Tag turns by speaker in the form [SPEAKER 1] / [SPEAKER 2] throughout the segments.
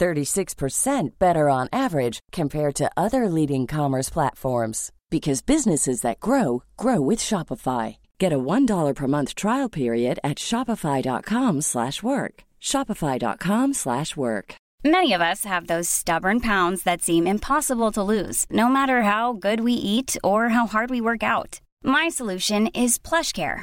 [SPEAKER 1] 36% better on average compared to other leading commerce platforms because businesses that grow grow with Shopify. Get a $1 per month trial period at shopify.com/work. shopify.com/work.
[SPEAKER 2] Many of us have those stubborn pounds that seem impossible to lose, no matter how good we eat or how hard we work out. My solution is PlushCare.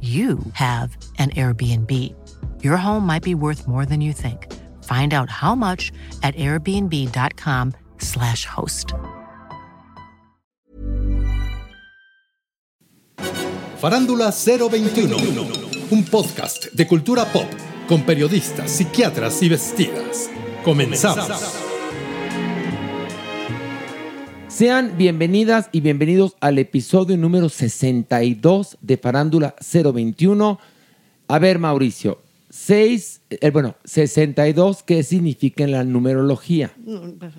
[SPEAKER 3] you have an Airbnb. Your home might be worth more than you think. Find out how much at airbnb.com/slash host.
[SPEAKER 4] Farándula 021, un podcast de cultura pop con periodistas, psiquiatras y vestidas. Comenzamos.
[SPEAKER 5] Sean bienvenidas y bienvenidos al episodio número 62 de Farándula 021. A ver, Mauricio, 6, eh, bueno, 62, ¿qué significa en la numerología?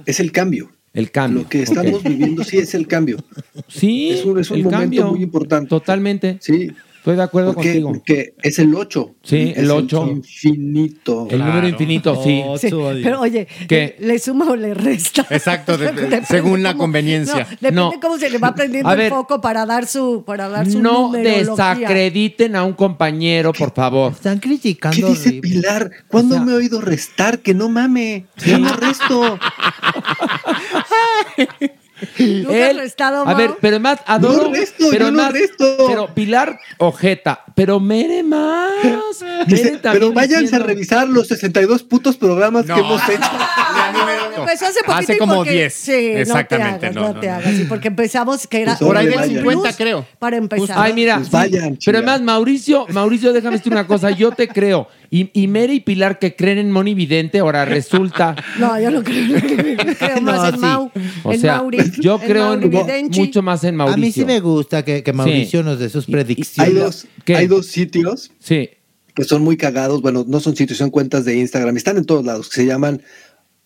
[SPEAKER 6] Es el cambio.
[SPEAKER 5] El cambio.
[SPEAKER 6] Lo que estamos
[SPEAKER 5] ok.
[SPEAKER 6] viviendo sí es el cambio.
[SPEAKER 5] Ah, Sí,
[SPEAKER 6] es un- es un
[SPEAKER 5] el
[SPEAKER 6] momento
[SPEAKER 5] cambio.
[SPEAKER 6] muy importante.
[SPEAKER 5] Totalmente.
[SPEAKER 6] Sí.
[SPEAKER 5] Estoy de acuerdo
[SPEAKER 6] ¿Por qué?
[SPEAKER 5] contigo.
[SPEAKER 6] Porque es el 8.
[SPEAKER 5] Sí, el ocho.
[SPEAKER 6] Infinito.
[SPEAKER 5] El número infinito, sí.
[SPEAKER 7] Sí, pero oye,
[SPEAKER 5] ¿Qué?
[SPEAKER 7] ¿le suma o le resta?
[SPEAKER 8] Exacto, de-
[SPEAKER 7] Depende
[SPEAKER 8] según la
[SPEAKER 7] cómo-
[SPEAKER 8] conveniencia.
[SPEAKER 7] No, depende
[SPEAKER 5] No.
[SPEAKER 7] cómo se le va prendiendo
[SPEAKER 5] A
[SPEAKER 7] el
[SPEAKER 5] ver.
[SPEAKER 7] foco para dar su para dar su
[SPEAKER 5] No
[SPEAKER 7] numerología.
[SPEAKER 5] desacrediten a un compañero, por favor.
[SPEAKER 9] Están
[SPEAKER 6] ¿Qué
[SPEAKER 9] criticando
[SPEAKER 6] dice
[SPEAKER 9] horrible.
[SPEAKER 6] Pilar? ¿Cuándo
[SPEAKER 5] O sea-
[SPEAKER 6] me he oído restar? Que no mame. Yo no resto.
[SPEAKER 7] Nunca has restado,
[SPEAKER 5] a
[SPEAKER 7] Mau?
[SPEAKER 5] ver, pero más adoro,
[SPEAKER 6] No resto,
[SPEAKER 5] pero
[SPEAKER 6] yo no
[SPEAKER 5] más-
[SPEAKER 6] resto.
[SPEAKER 5] pero Pilar Ojeta, pero mere más. Mere
[SPEAKER 6] Dice,
[SPEAKER 5] también
[SPEAKER 6] pero váyanse a
[SPEAKER 5] diciendo-
[SPEAKER 6] revisar los 62 putos programas
[SPEAKER 8] No.
[SPEAKER 6] que hemos hecho.
[SPEAKER 7] Pues hace poquito
[SPEAKER 8] Hace
[SPEAKER 7] y
[SPEAKER 8] como
[SPEAKER 7] porque-
[SPEAKER 8] 10.
[SPEAKER 7] Sí,
[SPEAKER 8] Exactamente,
[SPEAKER 7] No te hagas, no,
[SPEAKER 8] no,
[SPEAKER 7] te
[SPEAKER 8] no, no.
[SPEAKER 7] hagas. Sí, porque empezamos que era
[SPEAKER 6] Pues por ahí
[SPEAKER 7] un
[SPEAKER 6] del
[SPEAKER 7] plus
[SPEAKER 8] 50 creo.
[SPEAKER 7] Para empezar.
[SPEAKER 5] Ay, mira,
[SPEAKER 6] Pues
[SPEAKER 5] sí.
[SPEAKER 6] vayan,
[SPEAKER 5] pero
[SPEAKER 6] chinga.
[SPEAKER 5] además Mauricio, Mauricio, déjame decir una cosa, yo te creo. Y, y Mere y Pilar que creen en Monividente, ahora resulta.
[SPEAKER 7] No, yo no creo. creo
[SPEAKER 9] No,
[SPEAKER 7] más en
[SPEAKER 9] sí.
[SPEAKER 7] Mau.
[SPEAKER 5] O
[SPEAKER 7] en
[SPEAKER 5] sea,
[SPEAKER 7] Mauri,
[SPEAKER 5] yo
[SPEAKER 7] en
[SPEAKER 5] creo
[SPEAKER 7] Mauri
[SPEAKER 5] en-
[SPEAKER 7] Videnchi.
[SPEAKER 5] mucho más en
[SPEAKER 9] A
[SPEAKER 5] Mauricio.
[SPEAKER 9] mí sí me gusta que, que Mauricio nos dé sus
[SPEAKER 5] Y- y-
[SPEAKER 9] predicciones.
[SPEAKER 6] Hay dos,
[SPEAKER 5] ¿Qué?
[SPEAKER 6] hay dos sitios
[SPEAKER 5] Sí.
[SPEAKER 6] que son muy cagados. Bueno, no son sitios, son cuentas de Instagram. Están en todos lados. Que se llaman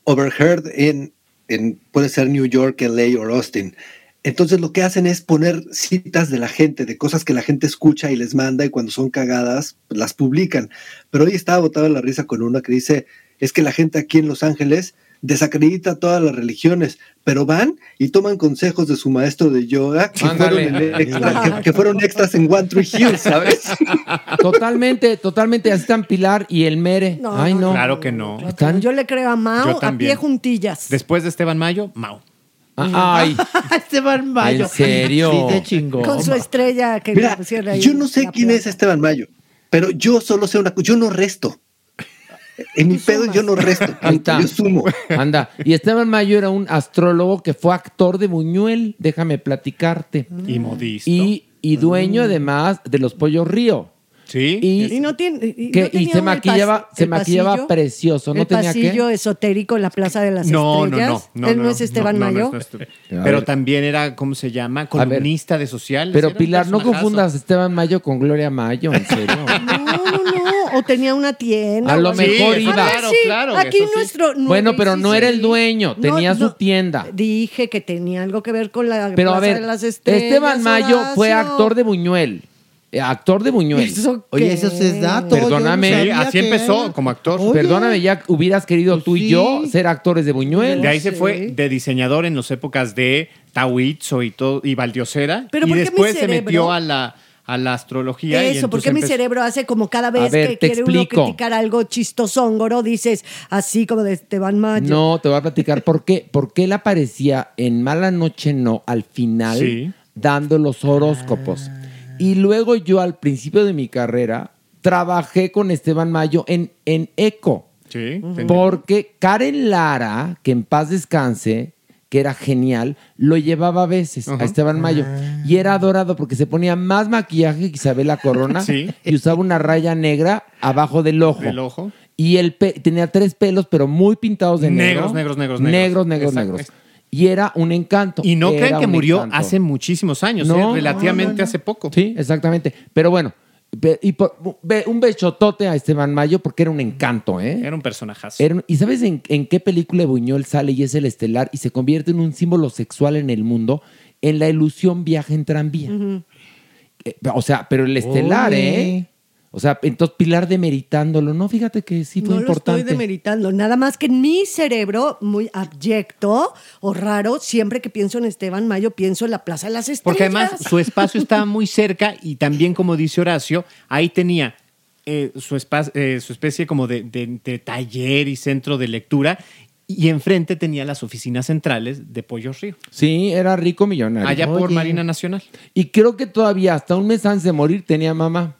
[SPEAKER 6] Overheard en, en puede ser New York, LA o Austin. Entonces lo que hacen es poner citas de la gente, de cosas que la gente escucha y les manda y cuando son cagadas pues, las publican. Pero hoy estaba botada la risa con una que dice, es que la gente aquí en Los Ángeles desacredita todas las religiones, pero van y toman consejos de su maestro de yoga que,
[SPEAKER 5] Ándale.
[SPEAKER 6] fueron, el extra- que- que fueron extras en One Tree Hill, ¿sabes?
[SPEAKER 5] Totalmente, totalmente. Así están Pilar y el Mere.
[SPEAKER 7] No,
[SPEAKER 5] Ay, no.
[SPEAKER 7] no,
[SPEAKER 8] Claro que no.
[SPEAKER 7] Claro que
[SPEAKER 5] Están-
[SPEAKER 7] no, Yo le creo a
[SPEAKER 8] Yo
[SPEAKER 7] Mau a
[SPEAKER 8] también.
[SPEAKER 7] pie juntillas.
[SPEAKER 8] Después de Esteban Mayo, Mau.
[SPEAKER 5] Ah, Ay,
[SPEAKER 9] Esteban Mayo.
[SPEAKER 5] ¿En serio?
[SPEAKER 9] Sí, de chingón.
[SPEAKER 7] Con su estrella que
[SPEAKER 6] Mira,
[SPEAKER 7] le pusieron ahí
[SPEAKER 6] yo no sé
[SPEAKER 7] la
[SPEAKER 6] quién
[SPEAKER 7] placa.
[SPEAKER 6] es Esteban Mayo, pero yo solo sé una cosa, yo no resto. En mi pedo
[SPEAKER 7] sumas.
[SPEAKER 6] yo no resto,
[SPEAKER 5] ahí está.
[SPEAKER 6] yo sumo.
[SPEAKER 5] Anda. Y Esteban Mayo era un astrólogo que fue actor de Buñuel, déjame platicarte.
[SPEAKER 8] Y modisto.
[SPEAKER 5] Y, y dueño, además, de los Pollos Río.
[SPEAKER 8] sí.
[SPEAKER 5] Y,
[SPEAKER 7] Y, no tiene, y,
[SPEAKER 5] que-
[SPEAKER 7] no
[SPEAKER 5] y
[SPEAKER 7] tenía
[SPEAKER 5] se
[SPEAKER 7] un- el
[SPEAKER 5] maquillaba-
[SPEAKER 7] pas-
[SPEAKER 5] se
[SPEAKER 7] el
[SPEAKER 5] maquillaba
[SPEAKER 7] pasillo,
[SPEAKER 5] precioso, ¿no
[SPEAKER 7] el
[SPEAKER 5] tenía qué?
[SPEAKER 7] pasillo esotérico en la Plaza de las
[SPEAKER 8] no, no, no,
[SPEAKER 7] Estrellas.
[SPEAKER 8] no.
[SPEAKER 7] Él no, es Esteban
[SPEAKER 8] no, no, no
[SPEAKER 7] Mayo.
[SPEAKER 8] es nuestro-
[SPEAKER 5] A
[SPEAKER 8] Pero
[SPEAKER 5] ver.
[SPEAKER 8] también era, ¿cómo se llama?
[SPEAKER 5] ver.
[SPEAKER 8] Columnista de sociales.
[SPEAKER 5] pero
[SPEAKER 8] era un
[SPEAKER 5] Pilar, no
[SPEAKER 8] personajazo.
[SPEAKER 5] confundas a Esteban Mayo con Gloria Mayo, en serio.
[SPEAKER 7] No, no, no. O tenía una tienda.
[SPEAKER 5] A
[SPEAKER 7] o
[SPEAKER 5] lo
[SPEAKER 7] algo
[SPEAKER 8] Sí,
[SPEAKER 5] mejor
[SPEAKER 7] así. Ah,
[SPEAKER 8] eso
[SPEAKER 5] iba.
[SPEAKER 7] A ver,
[SPEAKER 8] Claro,
[SPEAKER 7] sí,
[SPEAKER 8] claro,
[SPEAKER 7] Aquí
[SPEAKER 8] eso sí.
[SPEAKER 7] nuestro. no,
[SPEAKER 5] Bueno,
[SPEAKER 7] sí,
[SPEAKER 5] pero
[SPEAKER 7] sí,
[SPEAKER 5] no era
[SPEAKER 7] sí.
[SPEAKER 5] el dueño, tenía su tienda.
[SPEAKER 7] Dije que tenía algo que ver con la
[SPEAKER 5] Pero
[SPEAKER 7] Plaza
[SPEAKER 5] a ver,
[SPEAKER 7] de las Estrellas.
[SPEAKER 5] Esteban Mayo fue
[SPEAKER 7] Horacio.
[SPEAKER 5] actor de Buñuel. eh, actor de Buñuel.
[SPEAKER 9] Oye, eso es dato. yo no
[SPEAKER 5] Perdóname.
[SPEAKER 9] sabía que era. Pues
[SPEAKER 8] como actor.
[SPEAKER 5] Perdóname, ya hubieras querido tú y yo
[SPEAKER 9] sí.
[SPEAKER 5] ser actores de Buñuel.
[SPEAKER 8] De ahí se fue de diseñador en las épocas de Tawitzo y todo y Valdiosera.
[SPEAKER 7] Pero
[SPEAKER 8] y
[SPEAKER 7] ¿por qué mi
[SPEAKER 8] después se
[SPEAKER 7] cerebro-
[SPEAKER 8] metió a la, a la astrología. y
[SPEAKER 7] Eso,
[SPEAKER 8] entonces
[SPEAKER 7] porque mi
[SPEAKER 8] empezó-
[SPEAKER 7] cerebro hace como cada vez
[SPEAKER 5] ver,
[SPEAKER 7] que
[SPEAKER 5] te
[SPEAKER 7] quiere
[SPEAKER 5] explico.
[SPEAKER 7] uno criticar algo chistosóngoro, dices así como de Esteban Mayo.
[SPEAKER 5] No, te voy a platicar por qué. ¿Por qué él aparecía en Mala Noche No al final
[SPEAKER 8] Sí.
[SPEAKER 5] dando los horóscopos? Y luego yo al principio de mi carrera trabajé con Esteban Mayo en, en ECO.
[SPEAKER 8] Sí. ten-
[SPEAKER 5] Porque Karen Lara, que en paz descanse, que era genial, lo llevaba a veces a Esteban Mayo. Y
[SPEAKER 8] Ah.
[SPEAKER 5] era adorado porque se ponía más maquillaje que Isabela Corona
[SPEAKER 8] Sí.
[SPEAKER 5] y usaba una raya negra abajo del ojo.
[SPEAKER 8] Del ojo.
[SPEAKER 5] Y él pe- tenía tres pelos, pero muy pintados de negro.
[SPEAKER 8] Negros, negros, negros, negros.
[SPEAKER 5] Negros, negros,
[SPEAKER 8] Exacto.
[SPEAKER 5] negros. Y era un encanto.
[SPEAKER 8] Y no
[SPEAKER 5] Era
[SPEAKER 8] creen que
[SPEAKER 5] un
[SPEAKER 8] murió
[SPEAKER 5] encanto.
[SPEAKER 8] hace muchísimos años,
[SPEAKER 5] No,
[SPEAKER 8] ¿eh?
[SPEAKER 5] no,
[SPEAKER 8] relativamente
[SPEAKER 5] no, no.
[SPEAKER 8] hace poco.
[SPEAKER 5] Sí, exactamente. Pero bueno, ve- y por- ve- un bechotote a Esteban Mayo porque era un encanto, ¿eh?
[SPEAKER 8] Era un personajazo.
[SPEAKER 5] Era un- ¿Y sabes en, en qué película de Buñuel sale y es el estelar y se convierte en un símbolo sexual en el mundo? En la ilusión viaje en tranvía. Eh, o sea, pero el estelar,
[SPEAKER 9] Oye.
[SPEAKER 5] ¿eh? O sea, entonces Pilar demeritándolo. No, fíjate que sí fue
[SPEAKER 7] no
[SPEAKER 5] importante.
[SPEAKER 7] lo estoy demeritando, nada más que en mi cerebro, muy abyecto o raro, siempre que pienso en Esteban Mayo, pienso en la Plaza de las Estrellas.
[SPEAKER 8] Porque además su espacio estaba muy cerca y también, como dice Horacio, ahí tenía eh, su, espa- eh, su especie como de, de- de taller y centro de lectura y enfrente tenía las oficinas centrales de Pollos Río,
[SPEAKER 5] Sí, era rico millonario.
[SPEAKER 8] allá por
[SPEAKER 5] Oye.
[SPEAKER 8] Marina Nacional.
[SPEAKER 5] Y creo que todavía hasta un mes antes de morir tenía mamá.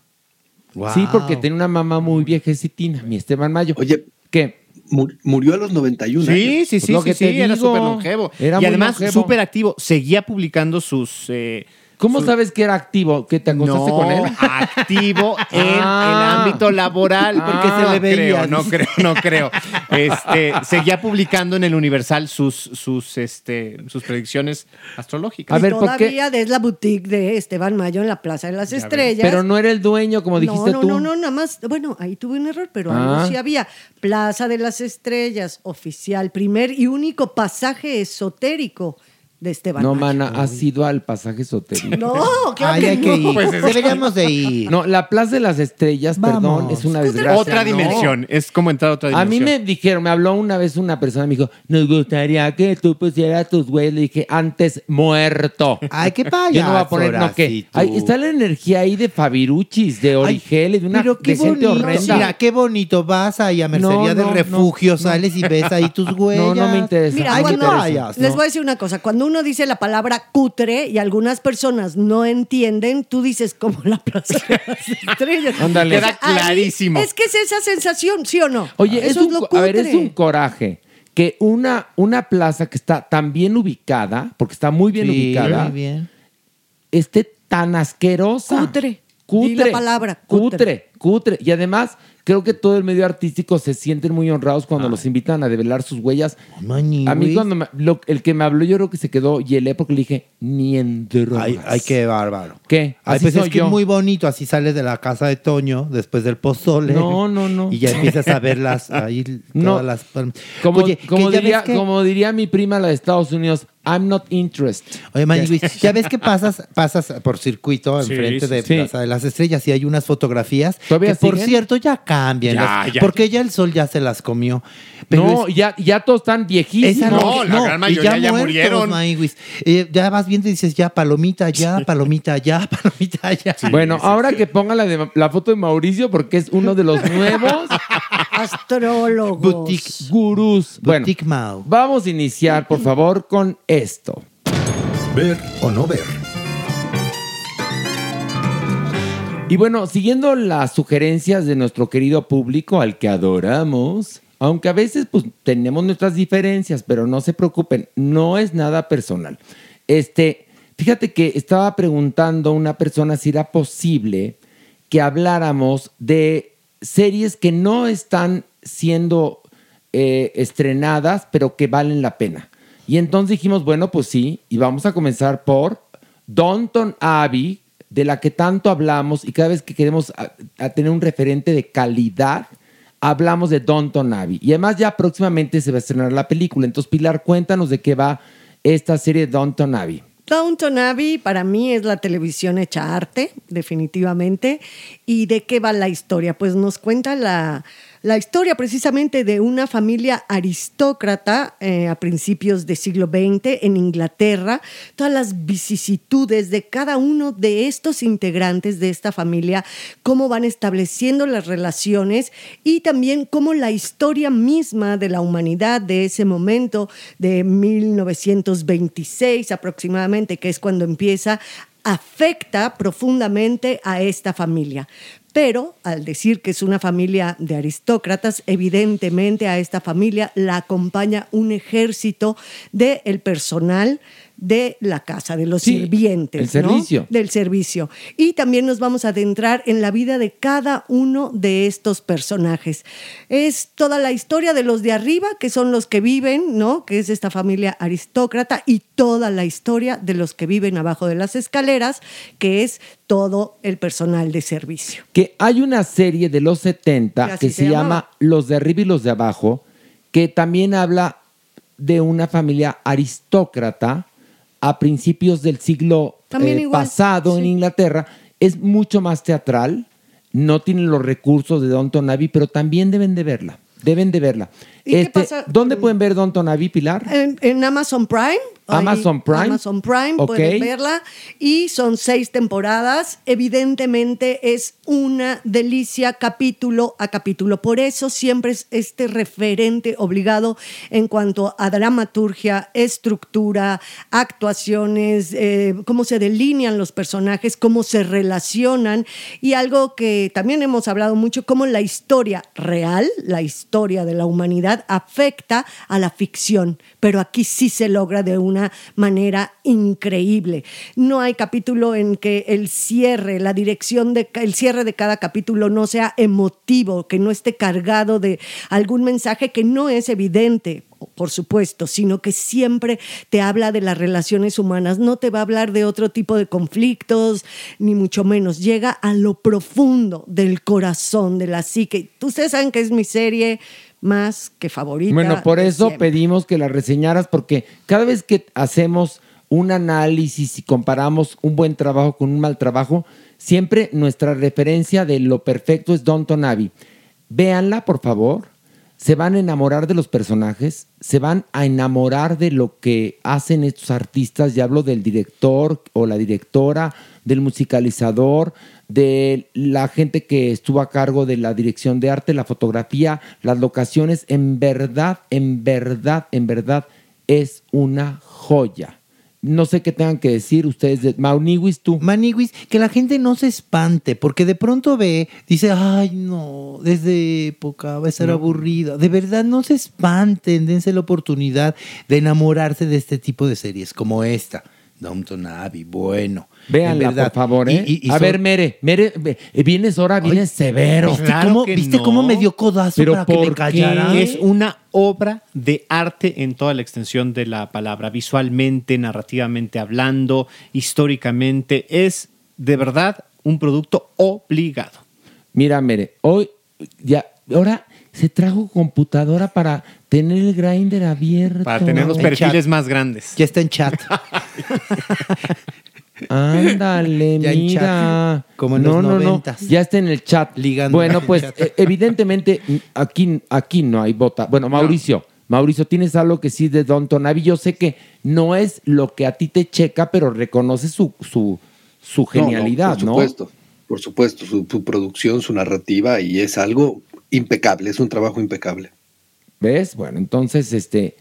[SPEAKER 9] Guau.
[SPEAKER 5] Sí, porque tenía una mamá muy viejecitina, mi Esteban Mayo.
[SPEAKER 6] Oye,
[SPEAKER 5] ¿qué?
[SPEAKER 6] Mur- murió a los 91 años.
[SPEAKER 8] Sí, sí,
[SPEAKER 5] Pues
[SPEAKER 8] sí,
[SPEAKER 5] lo
[SPEAKER 8] sí,
[SPEAKER 5] que te
[SPEAKER 8] sí, era
[SPEAKER 5] digo.
[SPEAKER 8] súper longevo.
[SPEAKER 5] Era
[SPEAKER 8] y
[SPEAKER 5] muy
[SPEAKER 8] además
[SPEAKER 5] longevo.
[SPEAKER 8] súper activo, seguía publicando sus... eh,
[SPEAKER 5] ¿Cómo
[SPEAKER 8] sus-
[SPEAKER 5] sabes que era activo? ¿Que te acostaste
[SPEAKER 8] no,
[SPEAKER 5] con él?
[SPEAKER 8] activo en
[SPEAKER 5] Ah.
[SPEAKER 8] el ámbito laboral.
[SPEAKER 5] Porque se le veía.
[SPEAKER 8] Ah, Creo, no creo, no creo. Este, seguía publicando en el Universal sus, sus, este, sus predicciones astrológicas.
[SPEAKER 5] A ver,
[SPEAKER 7] y
[SPEAKER 5] ¿por qué?
[SPEAKER 7] todavía es la boutique de Esteban Mayo en la Plaza de las Estrellas.
[SPEAKER 5] Pero no era el dueño, como dijiste
[SPEAKER 7] no, no,
[SPEAKER 5] tú.
[SPEAKER 7] no, no, nada más. Bueno, ahí tuve un error, pero
[SPEAKER 5] Ah.
[SPEAKER 7] algo sí había. Plaza de las Estrellas, oficial, primer y único pasaje esotérico de Esteban
[SPEAKER 5] No,
[SPEAKER 7] Mayo.
[SPEAKER 5] mana, has ido al pasaje esotérico.
[SPEAKER 7] No, claro
[SPEAKER 9] Ay,
[SPEAKER 7] que
[SPEAKER 9] hay
[SPEAKER 7] no.
[SPEAKER 9] que ir.
[SPEAKER 8] Pues es-
[SPEAKER 9] Deberíamos de ir.
[SPEAKER 5] No, la Plaza de las Estrellas, perdón,
[SPEAKER 9] Vamos.
[SPEAKER 5] es una desgracia.
[SPEAKER 8] otra
[SPEAKER 5] no.
[SPEAKER 8] dimensión. Es como entrar a otra
[SPEAKER 5] A
[SPEAKER 8] dimensión.
[SPEAKER 5] mí me dijeron, me habló una vez una persona, me dijo, nos gustaría que tú pusieras tus güeyes. Le dije, antes muerto.
[SPEAKER 9] Ay, qué payas.
[SPEAKER 5] Yo no voy a poner, no, ¿qué?
[SPEAKER 9] Horacito.
[SPEAKER 5] Ay, está la energía ahí de Fabiruchis, de
[SPEAKER 9] Ay,
[SPEAKER 5] Origel, y de una
[SPEAKER 9] pero qué
[SPEAKER 5] de gente
[SPEAKER 9] bonito.
[SPEAKER 5] horrenda.
[SPEAKER 9] Mira, qué bonito. Vas ahí a Mercería
[SPEAKER 5] No, no,
[SPEAKER 9] del Refugio,
[SPEAKER 5] no, no.
[SPEAKER 9] sales y ves ahí tus huellas.
[SPEAKER 5] no, no me interesa.
[SPEAKER 7] Mira,
[SPEAKER 9] Ay,
[SPEAKER 5] no me
[SPEAKER 9] qué
[SPEAKER 7] cuando-
[SPEAKER 5] interesa.
[SPEAKER 9] payas.
[SPEAKER 7] Les
[SPEAKER 9] ¿no?
[SPEAKER 7] voy a decir una cosa, cuando uno dice la palabra cutre y algunas personas no entienden, tú dices como la plaza de las estrellas.
[SPEAKER 5] Ándale.
[SPEAKER 7] O sea,
[SPEAKER 8] Queda clarísimo.
[SPEAKER 7] ahí Es que es esa sensación, ¿sí o no?
[SPEAKER 5] Oye, es
[SPEAKER 7] Eso
[SPEAKER 5] un,
[SPEAKER 7] lo
[SPEAKER 5] co- a ver,
[SPEAKER 7] cutre.
[SPEAKER 5] es un coraje que una, una plaza que está tan bien ubicada, porque está muy bien
[SPEAKER 9] Sí,
[SPEAKER 5] ubicada,
[SPEAKER 9] muy bien.
[SPEAKER 5] esté tan asquerosa.
[SPEAKER 7] Cutre.
[SPEAKER 5] Cutre.
[SPEAKER 7] Di la palabra,
[SPEAKER 5] Cutre,
[SPEAKER 7] cutre.
[SPEAKER 5] cutre. Y además, creo que todo el medio artístico se sienten muy honrados cuando los invitan a develar sus huellas.
[SPEAKER 9] Mañi,
[SPEAKER 5] A
[SPEAKER 9] Ah.
[SPEAKER 5] mí
[SPEAKER 9] güey.
[SPEAKER 5] cuando me- lo- el que me habló yo creo que se quedó y helé porque le dije, ni en drogas.
[SPEAKER 9] Ay, ay, qué bárbaro.
[SPEAKER 5] ¿Qué?
[SPEAKER 9] Ay,
[SPEAKER 5] Así
[SPEAKER 9] pues
[SPEAKER 5] soy
[SPEAKER 9] es que
[SPEAKER 5] yo.
[SPEAKER 9] es muy bonito. Así sales de la casa de Toño después del pozole.
[SPEAKER 5] No, no, no.
[SPEAKER 9] Y ya empiezas a ver las, ahí todas
[SPEAKER 5] No.
[SPEAKER 9] las...
[SPEAKER 5] Como,
[SPEAKER 9] Oye, que
[SPEAKER 5] como
[SPEAKER 9] ya ves
[SPEAKER 5] diría,
[SPEAKER 9] que-
[SPEAKER 5] como diría mi prima, la de Estados Unidos, I'm not interested.
[SPEAKER 9] Oye, Manny Luis, ya ves que pasas, pasas por circuito
[SPEAKER 8] Sí,
[SPEAKER 9] enfrente
[SPEAKER 8] sí,
[SPEAKER 9] de
[SPEAKER 5] sí.
[SPEAKER 9] Plaza de las Estrellas y hay unas fotografías
[SPEAKER 5] ¿Todavía
[SPEAKER 9] que, por
[SPEAKER 5] siguen?
[SPEAKER 9] cierto, ya cambian.
[SPEAKER 8] Ya,
[SPEAKER 9] las-
[SPEAKER 8] ya.
[SPEAKER 9] Porque ya el sol ya se las comió.
[SPEAKER 5] no,
[SPEAKER 9] es-
[SPEAKER 5] ya, ya todos están
[SPEAKER 9] es
[SPEAKER 5] viejísimos.
[SPEAKER 8] no,
[SPEAKER 9] algo que-
[SPEAKER 8] la gran
[SPEAKER 9] y
[SPEAKER 8] mayoría ya
[SPEAKER 9] muertos,
[SPEAKER 8] murieron.
[SPEAKER 9] Manny Luis. Eh, ya vas viendo y dices, ya, palomita, ya, palomita, ya, palomita, ya.
[SPEAKER 5] bueno, ahora que ponga la, de- la foto de Mauricio, porque es uno de los nuevos
[SPEAKER 7] Astrólogos.
[SPEAKER 9] Boutique.
[SPEAKER 5] gurús. Bueno,
[SPEAKER 9] Boutique Mao.
[SPEAKER 5] vamos a iniciar, por favor, con esto.
[SPEAKER 4] Ver o no ver.
[SPEAKER 5] Y bueno, siguiendo las sugerencias de nuestro querido público al que adoramos, aunque a veces pues tenemos nuestras diferencias, pero no se preocupen, no es nada personal. Este, fíjate que estaba preguntando a una persona si era posible que habláramos de series que no están siendo eh, estrenadas, pero que valen la pena. Y entonces dijimos, bueno, pues sí, y vamos a comenzar por Downton Abbey, de la que tanto hablamos y cada vez que queremos a- a tener un referente de calidad, hablamos de Downton Abbey. Y además ya próximamente se va a estrenar la película. Entonces, Pilar, cuéntanos de qué va esta serie de Downton Abbey.
[SPEAKER 7] Downton Abbey para mí es la televisión hecha arte, definitivamente. ¿Y de qué va la historia? Pues nos cuenta la, la historia precisamente de una familia aristócrata eh, a principios del siglo XX en Inglaterra, todas las vicisitudes de cada uno de estos integrantes de esta familia, cómo van estableciendo las relaciones y también cómo la historia misma de la humanidad de ese momento, de 1926 aproximadamente, que es cuando empieza afecta profundamente a esta familia. Pero al decir que es una familia de aristócratas, evidentemente a esta familia la acompaña un ejército del personal de la casa, de los
[SPEAKER 5] Sí,
[SPEAKER 7] sirvientes.
[SPEAKER 5] el
[SPEAKER 7] ¿no?
[SPEAKER 5] servicio.
[SPEAKER 7] Del servicio. Y también nos vamos a adentrar en la vida de cada uno de estos personajes. Es toda la historia de los de arriba, que son los que viven, ¿no? Que es esta familia aristócrata, y toda la historia de los que viven abajo de las escaleras, que es todo el personal de servicio.
[SPEAKER 5] que hay una serie de los 70
[SPEAKER 7] Así
[SPEAKER 5] que se
[SPEAKER 7] se
[SPEAKER 5] llama
[SPEAKER 7] llamaba.
[SPEAKER 5] Los de arriba y los de abajo, que también habla de una familia aristócrata a principios del siglo
[SPEAKER 7] También
[SPEAKER 5] eh,
[SPEAKER 7] igual,
[SPEAKER 5] pasado en Inglaterra. Es mucho más teatral, no tienen los recursos de Downton Abbey, pero también deben de verla. Deben de verla.
[SPEAKER 7] ¿Y qué
[SPEAKER 5] Este,
[SPEAKER 7] pasa?
[SPEAKER 5] ¿Dónde pueden ver Downton Abbey, Pilar?
[SPEAKER 7] En, en Amazon Prime. ahí-
[SPEAKER 5] Amazon Prime.
[SPEAKER 7] Amazon Prime,
[SPEAKER 5] Ok.
[SPEAKER 7] pueden verla. Y son seis temporadas. Evidentemente es una delicia capítulo a capítulo. Por eso siempre es este referente obligado en cuanto a dramaturgia, estructura, actuaciones, eh, cómo se delinean los personajes, cómo se relacionan. Y algo que también hemos hablado mucho, cómo la historia real, la historia de la humanidad, afecta a la ficción, pero aquí sí se logra de una manera increíble. No hay capítulo en que el cierre, la dirección de ca- el cierre de cada capítulo no sea emotivo, que no esté cargado de algún mensaje que no es evidente. Por supuesto, sino que siempre te habla de las relaciones humanas, no te va a hablar de otro tipo de conflictos, ni mucho menos. Llega a lo profundo del corazón, de la psique. Ustedes saben que es mi serie más que favorita.
[SPEAKER 5] Bueno, por
[SPEAKER 7] de
[SPEAKER 5] eso
[SPEAKER 7] siempre.
[SPEAKER 5] pedimos que la reseñaras, porque cada vez que hacemos un análisis y comparamos un buen trabajo con un mal trabajo, siempre nuestra referencia de lo perfecto es Downton Abbey. Véanla, por favor. Se van a enamorar de los personajes, se van a enamorar de lo que hacen estos artistas. Ya hablo del director o la directora, del musicalizador, de la gente que estuvo a cargo de la dirección de arte, la fotografía, las locaciones. En verdad, en verdad, en verdad, es una joya. No sé qué tengan que decir ustedes de Mauniwis, tú.
[SPEAKER 9] Maniwis, que la gente no se espante, porque de pronto ve, dice, ay no, desde época va a ser aburrido. De verdad, no se espanten, dense la oportunidad de enamorarse de este tipo de series como esta. Downton Abbey, bueno.
[SPEAKER 5] Véanla,
[SPEAKER 9] En verdad.
[SPEAKER 5] por favor,
[SPEAKER 9] Y-
[SPEAKER 5] ¿eh?
[SPEAKER 9] y- y
[SPEAKER 5] a
[SPEAKER 9] son-
[SPEAKER 5] ver, Mere, Mere, ve- eh, vienes ahora, vienes severo.
[SPEAKER 9] ¿Viste,
[SPEAKER 8] Claro
[SPEAKER 9] cómo,
[SPEAKER 8] que
[SPEAKER 9] ¿viste
[SPEAKER 8] no.
[SPEAKER 9] cómo me dio codazo
[SPEAKER 5] Pero
[SPEAKER 9] para que
[SPEAKER 5] ¿por
[SPEAKER 9] me
[SPEAKER 5] qué?
[SPEAKER 9] callara?
[SPEAKER 5] ¿Ah?
[SPEAKER 8] Es una obra de arte en toda la extensión de la palabra, visualmente, narrativamente hablando, históricamente. Es de verdad un producto obligado.
[SPEAKER 5] Mira, Mere, hoy ya, ahora se trajo computadora para tener el grinder abierto.
[SPEAKER 8] Para tener los
[SPEAKER 9] en chat.
[SPEAKER 8] perfiles más grandes.
[SPEAKER 9] Ya está en chat.
[SPEAKER 5] Ándale,
[SPEAKER 9] Ya en
[SPEAKER 5] mira.
[SPEAKER 9] chat, como en los
[SPEAKER 5] no,
[SPEAKER 9] noventas.
[SPEAKER 5] no, ya está en el chat.
[SPEAKER 9] Ligando en
[SPEAKER 5] Bueno,
[SPEAKER 9] el
[SPEAKER 5] pues
[SPEAKER 9] chat.
[SPEAKER 5] eh, evidentemente mm, aquí, aquí no hay bota. Bueno, Mauricio, Mauricio, tienes algo que sí de Downton Abbey. Yo sé que no es lo que a ti te checa, pero reconoce su, su, su genialidad, ¿no?
[SPEAKER 6] Por supuesto, por supuesto, su, su producción, su narrativa, y es algo impecable, es un trabajo impecable.
[SPEAKER 5] ¿Ves? Bueno, entonces, este.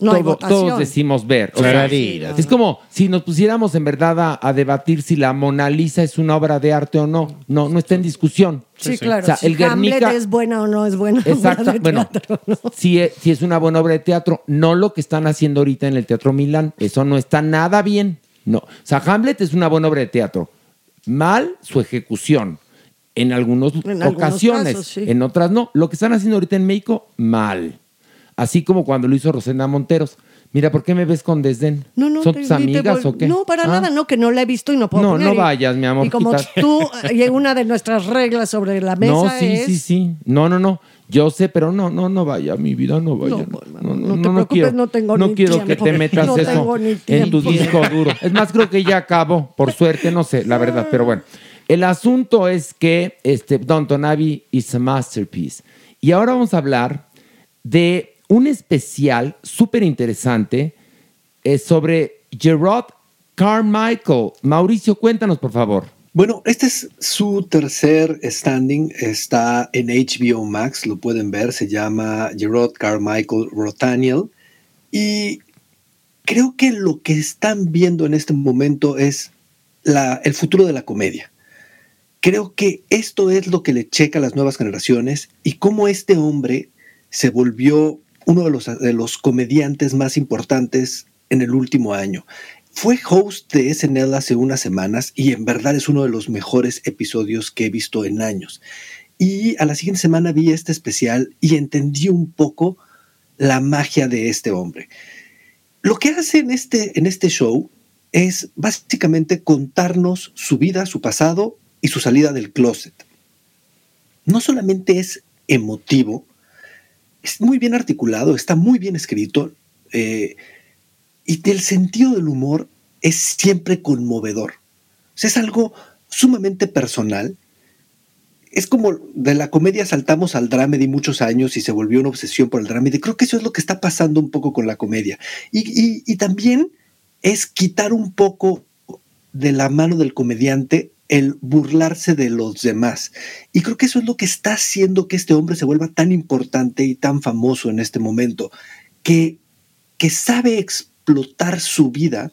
[SPEAKER 7] No hay
[SPEAKER 5] todo-
[SPEAKER 7] votación.
[SPEAKER 5] todos decimos ver. O
[SPEAKER 9] Claro.
[SPEAKER 5] sea,
[SPEAKER 9] Sí, no,
[SPEAKER 5] es como si nos pusiéramos en verdad a, a debatir si la Mona Lisa es una obra de arte o no. No, no está en discusión.
[SPEAKER 7] Sí, claro.
[SPEAKER 5] O sea,
[SPEAKER 7] si
[SPEAKER 5] el Guernica-
[SPEAKER 7] Hamlet es buena o no es buena. obra
[SPEAKER 5] Exacto.
[SPEAKER 7] de
[SPEAKER 5] Bueno,
[SPEAKER 7] teatro, ¿no?
[SPEAKER 5] si, es, si es una buena obra de teatro, no lo que están haciendo ahorita en el Teatro Milán. Eso no está nada bien. No. O sea, Hamlet es una buena obra de teatro. Mal su ejecución. En algunas
[SPEAKER 7] En algunos
[SPEAKER 5] ocasiones.
[SPEAKER 7] casos, sí.
[SPEAKER 5] En otras no. Lo que están haciendo ahorita en México, mal. Así como cuando lo hizo Rosenda Monteros. Mira, ¿por qué me ves con desdén?
[SPEAKER 7] No, no,
[SPEAKER 5] ¿Son
[SPEAKER 7] te-
[SPEAKER 5] tus
[SPEAKER 7] ni te
[SPEAKER 5] amigas
[SPEAKER 7] vol-
[SPEAKER 5] o qué?
[SPEAKER 7] No, para
[SPEAKER 5] Ah.
[SPEAKER 7] nada, no, que no la he visto y no puedo
[SPEAKER 5] No,
[SPEAKER 7] poner.
[SPEAKER 5] no
[SPEAKER 7] Y-
[SPEAKER 5] vayas, mi amor,
[SPEAKER 7] Y como
[SPEAKER 5] quitar-
[SPEAKER 7] tú, y una de nuestras reglas sobre la mesa
[SPEAKER 5] No, sí,
[SPEAKER 7] es...
[SPEAKER 5] sí, sí. No, no, no. Yo sé, pero no, no, no vaya, mi vida no vaya. No, no, no,
[SPEAKER 7] no
[SPEAKER 5] no
[SPEAKER 7] te preocupes,
[SPEAKER 5] quiero,
[SPEAKER 7] no tengo ni
[SPEAKER 5] quiero que
[SPEAKER 7] tiempo.
[SPEAKER 5] te metas
[SPEAKER 7] No
[SPEAKER 5] eso
[SPEAKER 7] tengo ni
[SPEAKER 5] en tu
[SPEAKER 7] tiempo.
[SPEAKER 5] disco duro. Es más, creo que ya acabó, por suerte, no sé, la verdad, pero bueno. El asunto es que este, Downton Abbey is a masterpiece. Y ahora vamos a hablar de un especial súper interesante eh, sobre Gerard Carmichael. Mauricio, cuéntanos, por favor.
[SPEAKER 6] Bueno, este es su tercer standing. Está en HBO Max, lo pueden ver. Se llama Gerard Carmichael Rothaniel. Y creo que lo que están viendo en este momento es la- el futuro de la comedia. Creo que esto es lo que le checa a las nuevas generaciones y cómo este hombre se volvió uno de los, de los comediantes más importantes en el último año. Fue host de SNL hace unas semanas y en verdad es uno de los mejores episodios que he visto en años. Y a la siguiente semana vi este especial y entendí un poco la magia de este hombre. Lo que hace en este, en este show es básicamente contarnos su vida, su pasado y su salida del closet. No solamente es emotivo, es muy bien articulado, está muy bien escrito eh, y el sentido del humor es siempre conmovedor. O sea, es algo sumamente personal. Es como de la comedia saltamos al dramedy muchos años y se volvió una obsesión por el dramedy. Creo que eso es lo que está pasando un poco con la comedia. Y, y- y también es quitar un poco de la mano del comediante el burlarse de los demás. Y creo que eso es lo que está haciendo que este hombre se vuelva tan importante y tan famoso en este momento, que, que sabe explotar su vida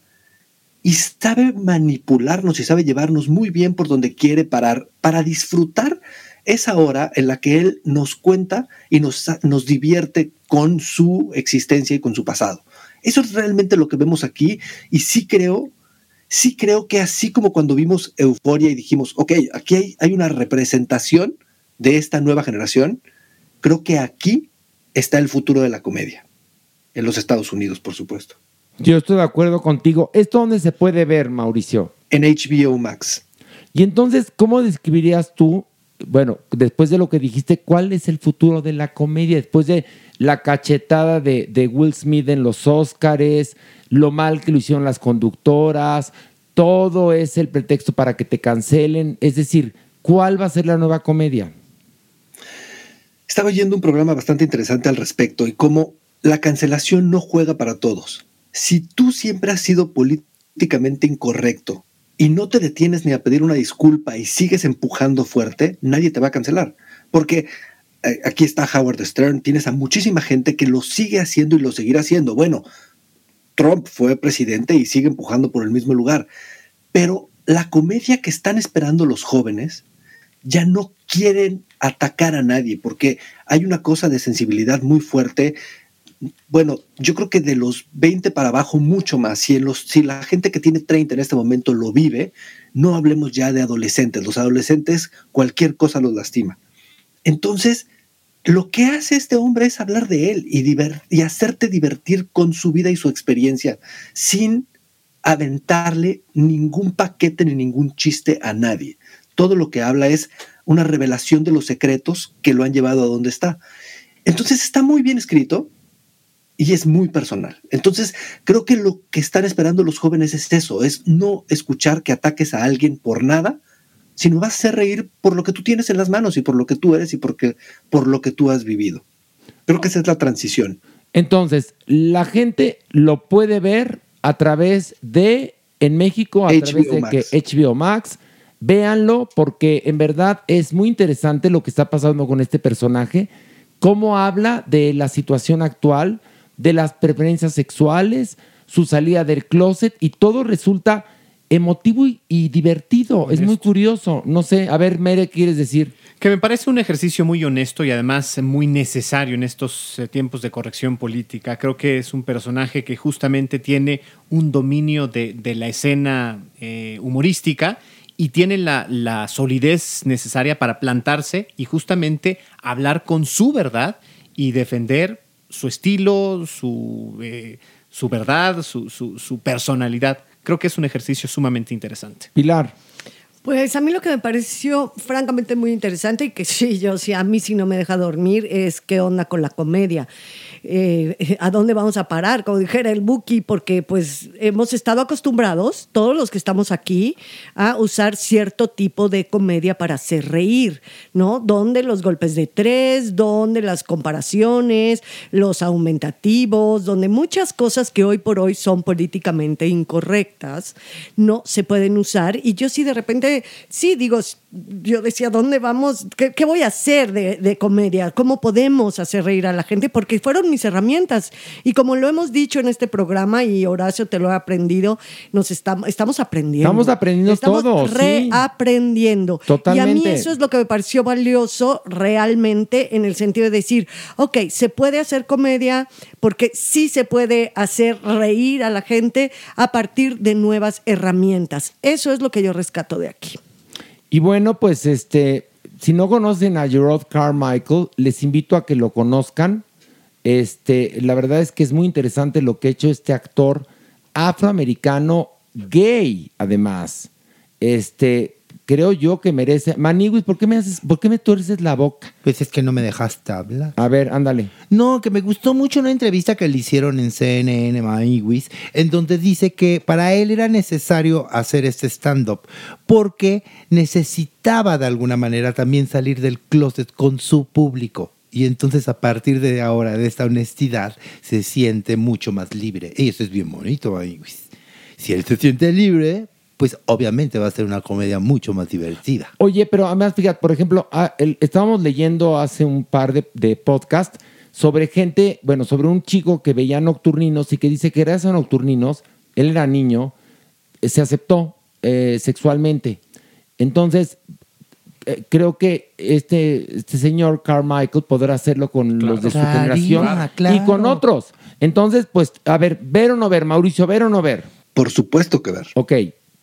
[SPEAKER 6] y sabe manipularnos y sabe llevarnos muy bien por donde quiere parar para disfrutar esa hora en la que él nos cuenta y nos, nos divierte con su existencia y con su pasado. Eso es realmente lo que vemos aquí y sí creo sí creo que así como cuando vimos Euforia y dijimos, ok, aquí hay, hay una representación de esta nueva generación, creo que aquí está el futuro de la comedia. En los Estados Unidos, por supuesto.
[SPEAKER 5] Yo estoy de acuerdo contigo. ¿Esto dónde se puede ver, Mauricio?
[SPEAKER 6] En HBO Max.
[SPEAKER 5] Y entonces, ¿cómo describirías tú, bueno, después de lo que dijiste, cuál es el futuro de la comedia? Después de la cachetada de, de Will Smith en los Óscares, lo mal que lo hicieron las conductoras, todo es el pretexto para que te cancelen. Es decir, ¿cuál va a ser la nueva comedia?
[SPEAKER 6] Estaba oyendo un programa bastante interesante al respecto y cómo la cancelación no juega para todos. Si tú siempre has sido políticamente incorrecto y no te detienes ni a pedir una disculpa y sigues empujando fuerte, nadie te va a cancelar. Porque eh, aquí está Howard Stern, tienes a muchísima gente que lo sigue haciendo y lo seguirá haciendo. Bueno, Trump fue presidente y sigue empujando por el mismo lugar. Pero la comedia que están esperando los jóvenes ya no quieren atacar a nadie porque hay una cosa de sensibilidad muy fuerte. Bueno, yo creo que de los 20 para abajo mucho más. Si, en los, si la gente que tiene 30 en este momento lo vive, no hablemos ya de adolescentes. Los adolescentes cualquier cosa los lastima. Entonces, lo que hace este hombre es hablar de él y, diver- y hacerte divertir con su vida y su experiencia sin aventarle ningún paquete ni ningún chiste a nadie. Todo lo que habla es una revelación de los secretos que lo han llevado a donde está. Entonces está muy bien escrito y es muy personal. Entonces creo que lo que están esperando los jóvenes es eso, es no escuchar que ataques a alguien por nada, sino vas a hacer reír por lo que tú tienes en las manos y por lo que tú eres y porque, por lo que tú has vivido. Creo que esa es la transición.
[SPEAKER 5] Entonces, la gente lo puede ver a través de, en México, a
[SPEAKER 6] HBO
[SPEAKER 5] través de
[SPEAKER 6] Max.
[SPEAKER 5] que HBO Max. Véanlo porque en verdad es muy interesante lo que está pasando con este personaje, cómo habla de la situación actual, de las preferencias sexuales, su salida del closet y todo resulta emotivo y, y divertido. Es muy curioso. No sé, a ver, Mere, ¿qué quieres decir?
[SPEAKER 8] Que me parece un ejercicio muy honesto y además muy necesario en estos eh, tiempos de corrección política. Creo que es un personaje que justamente tiene un dominio de, de la escena eh, humorística y tiene la, la solidez necesaria para plantarse y justamente hablar con su verdad y defender su estilo, su, eh, su verdad, su- su- su personalidad. Creo que es un ejercicio sumamente interesante.
[SPEAKER 5] Pilar.
[SPEAKER 7] Pues a mí lo que me pareció francamente muy interesante y que sí, yo sí, a mí sí no me deja dormir es qué onda con la comedia. Eh, ¿A dónde vamos a parar? Como dijera el Buki, porque pues hemos estado acostumbrados, todos los que estamos aquí, a usar cierto tipo de comedia para hacer reír, ¿no? Donde los golpes de tres, donde las comparaciones, los aumentativos, donde muchas cosas que hoy por hoy son políticamente incorrectas no se pueden usar. Y yo sí de repente, sí, digo, yo decía, ¿dónde vamos? ¿Qué, qué voy a hacer de, de comedia? ¿Cómo podemos hacer reír a la gente? Porque fueron mis herramientas. Y como lo hemos dicho en este programa, y Horacio te lo ha aprendido, nos estamos, estamos aprendiendo.
[SPEAKER 5] Estamos aprendiendo
[SPEAKER 7] estamos
[SPEAKER 5] todos, sí.
[SPEAKER 7] Reaprendiendo. Y a mí
[SPEAKER 5] Totalmente.
[SPEAKER 7] eso es lo que me pareció valioso realmente en el sentido de decir, ok, se puede hacer comedia porque sí se puede hacer reír a la gente a partir de nuevas herramientas. Eso es lo que yo rescato de aquí.
[SPEAKER 5] Y bueno, pues este, si no conocen a Gerard Carmichael, les invito a que lo conozcan. Este, la verdad es que es muy interesante lo que ha hecho este actor afroamericano gay, además. Este, creo yo que merece. Maniguis, ¿por qué me haces, por qué me tuerces la boca?
[SPEAKER 9] Pues es que no me dejaste hablar.
[SPEAKER 5] A ver, ándale.
[SPEAKER 9] No, que me gustó mucho una entrevista que le hicieron en CNN Maniwis, en donde dice que para él era necesario hacer este stand-up porque necesitaba de alguna manera también salir del closet con su público. Y entonces a partir de ahora, de esta honestidad, se siente mucho más libre. Y eso es bien bonito, Maniwis. Si él se siente libre, pues obviamente va a ser una comedia mucho más divertida.
[SPEAKER 5] Oye, pero además, fíjate, por ejemplo, ah, el- estábamos leyendo hace un par de, de podcast sobre gente, bueno, sobre un chico que veía nocturninos y que dice que gracias a nocturninos, él era niño, eh, se aceptó eh, sexualmente. Entonces, eh, creo que este, este señor Carmichael podrá hacerlo con los de su
[SPEAKER 9] Claro,
[SPEAKER 5] generación y
[SPEAKER 9] claro.
[SPEAKER 5] con otros. Entonces, pues, a ver, ver o no ver, Mauricio, ver o no ver.
[SPEAKER 6] Por supuesto que ver.
[SPEAKER 5] Ok,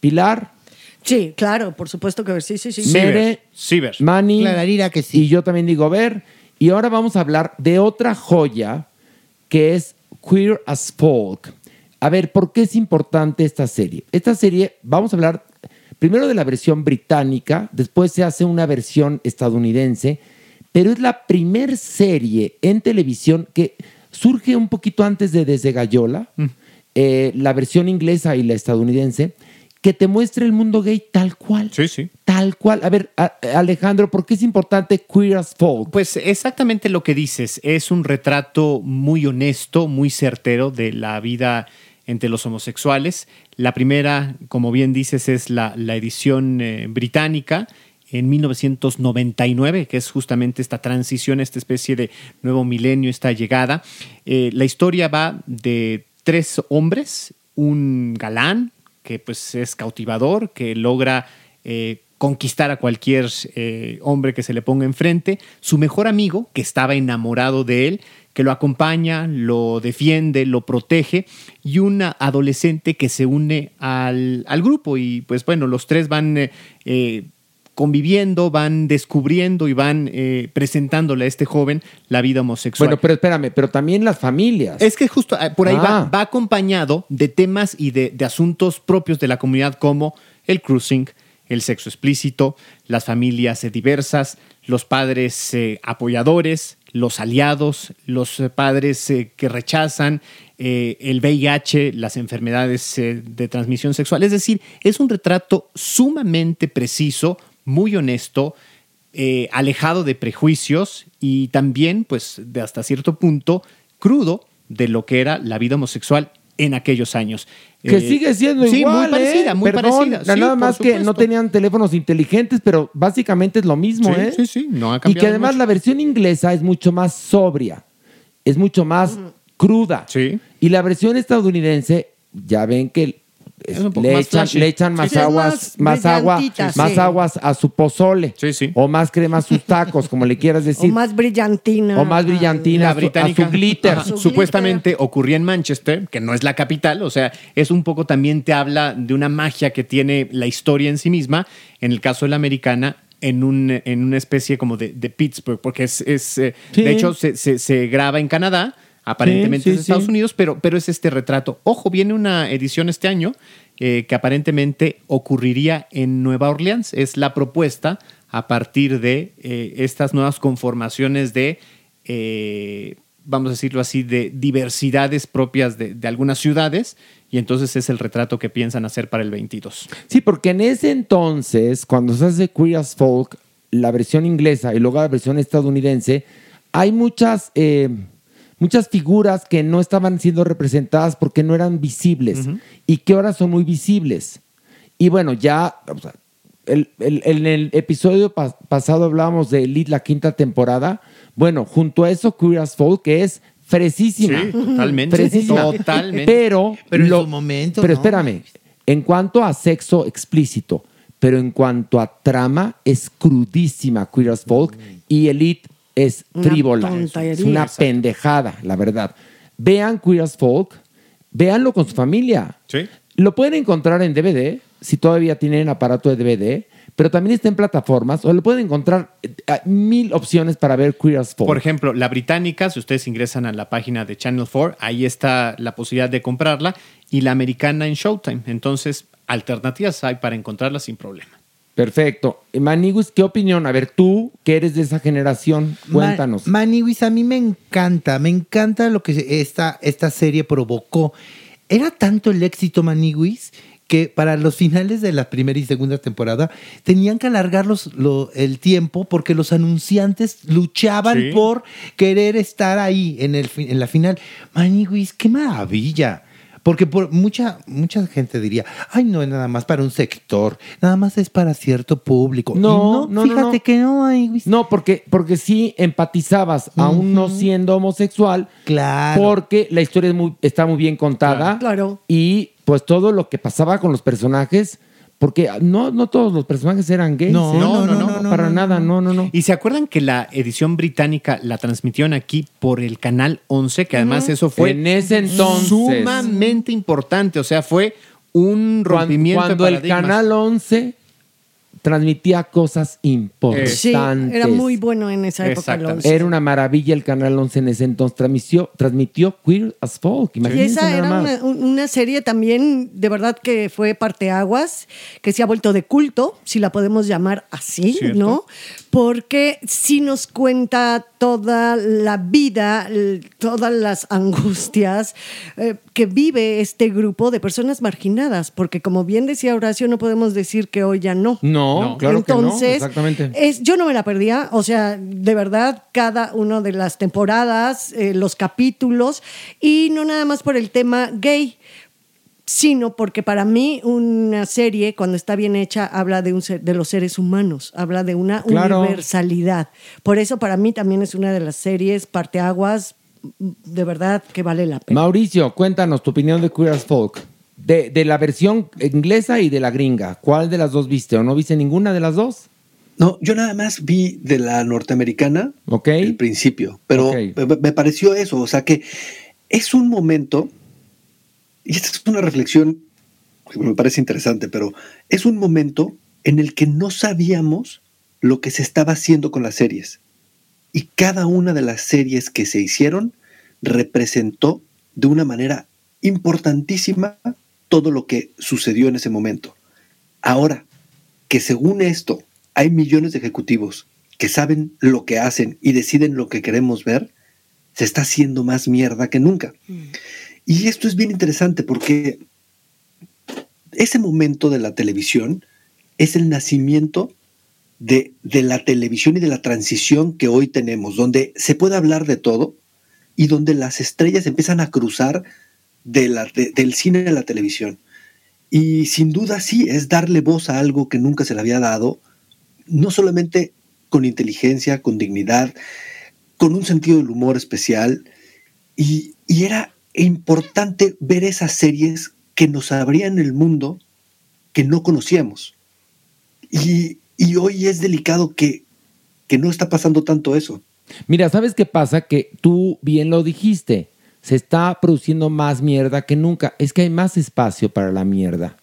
[SPEAKER 5] Pilar,
[SPEAKER 7] Sí, claro, por supuesto que ver. Sí, sí, sí.
[SPEAKER 8] Sí,
[SPEAKER 5] Mere,
[SPEAKER 8] ver, sí, ver.
[SPEAKER 5] Manny.
[SPEAKER 9] Clararira que sí.
[SPEAKER 5] Y yo también digo ver. Y ahora vamos a hablar de otra joya que es Queer as Folk. A ver, ¿por qué es importante esta serie? Esta serie, vamos a hablar primero de la versión británica, después se hace una versión estadounidense, pero es la primer serie en televisión que surge un poquito antes de Desde Gallola,
[SPEAKER 4] Mm.
[SPEAKER 5] eh, la versión inglesa y la estadounidense, que te muestra el mundo gay tal cual.
[SPEAKER 8] Sí, sí.
[SPEAKER 5] Tal cual. A ver, a- Alejandro, ¿por qué es importante Queer as Folk?
[SPEAKER 8] Pues exactamente lo que dices. Es un retrato muy honesto, muy certero de la vida entre los homosexuales. La primera, como bien dices, es la, la edición eh, británica en 1999, que es justamente esta transición, esta especie de nuevo milenio, esta llegada. Eh, la historia va de tres hombres, un galán, que pues es cautivador, que logra eh, conquistar a cualquier eh, hombre que se le ponga enfrente, su mejor amigo, que estaba enamorado de él, que lo acompaña, lo defiende, lo protege, y una adolescente que se une al, al grupo. Y pues bueno, los tres van eh, eh, conviviendo, van descubriendo y van eh, presentándole a este joven la vida homosexual.
[SPEAKER 5] Bueno, pero espérame, pero también las familias.
[SPEAKER 8] Es que justo eh, por ahí va,
[SPEAKER 5] Ah.
[SPEAKER 8] va acompañado de temas y de, de asuntos propios de la comunidad como el cruising, el sexo explícito, las familias eh, diversas, los padres eh, apoyadores, los aliados, los eh, padres eh, que rechazan, eh, el VIH, las enfermedades eh, de transmisión sexual. Es decir, es un retrato sumamente preciso, muy honesto, eh, alejado de prejuicios y también, pues, de hasta cierto punto, crudo de lo que era la vida homosexual en aquellos años.
[SPEAKER 5] que
[SPEAKER 8] Eh,
[SPEAKER 5] sigue siendo
[SPEAKER 8] sí,
[SPEAKER 5] igual.
[SPEAKER 8] muy parecida,
[SPEAKER 5] ¿eh?
[SPEAKER 8] muy
[SPEAKER 5] Perdón,
[SPEAKER 8] parecida. Sí,
[SPEAKER 5] nada
[SPEAKER 8] por
[SPEAKER 5] más que no
[SPEAKER 8] supuesto.
[SPEAKER 5] tenían teléfonos inteligentes, pero básicamente es lo mismo,
[SPEAKER 8] Sí,
[SPEAKER 5] ¿eh?
[SPEAKER 8] sí, sí, no ha
[SPEAKER 5] Y
[SPEAKER 8] cambiado
[SPEAKER 5] que además
[SPEAKER 8] mucho.
[SPEAKER 5] la versión inglesa es mucho más sobria, es mucho más cruda.
[SPEAKER 8] Sí.
[SPEAKER 5] Y la versión estadounidense, ya ven que
[SPEAKER 8] Es un poco
[SPEAKER 5] le,
[SPEAKER 8] más
[SPEAKER 5] echan,
[SPEAKER 8] flashy.
[SPEAKER 5] le echan
[SPEAKER 8] Sí,
[SPEAKER 5] más
[SPEAKER 7] sí. Es
[SPEAKER 5] aguas,
[SPEAKER 7] más
[SPEAKER 5] más, agua,
[SPEAKER 7] brillantita,
[SPEAKER 5] más
[SPEAKER 7] sí.
[SPEAKER 5] aguas a su pozole.
[SPEAKER 8] Sí, sí.
[SPEAKER 5] O más crema a sus tacos, como le quieras
[SPEAKER 7] O
[SPEAKER 5] decir.
[SPEAKER 7] más brillantina.
[SPEAKER 5] O más brillantina,
[SPEAKER 8] La
[SPEAKER 5] a su-
[SPEAKER 8] británica.
[SPEAKER 5] a su glitter.
[SPEAKER 8] Ajá.
[SPEAKER 7] Su
[SPEAKER 8] Supuestamente ocurría en Manchester, que no es la capital, o sea, es un poco también te habla de una magia que tiene la historia en sí misma, en el caso de la americana, en, un, en una especie como de, de Pittsburgh, porque es, es, eh,
[SPEAKER 5] Sí.
[SPEAKER 8] de hecho se, se- se graba en Canadá. aparentemente
[SPEAKER 10] Sí, sí,
[SPEAKER 8] es de Estados
[SPEAKER 10] sí.
[SPEAKER 8] Unidos, pero, pero es este retrato. Ojo, viene una edición este año eh, que aparentemente ocurriría en Nueva Orleans. Es la propuesta a partir de eh, estas nuevas conformaciones de, eh, vamos a decirlo así, de diversidades propias de, de algunas ciudades. Y entonces es el retrato que piensan hacer para el 22.
[SPEAKER 5] Sí, porque en ese entonces, cuando se hace Queer as Folk, la versión inglesa y luego la versión estadounidense, hay muchas, eh, muchas figuras que no estaban siendo representadas porque no eran visibles y que ahora son muy visibles. Y bueno, ya o sea, el- el- en el episodio pas- pasado hablábamos de Elite, la quinta temporada. Bueno, junto a eso, Queer as Folk, que es fresísima.
[SPEAKER 9] Sí, totalmente.
[SPEAKER 5] Fresísima.
[SPEAKER 9] Totalmente.
[SPEAKER 5] Pero,
[SPEAKER 9] Pero en
[SPEAKER 5] lo-
[SPEAKER 9] su momento,
[SPEAKER 5] Pero
[SPEAKER 9] ¿no?
[SPEAKER 5] espérame, en cuanto a sexo explícito, pero en cuanto a trama, es crudísima Queer as Folk y Elite es
[SPEAKER 7] Mm. Una
[SPEAKER 5] trívola.
[SPEAKER 7] tontería.
[SPEAKER 5] Es una
[SPEAKER 7] Exacto.
[SPEAKER 5] pendejada, la verdad. Vean Queer as Folk, véanlo con su familia. Lo pueden encontrar en DVD, si todavía tienen aparato de DVD, pero también está en plataformas, o lo pueden encontrar eh, eh, mil opciones para ver Queer as Folk.
[SPEAKER 8] Por ejemplo, la británica, si ustedes ingresan a la página de Channel 4, ahí está la posibilidad de comprarla, y la americana en Showtime. Entonces, alternativas hay para encontrarla sin problema.
[SPEAKER 5] Perfecto. Eh, Maniguis, ¿qué opinión? A ver, tú, que eres de esa generación, cuéntanos.
[SPEAKER 9] Ma- Maniwis, a mí me encanta, me encanta lo que esta, esta serie provocó. Era tanto el éxito Maniwis que para los finales de la primera y segunda temporada tenían que alargar los- lo- el tiempo porque los anunciantes luchaban
[SPEAKER 10] Sí.
[SPEAKER 9] por querer estar ahí en, el, fi- en la final. Maniwis, qué maravilla. Porque por mucha, mucha gente diría, ay, no es nada más para un sector, nada más es para cierto público. Y
[SPEAKER 5] No, no,
[SPEAKER 9] fíjate que no hay.
[SPEAKER 5] No, porque, porque sí empatizabas, aún no siendo homosexual.
[SPEAKER 9] Claro.
[SPEAKER 5] Porque la historia es muy- está muy bien contada.
[SPEAKER 7] Claro.
[SPEAKER 5] Y pues todo lo que pasaba con los personajes, porque no, no todos los personajes eran gays. ¿eh? para nada, no, no, no.
[SPEAKER 8] ¿Y se acuerdan que la edición británica la transmitieron aquí por el canal 11? Que además
[SPEAKER 5] Ujú.
[SPEAKER 8] eso fue
[SPEAKER 5] En ese entonces.
[SPEAKER 8] sumamente importante. O sea, fue un
[SPEAKER 5] Cuan-
[SPEAKER 8] rompimiento de
[SPEAKER 5] Cuando, el
[SPEAKER 8] paradigmas.
[SPEAKER 5] Canal 11 transmitía cosas importantes.
[SPEAKER 7] Sí, era muy bueno en esa época. el once.
[SPEAKER 5] Era una maravilla el Canal 11 en ese entonces. Transmitió, transmitió Queer as Folk.
[SPEAKER 7] Y
[SPEAKER 5] Imagínense
[SPEAKER 7] esa
[SPEAKER 5] nada
[SPEAKER 7] era
[SPEAKER 5] más.
[SPEAKER 7] una, un- una serie también, de verdad que fue parteaguas, que se ha vuelto de culto, si la podemos llamar así,
[SPEAKER 11] Cierto.
[SPEAKER 7] ¿no? Porque sí nos cuenta toda la vida, l- todas las angustias eh, que vive este grupo de personas marginadas, porque como bien decía Horacio, no podemos decir que hoy ya no.
[SPEAKER 5] No, claro que no,
[SPEAKER 7] Entonces,
[SPEAKER 5] exactamente.
[SPEAKER 7] es- yo no me la perdía, o sea, de verdad, cada una de las temporadas, eh, los capítulos, y no nada más por el tema gay, sino porque para mí una serie, cuando está bien hecha, habla de, un ser- de los seres humanos, habla de una
[SPEAKER 5] Claro.
[SPEAKER 7] universalidad. Por eso para mí también es una de las series parteaguas, mm, de verdad, que vale la pena.
[SPEAKER 5] Mauricio, cuéntanos tu opinión de Queer as Folk. De, de la versión inglesa y de la gringa. ¿Cuál de las dos viste o no viste ninguna de las dos?
[SPEAKER 6] No, yo nada más vi de la norteamericana el principio, pero me- me pareció eso, o sea que es un momento, y esta es una reflexión que me parece interesante, pero es un momento en el que no sabíamos lo que se estaba haciendo con las series. Y cada una de las series que se hicieron representó de una manera importantísima todo lo que sucedió en ese momento. Ahora, que según esto hay millones de ejecutivos que saben lo que hacen y deciden lo que queremos ver, se está haciendo más mierda que nunca. Y esto es bien interesante porque ese momento de la televisión es el nacimiento de, de la televisión y de la transición que hoy tenemos, donde se puede hablar de todo y donde las estrellas empiezan a cruzar de la- de- del cine a la televisión. Y sin duda sí, es darle voz a algo que nunca se le había dado, no solamente con inteligencia, con dignidad, con un sentido del humor especial. Y, y era importante ver esas series que nos abrían el mundo que no conocíamos. Y, y hoy es delicado que, que no está pasando tanto eso.
[SPEAKER 5] Mira, ¿sabes qué pasa? Que tú bien lo dijiste. Se está produciendo más mierda que nunca. Es que hay más espacio para la mierda.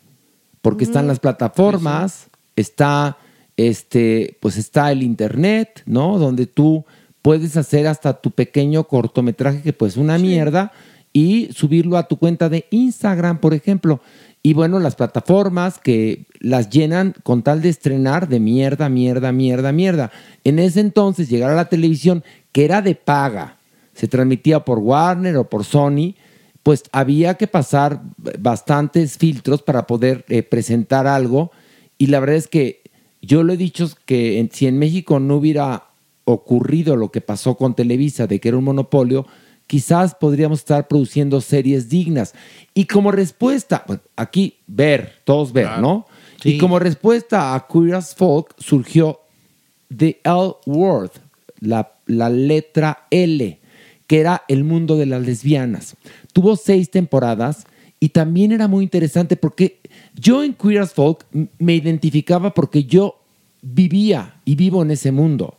[SPEAKER 5] Porque están
[SPEAKER 10] Mm.
[SPEAKER 5] las plataformas, está este, pues está el internet, ¿no? Donde tú puedes hacer hasta tu pequeño cortometraje, que pues una mierda, y subirlo a tu cuenta de Instagram, por ejemplo. Y bueno, las plataformas que las llenan con tal de estrenar de mierda, mierda, mierda, mierda. En ese entonces llegar a la televisión, que era de paga, se transmitía por Warner o por Sony, pues había que pasar bastantes filtros para poder eh, presentar algo. Y la verdad es que yo lo he dicho que en- si en México no hubiera ocurrido lo que pasó con Televisa, de que era un monopolio, quizás podríamos estar produciendo series dignas. Y como respuesta, bueno, aquí ver, todos ver, ¿no? Y como respuesta a Queer as Folk surgió The L Word, la, la letra L, que era el mundo de las lesbianas. Tuvo seis temporadas y también era muy interesante porque yo en Queer as Folk m- me identificaba porque yo vivía y vivo en ese mundo.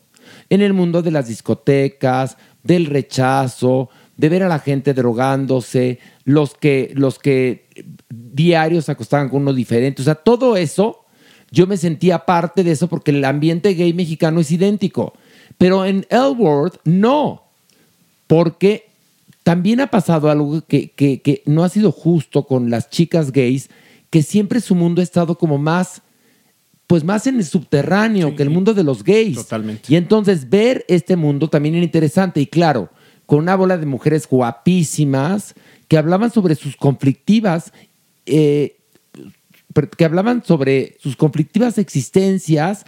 [SPEAKER 5] En el mundo de las discotecas, del rechazo, de ver a la gente drogándose, los que, los que diarios se acostaban con uno diferente. O sea, todo eso yo me sentía parte de eso porque el ambiente gay mexicano es idéntico. Pero en L Word, no. Porque también ha pasado algo que, que- que no ha sido justo con las chicas gays, que siempre su mundo ha estado como más, pues más en el subterráneo que el mundo de los gays. Totalmente. Y entonces ver este mundo también era interesante. Y claro, con una bola de mujeres guapísimas que hablaban sobre sus conflictivas eh, per- que hablaban sobre sus conflictivas existencias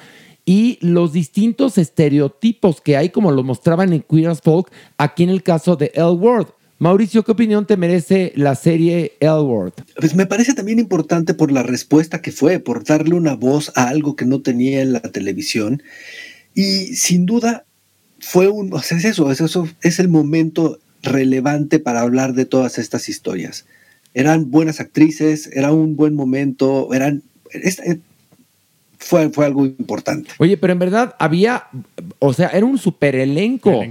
[SPEAKER 5] y los distintos estereotipos que hay, como lo mostraban en Queer as Folk, aquí en el caso de L Word. Mauricio, ¿qué opinión te merece la serie L Word?
[SPEAKER 6] Pues me parece también importante por la respuesta que fue, por darle una voz a algo que no tenía en la televisión. Y sin duda fue un, o sea, es eso, es eso, es el momento relevante para hablar de todas estas historias. Eran buenas actrices, era un buen momento, eran es- eh, fue, fue algo importante.
[SPEAKER 5] Oye, pero en verdad había, o sea, era un super elenco.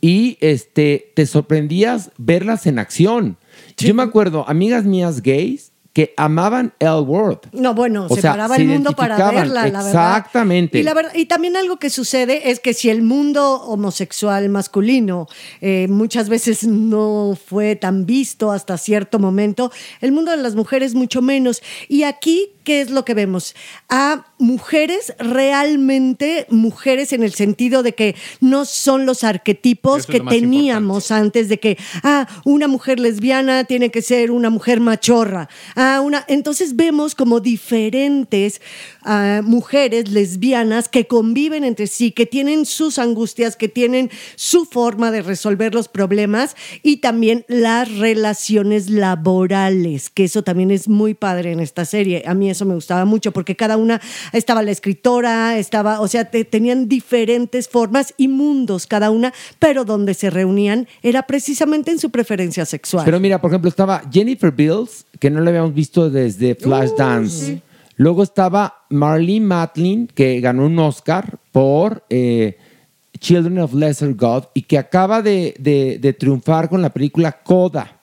[SPEAKER 5] Y este, te sorprendías verlas en acción. Yo me acuerdo, amigas mías gays que amaban L Word.
[SPEAKER 7] No, bueno,
[SPEAKER 5] O
[SPEAKER 7] se
[SPEAKER 5] sea,
[SPEAKER 7] paraba
[SPEAKER 5] se
[SPEAKER 7] el mundo para
[SPEAKER 5] identificaban,
[SPEAKER 7] verla, la verdad.
[SPEAKER 5] exactamente.
[SPEAKER 7] Y, la verdad- y también algo que sucede es que si el mundo homosexual masculino eh, muchas veces no fue tan visto hasta cierto momento, el mundo de las mujeres mucho menos. Y aquí, ¿qué es lo que vemos? A mujeres realmente mujeres en el sentido de que no son los
[SPEAKER 10] Eso
[SPEAKER 7] arquetipos
[SPEAKER 10] es
[SPEAKER 7] que
[SPEAKER 10] lo más importante.
[SPEAKER 7] tenían teníamos antes de que, ah, una mujer lesbiana tiene que ser una mujer machorra. Ah, una... Entonces vemos como diferentes ah, mujeres lesbianas que conviven entre sí, que tienen sus angustias, que tienen su forma de resolver los problemas y también las relaciones laborales, que eso también es muy padre en esta serie. A mí eso me gustaba mucho porque cada una estaba la escritora, estaba, o sea, te- tenían diferentes formas y mundos cada una, pero donde se reunían era precisamente en su preferencia sexual.
[SPEAKER 5] Pero mira, por ejemplo, estaba Jennifer Bills, que no la habíamos visto desde Flashdance. Luego estaba Marlene Matlin, que ganó un Oscar por eh, Children of Lesser God y que acaba de, de- de triunfar con la película Coda.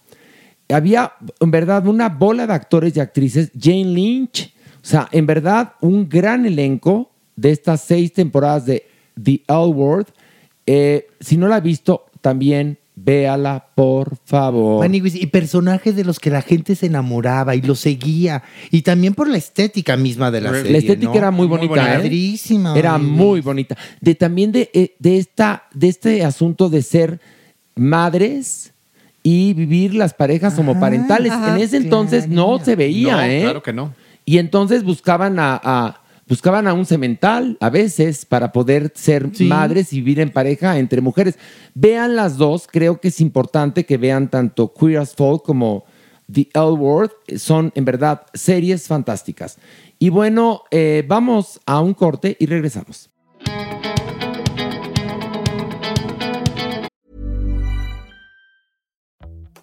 [SPEAKER 5] Había, en verdad, una bola de actores y actrices. Jane Lynch. O sea, en verdad, un gran elenco de estas seis temporadas de The L Word. Eh, si no la ha visto, también véala, por favor.
[SPEAKER 9] Maniguis, y personajes de los que la gente se enamoraba y los seguía. Y también por la estética misma de la serie.
[SPEAKER 5] La estética
[SPEAKER 9] ¿no?
[SPEAKER 5] era muy bonita, ¿eh?
[SPEAKER 9] Padrísima.
[SPEAKER 5] Era muy bonita. De también de, eh, de esta, de este asunto de ser madres y vivir las parejas homoparentales.
[SPEAKER 8] ajá,
[SPEAKER 5] en ese entonces no se veía,
[SPEAKER 8] No,
[SPEAKER 5] ¿eh?
[SPEAKER 8] claro que no.
[SPEAKER 5] Y entonces buscaban a, a- buscaban a un cemental a veces para poder ser madres y vivir en pareja entre mujeres. Vean las dos, creo que es importante que vean tanto Queer as Folk como The L Word. Son en verdad series fantásticas. Y bueno, eh, vamos a un corte y regresamos.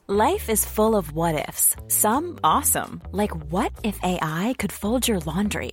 [SPEAKER 11] Life is full of what ifs. Some awesome, like what if AI could fold your laundry?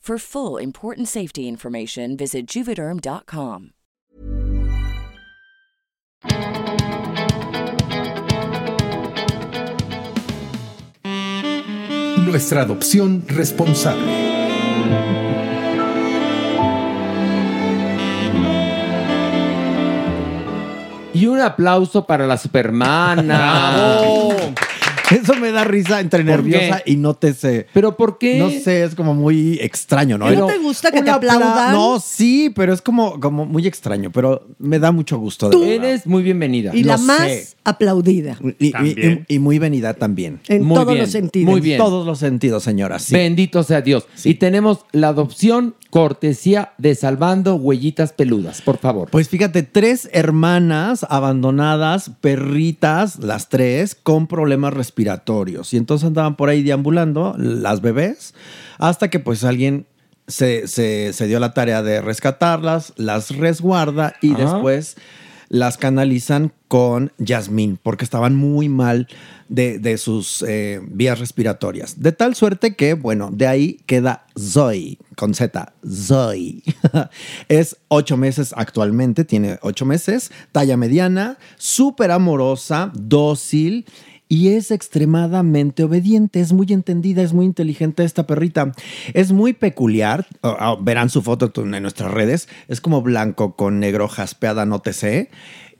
[SPEAKER 1] For full important safety information, visit juvederm.com.
[SPEAKER 4] Nuestra adopción responsable.
[SPEAKER 5] Y un aplauso para la Supermana.
[SPEAKER 9] ¡Bravo! Eso me da risa entre
[SPEAKER 5] ¿Por qué?
[SPEAKER 9] nerviosa y no te sé.
[SPEAKER 5] Pero ¿por qué?
[SPEAKER 9] No sé, es como muy extraño, ¿no?
[SPEAKER 7] ¿No te gusta que te aplaudan?
[SPEAKER 9] No, sí, pero es como, como muy extraño, pero me da mucho gusto. de verdad.
[SPEAKER 5] Eres muy bienvenida.
[SPEAKER 7] Y la
[SPEAKER 9] lo
[SPEAKER 7] más
[SPEAKER 9] sé.
[SPEAKER 7] aplaudida
[SPEAKER 9] Y- y,
[SPEAKER 8] También.
[SPEAKER 9] y- y muy venida también.
[SPEAKER 7] en
[SPEAKER 5] Muy
[SPEAKER 7] todos
[SPEAKER 5] bien,
[SPEAKER 7] los sentidos.
[SPEAKER 5] muy bien.
[SPEAKER 9] En todos los sentidos, señora. sí.
[SPEAKER 5] Bendito sea Dios.
[SPEAKER 9] Sí.
[SPEAKER 5] Y tenemos la adopción cortesía de Salvando Huellitas Peludas, por favor.
[SPEAKER 9] Pues fíjate, tres hermanas abandonadas, perritas, las tres, con problemas respiratorios. Y entonces andaban por ahí deambulando, las bebés, hasta que pues alguien se, se- se dio la tarea de rescatarlas, las resguarda y
[SPEAKER 5] Ajá.
[SPEAKER 9] después las canalizan con Yasmín, porque estaban muy mal de, de sus eh, vías respiratorias. De tal suerte que, bueno, de ahí queda Zoe, con Z, Zoe. es ocho meses actualmente, tiene ocho meses, talla mediana, súper amorosa, dócil. Y es extremadamente obediente, es muy entendida, es muy inteligente esta perrita. Es muy peculiar, ah, ah, verán su foto en nuestras redes, es como blanco con negro jaspeada, no te sé,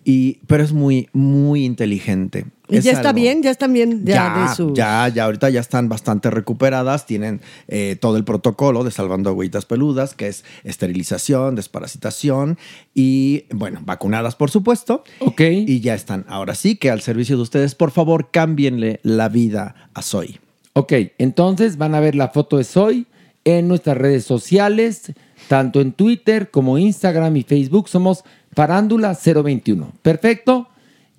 [SPEAKER 9] y, pero es muy, muy inteligente.
[SPEAKER 7] Y
[SPEAKER 9] Es
[SPEAKER 7] ya está
[SPEAKER 9] algo-
[SPEAKER 7] bien, ya están bien ya, de su...
[SPEAKER 9] ya, ya, ahorita ya están bastante recuperadas, tienen eh, todo el protocolo de salvando agüitas peludas, que es esterilización, desparasitación y, bueno, vacunadas, por supuesto.
[SPEAKER 5] Ok.
[SPEAKER 9] Y ya están. Ahora sí que al servicio de ustedes, por favor, cámbienle la vida a Zoe.
[SPEAKER 5] Ok, entonces van a ver la foto de Soy en nuestras redes sociales, tanto en Twitter como Instagram y Facebook. Somos Farándula021. Perfecto.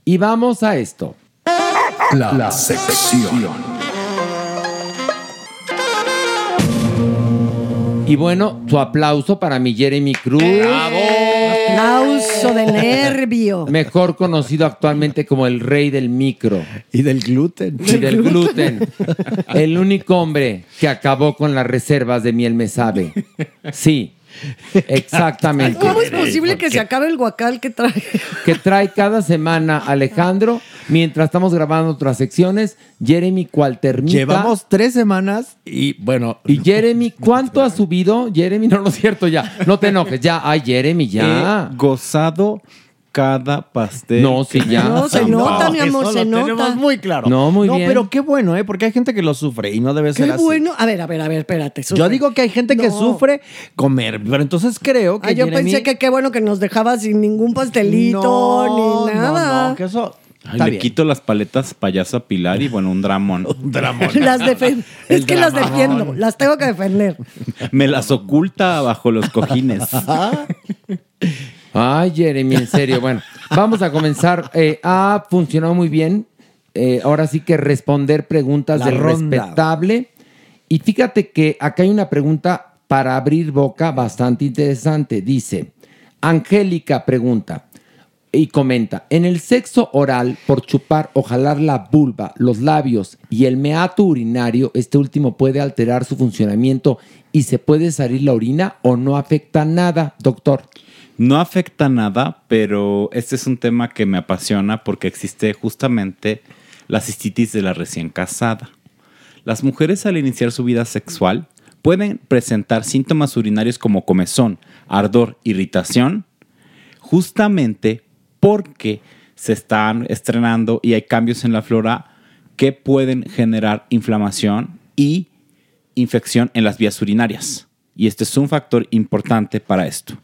[SPEAKER 5] Y vamos a esto.
[SPEAKER 4] La, sección.
[SPEAKER 5] Y bueno, su aplauso para mi Jeremy Cruz.
[SPEAKER 7] Aplauso de nervio.
[SPEAKER 5] Mejor conocido actualmente como el rey del micro
[SPEAKER 9] Y del gluten.
[SPEAKER 5] y del gluten. El único hombre que acabó con las reservas de miel me sabe. Sí, exactamente.
[SPEAKER 7] ¿Cómo es posible que se acabe el guacal que trae?
[SPEAKER 5] que trae cada semana Alejandro. Mientras estamos grabando otras secciones, Jeremy Cualtermita.
[SPEAKER 9] Llevamos tres semanas y, bueno,
[SPEAKER 5] Y Jeremy, ¿cuánto ha subido? Jeremy, no, no es cierto, ya. No te enojes, ya. Ay, Jeremy, ya.
[SPEAKER 9] he gozado cada pastel.
[SPEAKER 5] No, sí, ya.
[SPEAKER 7] No, se nota, mi amor,
[SPEAKER 9] eso lo
[SPEAKER 7] se nota.
[SPEAKER 9] tenemos muy claro.
[SPEAKER 5] No, muy bien.
[SPEAKER 9] pero qué bueno, ¿eh? Porque hay gente que lo sufre y no debe ser
[SPEAKER 7] Qué
[SPEAKER 9] así.
[SPEAKER 7] bueno. A ver, a ver, a ver, espérate. sufre.
[SPEAKER 9] Yo digo que hay gente que
[SPEAKER 7] No.
[SPEAKER 9] sufre comer, pero entonces creo que.
[SPEAKER 7] Ah, yo
[SPEAKER 9] Jeremy-
[SPEAKER 7] pensé que qué bueno que nos dejaba sin ningún pastelito
[SPEAKER 9] No, no,
[SPEAKER 7] ni nada.
[SPEAKER 9] no, que eso
[SPEAKER 12] Ay,
[SPEAKER 9] Está
[SPEAKER 12] le
[SPEAKER 9] bien.
[SPEAKER 12] quito las paletas payasa Pilar y bueno, un dramón. un dramón.
[SPEAKER 7] Las defen- es
[SPEAKER 12] El
[SPEAKER 7] que las
[SPEAKER 12] dramón.
[SPEAKER 7] defiendo, las tengo que defender.
[SPEAKER 12] Me las oculta Eh, bajo los cojines.
[SPEAKER 5] Ay, Jeremy, en serio. Bueno, vamos a comenzar. Eh, ha funcionado muy bien. Eh, ahora sí que responder preguntas
[SPEAKER 9] La
[SPEAKER 5] del
[SPEAKER 9] ronda.
[SPEAKER 5] respetable. Y fíjate que acá hay una pregunta para abrir boca bastante interesante. Dice, Angélica pregunta y comenta, en el sexo oral, por chupar o jalar la vulva, los labios y el meato urinario, este último puede alterar su funcionamiento y se puede salir la orina o no afecta nada, doctor.
[SPEAKER 12] No afecta nada, pero este es un tema que me apasiona porque existe justamente la cistitis de la recién casada. Las mujeres al iniciar su vida sexual pueden presentar síntomas urinarios como comezón, ardor, irritación, justamente porque se están estrenando y hay cambios en la flora que pueden generar inflamación y infección en las vías urinarias. Y este es un factor importante para esto.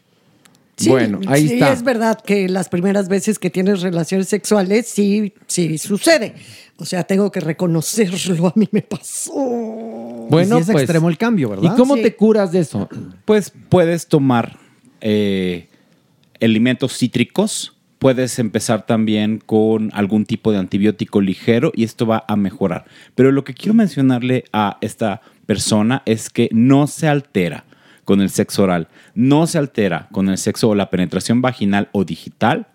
[SPEAKER 7] Sí, sí, es verdad que las primeras veces que tienes relaciones sexuales sí, sí sucede. O sea, tengo que reconocerlo, a mí me pasó.
[SPEAKER 5] Bueno, pues, ¿Y cómo
[SPEAKER 7] Sí.
[SPEAKER 5] te curas de eso?
[SPEAKER 12] Pues puedes tomar eh, alimentos cítricos, puedes empezar también con algún tipo de antibiótico ligero y esto va a mejorar. Pero lo que quiero mencionarle a esta persona es que no se altera con el sexo oral, no se altera con el sexo o la penetración vaginal o digital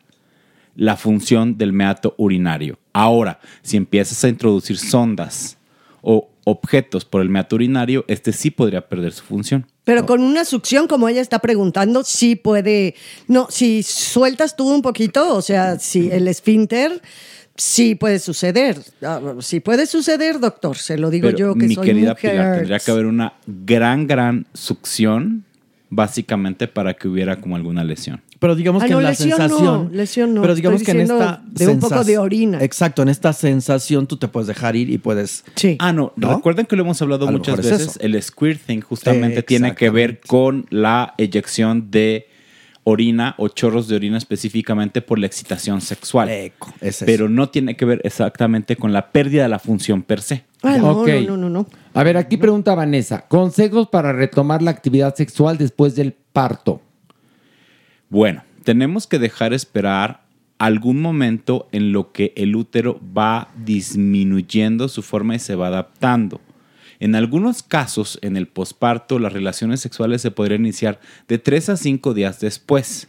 [SPEAKER 12] la función del meato urinario. Ahora, si empiezas a introducir sondas o objetos por el meato urinario, este sí podría perder su función.
[SPEAKER 7] Pero con una succión, como ella está preguntando, sí puede. No, si sueltas tú un poquito, o sea, si el esfínter, sí puede suceder. Ah, Sí puede suceder, doctor, se lo digo
[SPEAKER 12] Pero,
[SPEAKER 7] yo que
[SPEAKER 12] mi
[SPEAKER 7] soy
[SPEAKER 12] querida
[SPEAKER 7] mujer.
[SPEAKER 12] Pilar, tendría que haber una gran, gran succión, básicamente para que hubiera como alguna lesión.
[SPEAKER 13] Pero digamos
[SPEAKER 7] Ah,
[SPEAKER 13] que
[SPEAKER 7] no,
[SPEAKER 13] en la
[SPEAKER 7] lesión no,
[SPEAKER 13] sensación.
[SPEAKER 7] lesión no,
[SPEAKER 13] Pero digamos
[SPEAKER 7] estoy
[SPEAKER 13] que en
[SPEAKER 7] diciendo
[SPEAKER 13] esta.
[SPEAKER 7] de un poco
[SPEAKER 13] sensa-
[SPEAKER 7] de orina.
[SPEAKER 13] Exacto, en esta sensación tú te puedes dejar ir y puedes.
[SPEAKER 12] Ah, no, recuerden que lo hemos hablado
[SPEAKER 13] A lo
[SPEAKER 12] muchas
[SPEAKER 13] mejor es
[SPEAKER 12] veces,
[SPEAKER 13] eso.
[SPEAKER 12] el squirting justamente tiene que ver con la eyección de orina o chorros de orina específicamente por la excitación sexual.
[SPEAKER 13] es eso.
[SPEAKER 12] Pero no tiene que ver exactamente con la pérdida de la función per se.
[SPEAKER 7] Ah, no,
[SPEAKER 5] Ok.
[SPEAKER 7] no, no, no, no.
[SPEAKER 5] A ver, aquí pregunta Vanessa, consejos para retomar la actividad sexual después del parto.
[SPEAKER 12] Bueno, tenemos que dejar esperar algún momento en lo que el útero va disminuyendo su forma y se va adaptando. En algunos casos, en el posparto, las relaciones sexuales se podrían iniciar de 3 a 5 días después.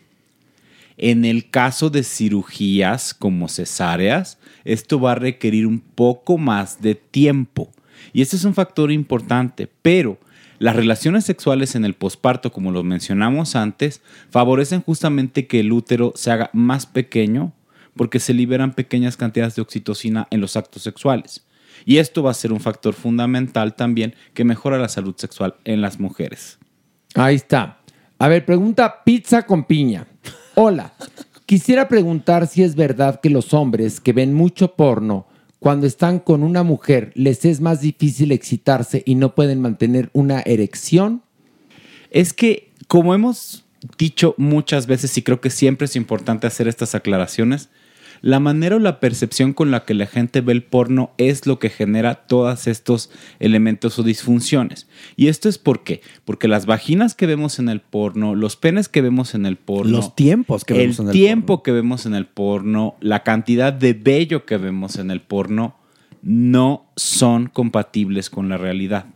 [SPEAKER 12] En el caso de cirugías como cesáreas, esto va a requerir un poco más de tiempo. Y este es un factor importante, pero las relaciones sexuales en el posparto, como lo mencionamos antes, favorecen justamente que el útero se haga más pequeño porque se liberan pequeñas cantidades de oxitocina en los actos sexuales. Y esto va a ser un factor fundamental también que mejora la salud sexual en las mujeres.
[SPEAKER 5] Ahí está. A ver, pregunta pizza con piña. Hola, quisiera preguntar si es verdad que los hombres que ven mucho porno, cuando están con una mujer, les es más difícil excitarse y no pueden mantener una erección.
[SPEAKER 12] Es que, como hemos dicho muchas veces, y creo que siempre es importante hacer estas aclaraciones, la manera o la percepción con la que la gente ve el porno es lo que genera todos estos elementos o disfunciones. ¿Y esto es por qué? Porque las vaginas que vemos en el porno, los penes que vemos en el porno,
[SPEAKER 13] Los tiempos que vemos en el
[SPEAKER 12] el tiempo que vemos en el porno, la cantidad de vello que vemos en el porno, no son compatibles con la realidad.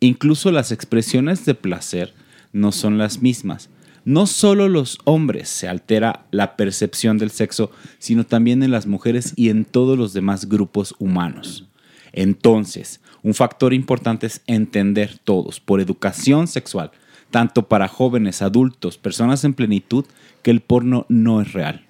[SPEAKER 12] Incluso las expresiones de placer no son las mismas. No solo los hombres se altera la percepción del sexo, sino también en las mujeres y en todos los demás grupos humanos. Entonces, un factor importante es entender todos, por educación sexual, tanto para jóvenes, adultos, personas en plenitud, que el porno no es real.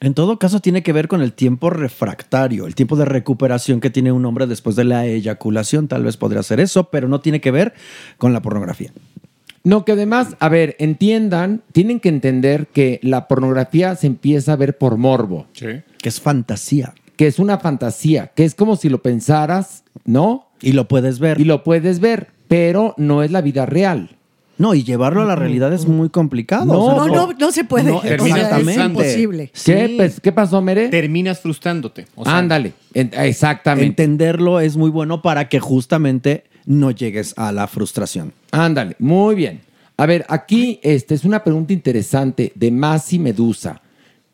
[SPEAKER 13] En todo caso, tiene que ver con el tiempo refractario, el tiempo de recuperación que tiene un hombre después de la eyaculación. Tal vez podría ser eso, pero no tiene que ver con la pornografía.
[SPEAKER 5] No, que además, a ver, entiendan, tienen que entender que la pornografía se empieza a ver por morbo.
[SPEAKER 13] Que es fantasía.
[SPEAKER 5] que es una fantasía, que es como si lo pensaras, ¿no?
[SPEAKER 13] Y lo puedes ver.
[SPEAKER 5] Y lo puedes ver, pero no es la vida real.
[SPEAKER 13] No, y llevarlo a la realidad es muy complicado.
[SPEAKER 7] No,
[SPEAKER 13] O sea,
[SPEAKER 7] no, no se puede.
[SPEAKER 13] No,
[SPEAKER 7] O sea, es
[SPEAKER 13] exactamente.
[SPEAKER 7] imposible.
[SPEAKER 5] ¿Qué, pues, ¿Qué pasó, Mere?
[SPEAKER 8] Terminas frustrándote. o sea,
[SPEAKER 5] Ándale, en- exactamente.
[SPEAKER 13] Entenderlo es muy bueno para que justamente no llegues a la frustración.
[SPEAKER 5] Ándale, muy bien. A ver, aquí este, es una pregunta interesante de Masi Medusa.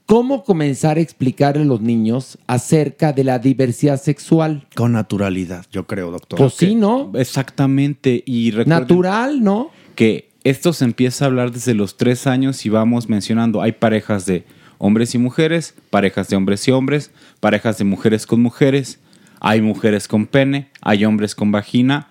[SPEAKER 5] ¿Cómo comenzar a explicarle a los niños acerca de la diversidad sexual?
[SPEAKER 13] Con naturalidad, yo creo, doctor.
[SPEAKER 5] Pues sí, ¿no?
[SPEAKER 12] Exactamente. Y recuerden
[SPEAKER 5] Natural, ¿no?
[SPEAKER 12] que esto se empieza a hablar desde los tres años y vamos mencionando, hay parejas de hombres y mujeres, parejas de hombres y hombres, parejas de mujeres con mujeres, hay mujeres con pene, hay hombres con vagina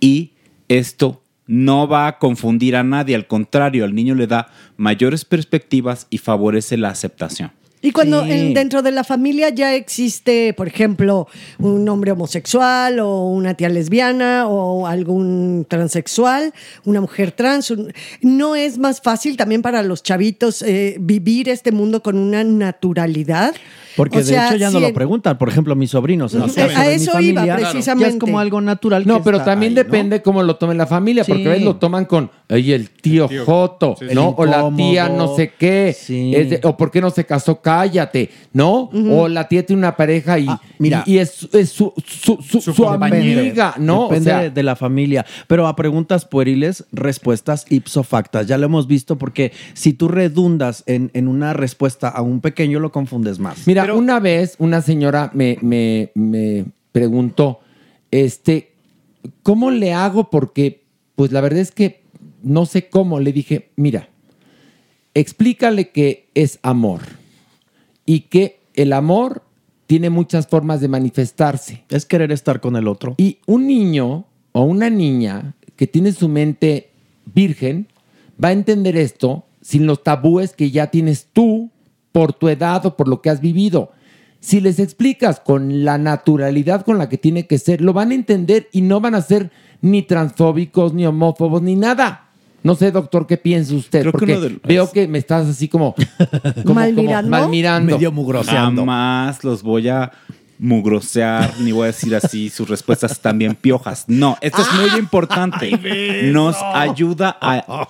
[SPEAKER 12] y esto no va a confundir a nadie, al contrario, al niño le da mayores perspectivas y favorece la aceptación.
[SPEAKER 7] Y cuando
[SPEAKER 12] Sí.
[SPEAKER 7] en- dentro de la familia ya existe, por ejemplo, un hombre homosexual o una tía lesbiana o algún transexual, una mujer trans, un- ¿no es más fácil también para los chavitos eh, vivir este mundo con una naturalidad?
[SPEAKER 13] Porque
[SPEAKER 7] O
[SPEAKER 13] de
[SPEAKER 7] sea,
[SPEAKER 13] hecho ya no
[SPEAKER 7] si
[SPEAKER 13] lo
[SPEAKER 7] en-
[SPEAKER 13] preguntan. Por ejemplo, mis sobrinos. en
[SPEAKER 7] No
[SPEAKER 13] el
[SPEAKER 7] saben.
[SPEAKER 13] caso
[SPEAKER 7] A
[SPEAKER 13] de mi
[SPEAKER 7] eso
[SPEAKER 13] familia,
[SPEAKER 7] iba,
[SPEAKER 13] Ya es como
[SPEAKER 7] precisamente.
[SPEAKER 13] algo natural.
[SPEAKER 5] No,
[SPEAKER 13] que
[SPEAKER 5] pero
[SPEAKER 13] está
[SPEAKER 5] también
[SPEAKER 13] ahí, ¿no?
[SPEAKER 5] depende cómo lo tome la familia,
[SPEAKER 13] Sí.
[SPEAKER 5] porque a veces lo toman con, ay, el tío,
[SPEAKER 13] tío.
[SPEAKER 5] Joto,
[SPEAKER 13] Sí,
[SPEAKER 5] ¿no?
[SPEAKER 13] sí.
[SPEAKER 5] O la tía
[SPEAKER 13] Incómodo.
[SPEAKER 5] no sé qué, es de- o por qué no se casó, cállate, ¿no? O la tía tiene una pareja y,
[SPEAKER 13] Ah, mira.
[SPEAKER 5] y, y es, es su, su, su- su amiga, ¿no? O
[SPEAKER 13] Depende
[SPEAKER 5] sea,
[SPEAKER 13] de- de la familia. Pero a preguntas pueriles, respuestas ipso factas. Ya lo hemos visto porque si tú redundas en, en una respuesta a un pequeño, lo confundes más.
[SPEAKER 5] Mira, una vez una señora me, me- me preguntó, este, ¿cómo le hago? Porque, pues la verdad es que no sé cómo. Le dije, mira, explícale que es amor y que el amor tiene muchas formas de manifestarse.
[SPEAKER 13] Es querer estar con el otro.
[SPEAKER 5] Y un niño o una niña que tiene su mente virgen va a entender esto sin los tabúes que ya tienes tú por tu edad o por lo que has vivido. Si les explicas con la naturalidad con la que tiene que ser, lo van a entender y no van a ser ni transfóbicos, ni homófobos, ni nada. No sé, doctor, qué piensa usted,
[SPEAKER 12] Creo que
[SPEAKER 5] porque
[SPEAKER 12] uno de los-
[SPEAKER 5] veo que me estás así como, como-
[SPEAKER 7] ¿Malmirando?
[SPEAKER 5] como malmirando.
[SPEAKER 12] Medio Jamás los voy a mugrosear, ni voy a decir así sus respuestas también piojas. No, esto es muy importante. Nos ayuda a,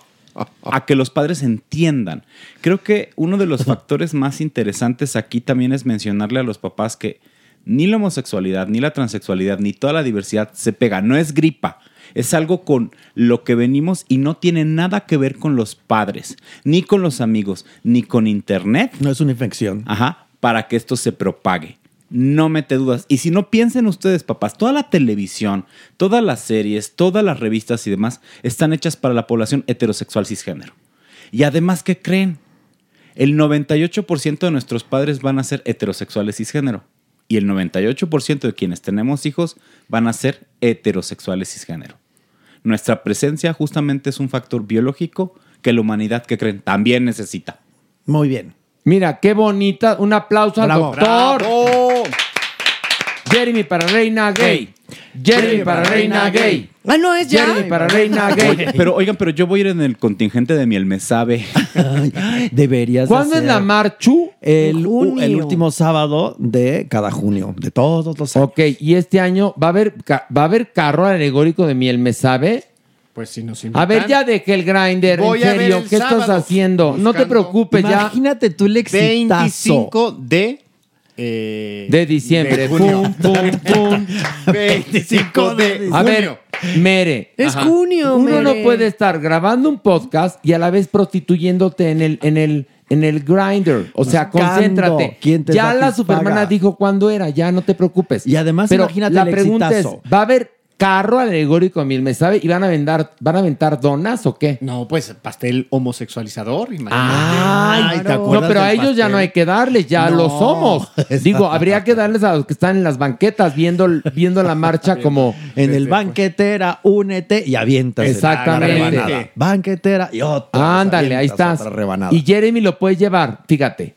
[SPEAKER 12] a que los padres entiendan. Creo que uno de los factores más interesantes aquí también es mencionarle a los papás que ni la homosexualidad, ni la transexualidad, ni toda la diversidad se pega. No es gripa. Es algo con lo que venimos y no tiene nada que ver con los padres, ni con los amigos, ni con internet.
[SPEAKER 13] No es una infección.
[SPEAKER 12] Ajá, para que esto se propague. No mete dudas. Y si no piensen ustedes, papás, toda la televisión, todas las series, todas las revistas y demás están hechas para la población heterosexual cisgénero. Y además, ¿qué creen? El 98% de nuestros padres van a ser heterosexuales cisgénero. Y el 98% de quienes tenemos hijos van a ser heterosexuales cisgénero. Nuestra presencia justamente es un factor biológico que la humanidad, que creen, también necesita.
[SPEAKER 13] Muy bien.
[SPEAKER 5] Mira, qué bonita. Un aplauso
[SPEAKER 12] Bravo.
[SPEAKER 5] al doctor. Jeremy para reina gay. Jeremy para reina gay.
[SPEAKER 7] Ah, no es ya.
[SPEAKER 5] Jeremy para reina gay.
[SPEAKER 12] Oye, pero oigan, pero yo voy a ir en el contingente de miel, me sabe.
[SPEAKER 13] Deberías.
[SPEAKER 12] ¿Cuándo es la
[SPEAKER 5] marchu?
[SPEAKER 13] El,
[SPEAKER 12] junio.
[SPEAKER 13] u- el último sábado de cada junio, de todos los años.
[SPEAKER 5] Ok, y este año va a haber, ca- va a haber carro alegórico de miel, ¿me sabe?
[SPEAKER 8] Pues si nos
[SPEAKER 5] A
[SPEAKER 8] invitan.
[SPEAKER 5] ver, ya dejé el grinder.
[SPEAKER 8] Voy
[SPEAKER 5] en
[SPEAKER 8] a ver
[SPEAKER 5] serio,
[SPEAKER 8] el
[SPEAKER 5] ¿qué estás
[SPEAKER 8] sábado
[SPEAKER 5] haciendo? No te
[SPEAKER 8] buscando-
[SPEAKER 5] preocupes, ya.
[SPEAKER 13] Imagínate tú el exitazo.
[SPEAKER 8] 25 de. eh,
[SPEAKER 5] De diciembre.
[SPEAKER 8] de junio.
[SPEAKER 5] Pum, pum, pum.
[SPEAKER 8] 25 de.
[SPEAKER 5] A
[SPEAKER 8] junio.
[SPEAKER 5] ver, Mere.
[SPEAKER 8] Es junio,
[SPEAKER 5] Uno no
[SPEAKER 8] Mere.
[SPEAKER 5] puede estar grabando un podcast y a la vez prostituyéndote en el, en el, en el grinder. O sea,
[SPEAKER 13] Buscando
[SPEAKER 5] concéntrate.
[SPEAKER 13] quién te
[SPEAKER 5] ya la
[SPEAKER 13] satisfaga.
[SPEAKER 5] supermana dijo cuándo era, ya no te preocupes. Y
[SPEAKER 13] además imagínate
[SPEAKER 5] la
[SPEAKER 13] el
[SPEAKER 5] pregunta
[SPEAKER 13] exitazo.
[SPEAKER 5] es, ¿va a haber carro alegórico mil me sabe? ¿Y van a vendar, van a aventar donas o qué?
[SPEAKER 8] No, pues pastel homosexualizador. Imagínate.
[SPEAKER 5] Ay, no, pero a ellos ya no hay que darles, ya
[SPEAKER 8] No.
[SPEAKER 5] lo somos. Digo, habría que darles a los que están en las banquetas viendo, viendo la marcha como
[SPEAKER 13] En
[SPEAKER 5] pues.
[SPEAKER 13] el banquetera, únete y avientas.
[SPEAKER 5] Exactamente.
[SPEAKER 13] Banquetera y otra.
[SPEAKER 5] Ándale, ahí estás. Y Jeremy lo puede llevar, fíjate,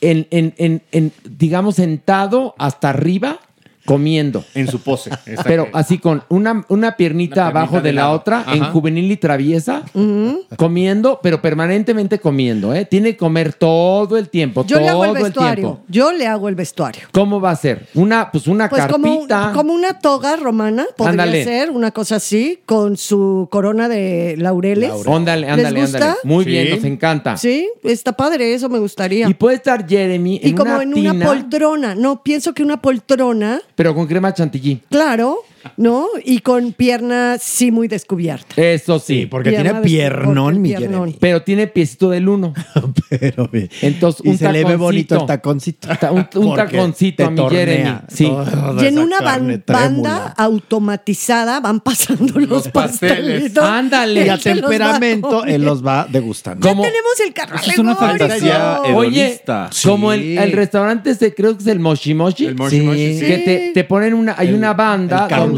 [SPEAKER 5] en, en- en- en, digamos, sentado hasta arriba, comiendo.
[SPEAKER 8] En su pose. exacto.
[SPEAKER 5] Pero así con una, una piernita
[SPEAKER 8] Una
[SPEAKER 5] abajo
[SPEAKER 8] piernita
[SPEAKER 5] de
[SPEAKER 8] de
[SPEAKER 5] la
[SPEAKER 8] lado.
[SPEAKER 5] otra, en
[SPEAKER 8] Ajá.
[SPEAKER 5] juvenil y traviesa,
[SPEAKER 14] Mm.
[SPEAKER 5] comiendo, pero permanentemente comiendo, ¿eh? Tiene que comer todo el tiempo,
[SPEAKER 7] Yo
[SPEAKER 5] todo
[SPEAKER 7] le hago el
[SPEAKER 5] tiempo.
[SPEAKER 7] vestuario. Yo le hago el vestuario.
[SPEAKER 5] ¿Cómo va a ser? Una, pues una
[SPEAKER 7] Pues como, un-
[SPEAKER 5] carpita.
[SPEAKER 7] como una toga romana, podría
[SPEAKER 5] Ándale.
[SPEAKER 7] ser, una cosa así, con su corona de laureles.
[SPEAKER 5] Ándale,
[SPEAKER 7] ¿Les
[SPEAKER 5] ándale,
[SPEAKER 7] gusta?
[SPEAKER 5] ándale. Muy bien, nos encanta.
[SPEAKER 7] Sí, está padre, eso me gustaría.
[SPEAKER 5] Y puede estar Jeremy
[SPEAKER 7] Y
[SPEAKER 5] en
[SPEAKER 7] como
[SPEAKER 5] una
[SPEAKER 7] en
[SPEAKER 5] tina,
[SPEAKER 7] una poltrona, no, pienso que una poltrona,
[SPEAKER 5] pero con crema chantilly.
[SPEAKER 7] claro, ¿no? Y con pierna sí muy descubierta.
[SPEAKER 5] Eso sí.
[SPEAKER 7] porque Pierna tiene de- piernón, porque mi piernón. Jeremy.
[SPEAKER 5] Pero tiene piecito del uno. pero Entonces,
[SPEAKER 9] Y
[SPEAKER 5] un
[SPEAKER 9] se le ve
[SPEAKER 5] taconcito.
[SPEAKER 9] bonito el taconcito.
[SPEAKER 5] Ta- Un, un
[SPEAKER 9] Porque
[SPEAKER 5] taconcito
[SPEAKER 9] te
[SPEAKER 5] a mi
[SPEAKER 9] tornea
[SPEAKER 5] Jeremy. Sí.
[SPEAKER 7] Y en una ban- banda automatizada van pasando los, pastelitos.
[SPEAKER 9] Ándale. Y a
[SPEAKER 7] Él se los va
[SPEAKER 9] temperamento
[SPEAKER 7] comiendo.
[SPEAKER 9] él los va degustando.
[SPEAKER 5] Como-
[SPEAKER 7] Tenemos el carro
[SPEAKER 9] es una
[SPEAKER 7] alegórico.
[SPEAKER 9] fantasía
[SPEAKER 5] Oye,
[SPEAKER 9] hedonista.
[SPEAKER 5] como el,
[SPEAKER 9] Sí.
[SPEAKER 5] el restaurante este, creo que es el Moshi Moshi.
[SPEAKER 9] Moshi Moshi, sí.
[SPEAKER 5] Que te, te ponen una, hay
[SPEAKER 9] El-
[SPEAKER 5] una banda.
[SPEAKER 9] el carrusel.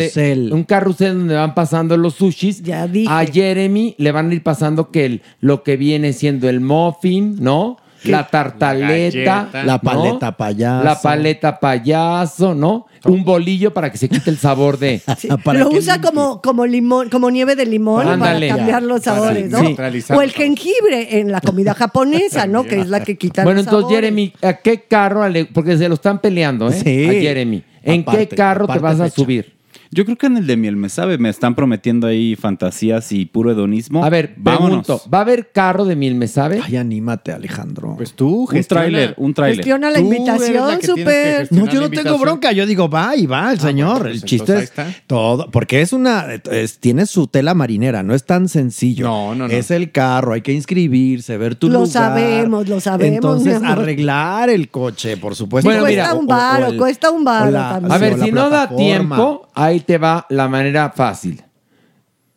[SPEAKER 5] Donde, un carrusel donde van pasando los sushis. A Jeremy le van a ir pasando que el- lo que viene siendo el muffin, ¿no? La tartaleta.
[SPEAKER 9] galleta. La paleta payaso.
[SPEAKER 5] La paleta payaso, ¿no? Un bolillo para que se quite el sabor de...
[SPEAKER 9] Ah,
[SPEAKER 7] lo usa como, como limón, como nieve de limón
[SPEAKER 5] Ándale.
[SPEAKER 7] para cambiar los
[SPEAKER 5] Para
[SPEAKER 7] sabores, ¿no?
[SPEAKER 5] neutralizarlo.
[SPEAKER 7] O el jengibre en la comida japonesa, ¿no? Que es la que quita
[SPEAKER 5] Bueno,
[SPEAKER 7] los
[SPEAKER 5] entonces,
[SPEAKER 7] sabores.
[SPEAKER 5] Jeremy, ¿a qué carro? ale- Porque se lo están peleando, ¿eh?
[SPEAKER 12] Sí.
[SPEAKER 5] A Jeremy. ¿En qué carro te vas a subir?
[SPEAKER 12] Yo creo que en el de miel me sabe, me están prometiendo ahí fantasías y puro hedonismo. A ver, vámonos.
[SPEAKER 5] Pregunto, ¿va a haber carro de miel, me sabe?
[SPEAKER 9] Ay, anímate, Alejandro.
[SPEAKER 12] Pues tú, un
[SPEAKER 9] gestiona-
[SPEAKER 12] tráiler, un tráiler.
[SPEAKER 7] Gestiona la invitación, súper.
[SPEAKER 9] No, yo no tengo bronca. Yo digo, va y va el señor. el chiste
[SPEAKER 7] entonces
[SPEAKER 9] es todo. Porque es una. es- tiene su tela marinera. No es tan sencillo. No, no, no. Es el carro. Hay que inscribirse, ver tu
[SPEAKER 7] Lo
[SPEAKER 9] lugar.
[SPEAKER 7] sabemos, lo sabemos,
[SPEAKER 9] Entonces,
[SPEAKER 7] mi amor.
[SPEAKER 9] arreglar el coche, por supuesto.
[SPEAKER 7] Bueno, Cuesta mira, un varo, cuesta un varo también.
[SPEAKER 5] A ver,
[SPEAKER 9] o la
[SPEAKER 5] si no da
[SPEAKER 9] plataforma.
[SPEAKER 5] tiempo, ahí te va la manera fácil.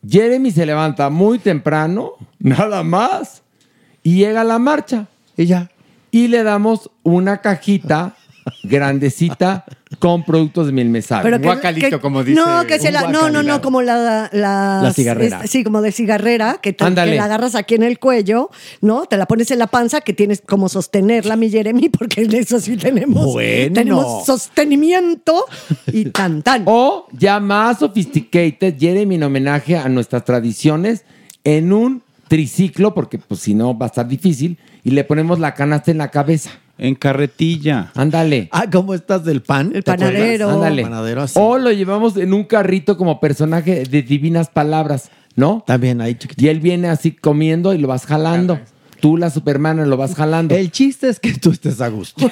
[SPEAKER 5] Jeremy se levanta muy temprano, nada más, y llega a la marcha.
[SPEAKER 9] Y ya.
[SPEAKER 5] Y le damos una cajita grandecita con productos de mil mesabe.
[SPEAKER 7] Pero que- que- No, que se la, no, no, no, como la, las-
[SPEAKER 5] La cigarrera.
[SPEAKER 7] es- sí, como de cigarrera, que, te-
[SPEAKER 5] Ándale.
[SPEAKER 7] que la agarras aquí en el cuello, ¿no? Te la pones en la panza, que tienes como sostenerla, mi Jeremy, porque en eso sí tenemos.
[SPEAKER 5] Bueno.
[SPEAKER 7] Tenemos sostenimiento y tan, tan.
[SPEAKER 5] O ya más sophisticated, Jeremy en homenaje a nuestras tradiciones en un triciclo, porque pues si no va a estar difícil, y le ponemos la canasta en la cabeza.
[SPEAKER 12] En carretilla.
[SPEAKER 5] Ándale.
[SPEAKER 9] Ah, ¿cómo estás del pan? El
[SPEAKER 5] panadero. Ándale. O lo llevamos en un carrito como personaje de divinas palabras, ¿no?
[SPEAKER 9] También ahí
[SPEAKER 5] Y él viene así comiendo y lo vas jalando. Tú, la supermana, lo vas jalando. El
[SPEAKER 9] chiste es que tú estés a gusto.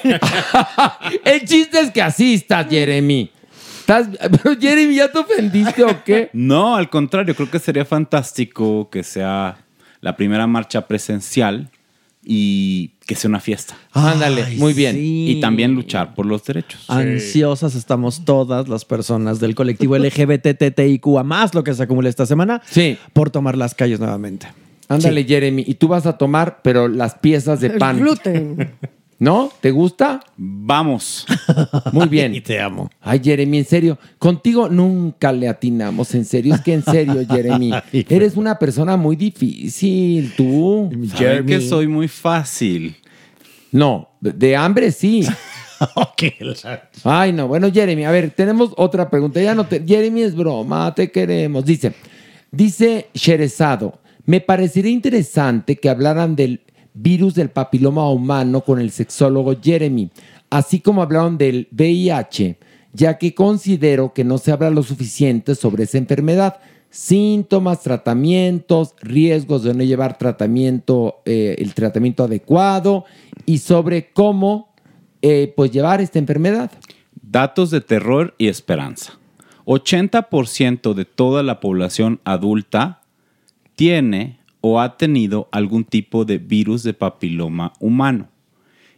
[SPEAKER 5] El chiste es que así estás, Jeremy. Estás- Pero Jeremy, ¿ya te ofendiste o qué?
[SPEAKER 12] No, al contrario, creo que sería fantástico que sea la primera marcha presencial y que sea una fiesta.
[SPEAKER 5] Ándale,
[SPEAKER 12] muy bien. Y también luchar por los derechos.
[SPEAKER 9] Ansiosas estamos todas las personas del colectivo LGBTTIQA, más lo que se acumula esta semana, por tomar las calles nuevamente.
[SPEAKER 5] Ándale, Jeremy. Y tú vas a tomar, pero las piezas de pan.
[SPEAKER 7] gluten.
[SPEAKER 5] ¿No? ¿Te gusta?
[SPEAKER 12] Vamos.
[SPEAKER 5] Muy bien. Y
[SPEAKER 9] te amo.
[SPEAKER 5] Ay, Jeremy, en serio. Contigo nunca le atinamos. En serio, es que en serio, Jeremy.
[SPEAKER 12] Ay,
[SPEAKER 5] eres una persona muy difícil, tú.
[SPEAKER 12] Saben que soy muy fácil.
[SPEAKER 5] No, de, de hambre sí. Ay, no. Bueno, Jeremy, a ver, tenemos otra pregunta. Ya no te- Jeremy es broma, te queremos. Dice, dice Sherezado, me parecería interesante que hablaran del virus del papiloma humano con el sexólogo Jeremy, así como hablaron del VIH, ya que considero que no se habla lo suficiente sobre esa enfermedad. Síntomas, tratamientos, riesgos de no llevar tratamiento, eh, el tratamiento adecuado y sobre cómo eh, pues llevar esta enfermedad.
[SPEAKER 12] Datos de terror y esperanza. 80% de toda la población adulta tiene o ha tenido algún tipo de virus de papiloma humano.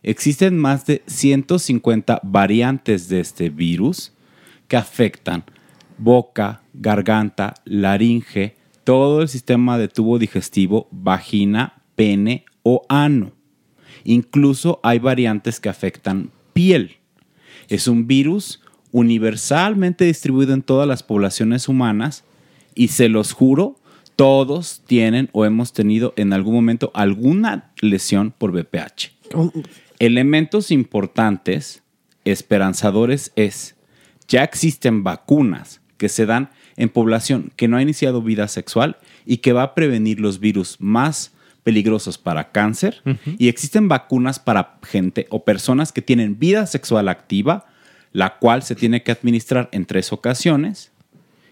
[SPEAKER 12] Existen más de 150 variantes de este virus que afectan boca, garganta, laringe, todo el sistema de tubo digestivo, vagina, pene o ano. Incluso hay variantes que afectan piel. Es un virus universalmente distribuido en todas las poblaciones humanas y se los juro, todos tienen o hemos tenido en algún momento alguna lesión por BPH. Elementos importantes, esperanzadores es, Ya existen vacunas que se dan en población que no ha iniciado vida sexual y que va a prevenir los virus más peligrosos para cáncer. Y existen vacunas para gente o personas que tienen vida sexual activa, la cual se tiene que administrar en tres ocasiones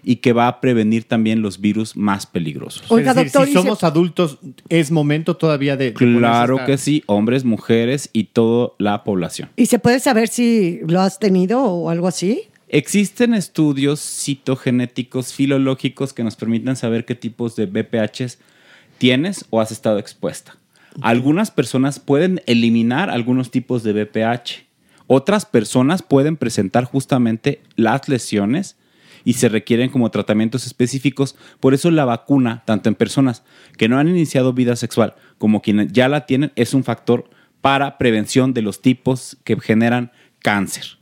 [SPEAKER 12] y que va a prevenir también los virus más peligrosos.
[SPEAKER 7] Oiga,
[SPEAKER 8] Es decir,
[SPEAKER 7] doctor, y
[SPEAKER 8] si
[SPEAKER 7] se-
[SPEAKER 8] somos adultos, es momento todavía de... de
[SPEAKER 12] Claro
[SPEAKER 8] ponerse
[SPEAKER 12] que
[SPEAKER 8] esta-
[SPEAKER 12] sí, hombres, mujeres y toda la población.
[SPEAKER 7] ¿Y se puede saber si lo has tenido o algo así?
[SPEAKER 12] Existen estudios citogenéticos, filológicos, que nos permiten saber qué tipos de BPHs tienes o has estado expuesta. Algunas personas pueden eliminar algunos tipos de BPH. Otras personas pueden presentar justamente las lesiones y se requieren como tratamientos específicos. Por eso la vacuna, tanto en personas que no han iniciado vida sexual como quienes ya la tienen, es un factor para prevención de los tipos que generan cáncer.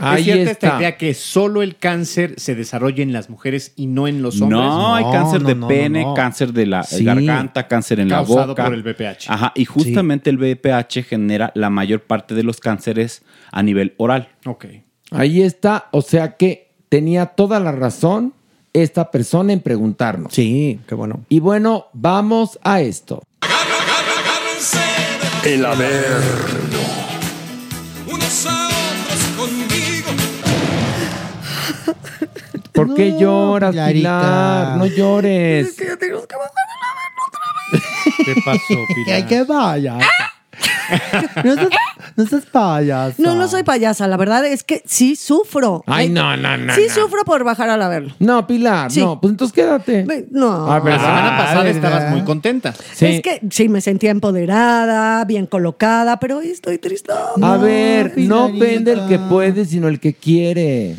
[SPEAKER 8] es cierta esta idea que solo el cáncer se desarrolla en las mujeres y no en los hombres.
[SPEAKER 12] No, hay cáncer de pene, cáncer de la
[SPEAKER 8] Sí.
[SPEAKER 12] garganta, cáncer en la
[SPEAKER 8] Causado
[SPEAKER 12] boca.
[SPEAKER 8] por el BPH.
[SPEAKER 12] Ajá, y justamente el BPH genera la mayor parte de los cánceres a nivel oral.
[SPEAKER 8] Ok.
[SPEAKER 5] Ahí está, o sea que tenía toda la razón esta persona en preguntarnos.
[SPEAKER 15] Sí, qué bueno.
[SPEAKER 5] Y bueno, vamos a esto.
[SPEAKER 16] El haber.
[SPEAKER 14] Unos a otros conmigo.
[SPEAKER 5] ¿Por qué lloras,
[SPEAKER 14] Pilarita.
[SPEAKER 5] Pilar? No llores.
[SPEAKER 8] ¿Qué pasó,
[SPEAKER 17] Que, que vaya. No seas, no seas payasa.
[SPEAKER 7] ¿Eh? No, no soy payasa. La verdad es que sí sufro.
[SPEAKER 5] Ay,
[SPEAKER 7] Eh,
[SPEAKER 5] no, no, no,
[SPEAKER 7] Sí
[SPEAKER 5] no.
[SPEAKER 7] sufro por bajar a la verla.
[SPEAKER 5] No, Pilar,
[SPEAKER 7] Sí.
[SPEAKER 5] no. Pues entonces quédate.
[SPEAKER 7] No.
[SPEAKER 5] A ver,
[SPEAKER 8] La semana
[SPEAKER 15] Ah,
[SPEAKER 8] pasada
[SPEAKER 5] Ah, ¿verdad?
[SPEAKER 8] estabas muy contenta.
[SPEAKER 7] Es que sí me sentía empoderada, bien colocada, pero hoy estoy triste.
[SPEAKER 5] A ver,
[SPEAKER 7] pues,
[SPEAKER 5] no vende el que puede, sino el que quiere.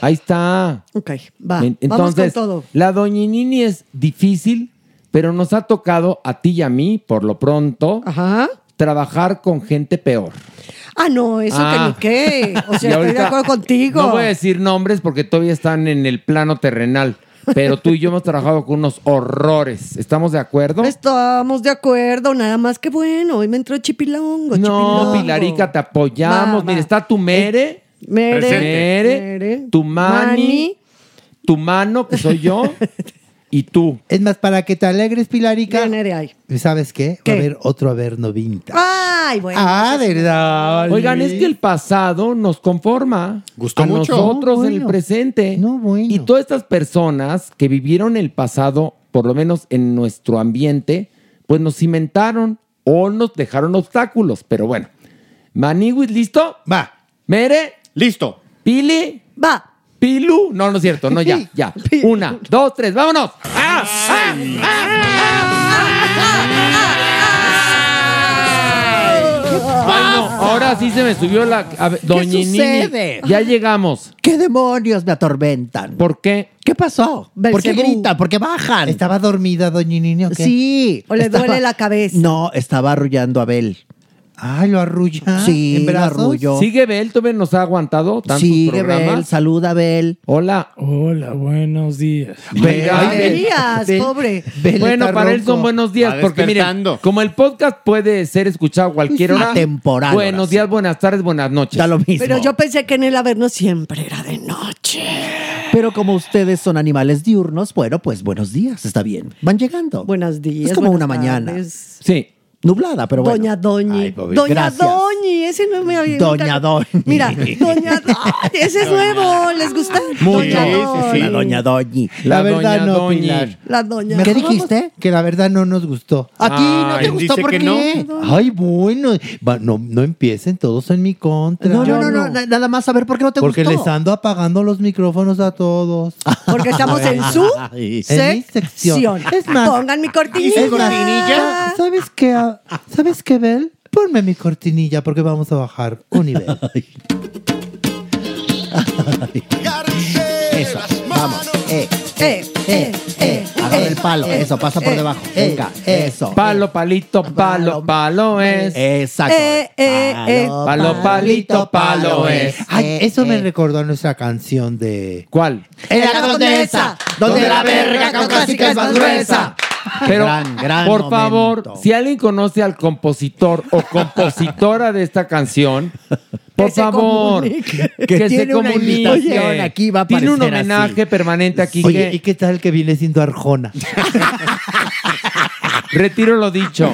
[SPEAKER 5] Ahí está.
[SPEAKER 7] Ok, va.
[SPEAKER 5] En-
[SPEAKER 7] Vamos con
[SPEAKER 5] Entonces,
[SPEAKER 7] todo.
[SPEAKER 5] la doñinini es difícil, pero nos ha tocado a ti y a mí, por lo pronto, trabajar con gente peor.
[SPEAKER 7] Ah, no, eso
[SPEAKER 5] Ah.
[SPEAKER 7] que ni qué. O
[SPEAKER 5] Y
[SPEAKER 7] sea, estoy de
[SPEAKER 5] ahorita
[SPEAKER 7] acuerdo contigo.
[SPEAKER 5] No voy a decir nombres porque todavía están en el plano terrenal. Pero tú y yo hemos trabajado con unos horrores. ¿Estamos de acuerdo?
[SPEAKER 7] Estamos de acuerdo, nada más que bueno. Hoy me entró chipilongo,
[SPEAKER 5] No,
[SPEAKER 7] chipilongo.
[SPEAKER 5] Pilarica, te apoyamos. Mira, está tu mere.
[SPEAKER 7] Eh, Mere.
[SPEAKER 5] Mere, Tu mani. Tu mano, Ah, que soy yo. y tú.
[SPEAKER 17] Es más, para que te alegres, Pilarica. ¿Sabes qué?
[SPEAKER 5] ¿Qué?
[SPEAKER 17] Va a haber otro Averno Vintage.
[SPEAKER 7] Ay, bueno.
[SPEAKER 17] Ah, verdad.
[SPEAKER 5] Oigan, es que el pasado nos conforma
[SPEAKER 17] Gustó
[SPEAKER 5] a
[SPEAKER 17] mucho.
[SPEAKER 5] nosotros
[SPEAKER 17] No,
[SPEAKER 5] en el
[SPEAKER 17] bueno.
[SPEAKER 5] presente. Y todas estas personas que vivieron el pasado, por lo menos en nuestro ambiente, pues nos cimentaron o nos dejaron obstáculos. Pero bueno, Maniwis, ¿listo?
[SPEAKER 17] Va.
[SPEAKER 5] Mere.
[SPEAKER 8] Listo.
[SPEAKER 5] Pili.
[SPEAKER 7] Va.
[SPEAKER 5] Pilu. No, no es cierto. No, ya, ya. Una, dos, tres, vámonos. ¡Ah! ¡Ah! Ay, no, ahora sí se me subió la. a ver, Doñinini,
[SPEAKER 17] sucede?
[SPEAKER 5] Ya llegamos.
[SPEAKER 17] ¿Qué demonios me atormentan?
[SPEAKER 5] ¿Por qué?
[SPEAKER 17] ¿Qué pasó? ¿Por qué
[SPEAKER 7] Belcebú.
[SPEAKER 17] gritan? ¿Por qué bajan? ¿Estaba dormida, doña Niño? Sí.
[SPEAKER 7] ¿O le
[SPEAKER 17] Estaba-
[SPEAKER 7] duele la cabeza?
[SPEAKER 17] No, estaba arrullando a Abel. Ay, lo arrulla. Ah, Sí, lo arrulló.
[SPEAKER 5] Sigue Bel, todavía nos ha aguantado tantos
[SPEAKER 17] Sigue
[SPEAKER 5] programas.
[SPEAKER 17] Bel, saluda Bel.
[SPEAKER 5] Hola.
[SPEAKER 18] Hola, buenos días.
[SPEAKER 5] Bel.
[SPEAKER 7] pobre.
[SPEAKER 5] bueno, para él son buenos días,
[SPEAKER 18] Va
[SPEAKER 5] porque miren,
[SPEAKER 18] despertando.
[SPEAKER 5] como el podcast puede ser escuchado a cualquier
[SPEAKER 7] Sí,
[SPEAKER 5] hora.
[SPEAKER 7] atemporal, ahora
[SPEAKER 5] Buenos días, buenas tardes, buenas noches. Da
[SPEAKER 17] lo mismo.
[SPEAKER 7] Pero yo pensé que en el Averno siempre era de noche.
[SPEAKER 17] Pero como ustedes son animales diurnos, bueno, pues buenos días, está bien. Van llegando.
[SPEAKER 7] Buenos días.
[SPEAKER 17] Es como una
[SPEAKER 7] buenas
[SPEAKER 17] mañana.
[SPEAKER 7] tardes.
[SPEAKER 5] Sí.
[SPEAKER 17] Nublada, pero bueno.
[SPEAKER 7] Doña Doñi.
[SPEAKER 17] pobre-
[SPEAKER 7] Doña
[SPEAKER 17] Gracias.
[SPEAKER 7] Doñi, ese no me había
[SPEAKER 17] Doña Doña.
[SPEAKER 7] Mira, Doña Doñi, ese es nuevo, ¿les gusta? Doña Doñi.
[SPEAKER 17] La doña Doñi.
[SPEAKER 5] La
[SPEAKER 17] La, verdad
[SPEAKER 5] doña
[SPEAKER 17] no,
[SPEAKER 5] Doñi.
[SPEAKER 17] Pilar.
[SPEAKER 7] La Doña
[SPEAKER 17] ¿Qué
[SPEAKER 7] Vamos-
[SPEAKER 17] dijiste? Que la verdad no nos gustó. ¿A ti no
[SPEAKER 5] Ay,
[SPEAKER 17] te gustó
[SPEAKER 5] dice
[SPEAKER 17] por
[SPEAKER 5] que
[SPEAKER 17] qué?
[SPEAKER 5] no.
[SPEAKER 17] Ay, bueno. Va, no, no empiecen todos en mi contra.
[SPEAKER 7] No, no, no, no,
[SPEAKER 17] na- nada más a ver por qué no te Porque
[SPEAKER 7] gustó?
[SPEAKER 17] les ando apagando los micrófonos a todos.
[SPEAKER 7] Porque estamos en su
[SPEAKER 17] Ay. En mi
[SPEAKER 7] sección.
[SPEAKER 17] Es más,
[SPEAKER 7] Pongan mi cortinilla.
[SPEAKER 17] es más, sa- ¿Sabes qué? ah? ¿Sabes qué, Bel? Ponme mi cortinilla porque vamos a bajar un nivel. Eso, vamos. Eh,
[SPEAKER 7] eh, eh, eh.
[SPEAKER 17] agarra el palo.
[SPEAKER 7] eh,
[SPEAKER 17] Eso, pasa por
[SPEAKER 7] eh,
[SPEAKER 17] debajo. Venga, eso.
[SPEAKER 5] Palo, palito,
[SPEAKER 9] eh,
[SPEAKER 5] palo, palo es.
[SPEAKER 17] Exacto.
[SPEAKER 7] Eh, eh, eh.
[SPEAKER 5] Palo, palito, palo es.
[SPEAKER 17] Ay, eso me recordó a nuestra canción de.
[SPEAKER 5] ¿Cuál?
[SPEAKER 17] Era
[SPEAKER 14] la condesa, donde la verga caucásica es más gruesa.
[SPEAKER 5] Pero,
[SPEAKER 17] Gran, gran
[SPEAKER 5] por
[SPEAKER 17] momento.
[SPEAKER 5] favor, si alguien conoce al compositor o compositora de esta canción, Por favor, que, se
[SPEAKER 9] tiene una
[SPEAKER 5] comunique.
[SPEAKER 9] invitación aquí va a
[SPEAKER 5] Tiene un
[SPEAKER 9] aparecer
[SPEAKER 5] homenaje
[SPEAKER 9] así.
[SPEAKER 5] permanente aquí.
[SPEAKER 9] Oye,
[SPEAKER 5] que-
[SPEAKER 9] ¿y qué tal que viene siendo Arjona?
[SPEAKER 5] Retiro lo dicho.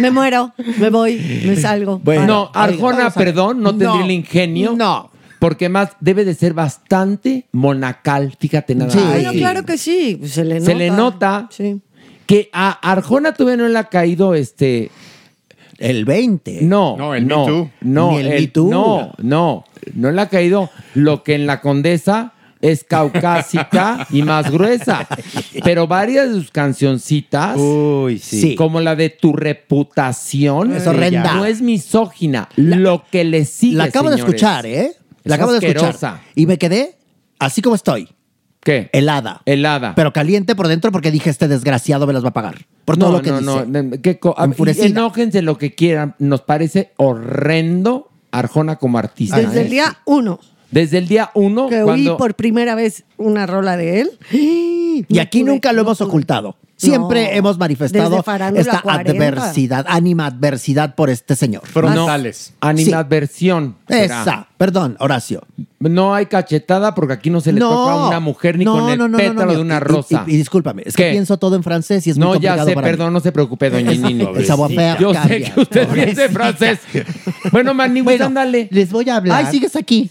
[SPEAKER 7] Me muero, me voy, me salgo.
[SPEAKER 5] Bueno, no,
[SPEAKER 7] Para.
[SPEAKER 5] Arjona,
[SPEAKER 7] Vamos a-
[SPEAKER 5] perdón, no, tendría el ingenio. No. Porque más debe de ser bastante monacal, fíjate nada más.
[SPEAKER 7] Bueno, claro que sí, pues, se le nota.
[SPEAKER 5] Se le nota
[SPEAKER 7] Sí.
[SPEAKER 5] que a Arjona todavía no le ha caído este. El 20. No. No, el no,
[SPEAKER 8] Me Too.
[SPEAKER 5] No,
[SPEAKER 8] Ni el
[SPEAKER 5] el,
[SPEAKER 8] Me Too.
[SPEAKER 5] No, no. No le ha caído lo que en la condesa es caucásica y más gruesa. Pero varias de sus cancioncitas,
[SPEAKER 9] sí.
[SPEAKER 5] como la de Tu reputación,
[SPEAKER 9] Es horrenda.
[SPEAKER 5] no es misógina. lo que le sigue.
[SPEAKER 9] La acabo de
[SPEAKER 5] señores,
[SPEAKER 9] escuchar, ¿eh?
[SPEAKER 5] es
[SPEAKER 9] La acabo de escuchar.
[SPEAKER 5] asquerosa.
[SPEAKER 9] Y me quedé así como estoy.
[SPEAKER 5] ¿Qué?
[SPEAKER 9] Helada.
[SPEAKER 5] Helada.
[SPEAKER 9] Pero caliente por dentro porque dije, este desgraciado me las va a pagar. Por
[SPEAKER 5] No,
[SPEAKER 9] todo lo que
[SPEAKER 5] no,
[SPEAKER 9] dice.
[SPEAKER 5] no, no, qué co- a-
[SPEAKER 9] Enfurecida.
[SPEAKER 5] y enójense lo que quieran. Nos parece horrendo Arjona como artista.
[SPEAKER 7] Desde
[SPEAKER 5] ¿eh?
[SPEAKER 7] el día uno
[SPEAKER 5] Desde el día uno.
[SPEAKER 7] que oí
[SPEAKER 5] cuando-
[SPEAKER 7] por primera vez una rola de él.
[SPEAKER 9] Y aquí nunca lo hemos ocultado. Siempre
[SPEAKER 7] No.
[SPEAKER 9] hemos manifestado
[SPEAKER 7] Desde Farándula
[SPEAKER 9] esta
[SPEAKER 7] 40.
[SPEAKER 9] adversidad, animadversidad por este señor.
[SPEAKER 5] Frontales. No, animadversión.
[SPEAKER 9] Esa.
[SPEAKER 5] será.
[SPEAKER 9] Perdón, Horacio.
[SPEAKER 5] No hay cachetada porque aquí no se le
[SPEAKER 9] No.
[SPEAKER 5] toca a una mujer ni
[SPEAKER 9] No,
[SPEAKER 5] con el
[SPEAKER 9] no, no, no,
[SPEAKER 5] pétalo
[SPEAKER 9] no, no.
[SPEAKER 5] de una
[SPEAKER 9] Y- y-
[SPEAKER 5] rosa.
[SPEAKER 9] y- y discúlpame, es que
[SPEAKER 5] ¿Qué?
[SPEAKER 9] pienso todo en francés y es muy
[SPEAKER 5] No, ya
[SPEAKER 9] complicado
[SPEAKER 5] sé,
[SPEAKER 9] para mí.
[SPEAKER 5] perdón, no se preocupe, doña
[SPEAKER 9] El-
[SPEAKER 5] Nini.
[SPEAKER 9] el sabor feo
[SPEAKER 5] Yo sé
[SPEAKER 9] cambia.
[SPEAKER 5] que usted viene de francés. Bueno, manigüita, ándale.
[SPEAKER 9] Les voy a hablar.
[SPEAKER 5] Ay, sigues
[SPEAKER 9] aquí.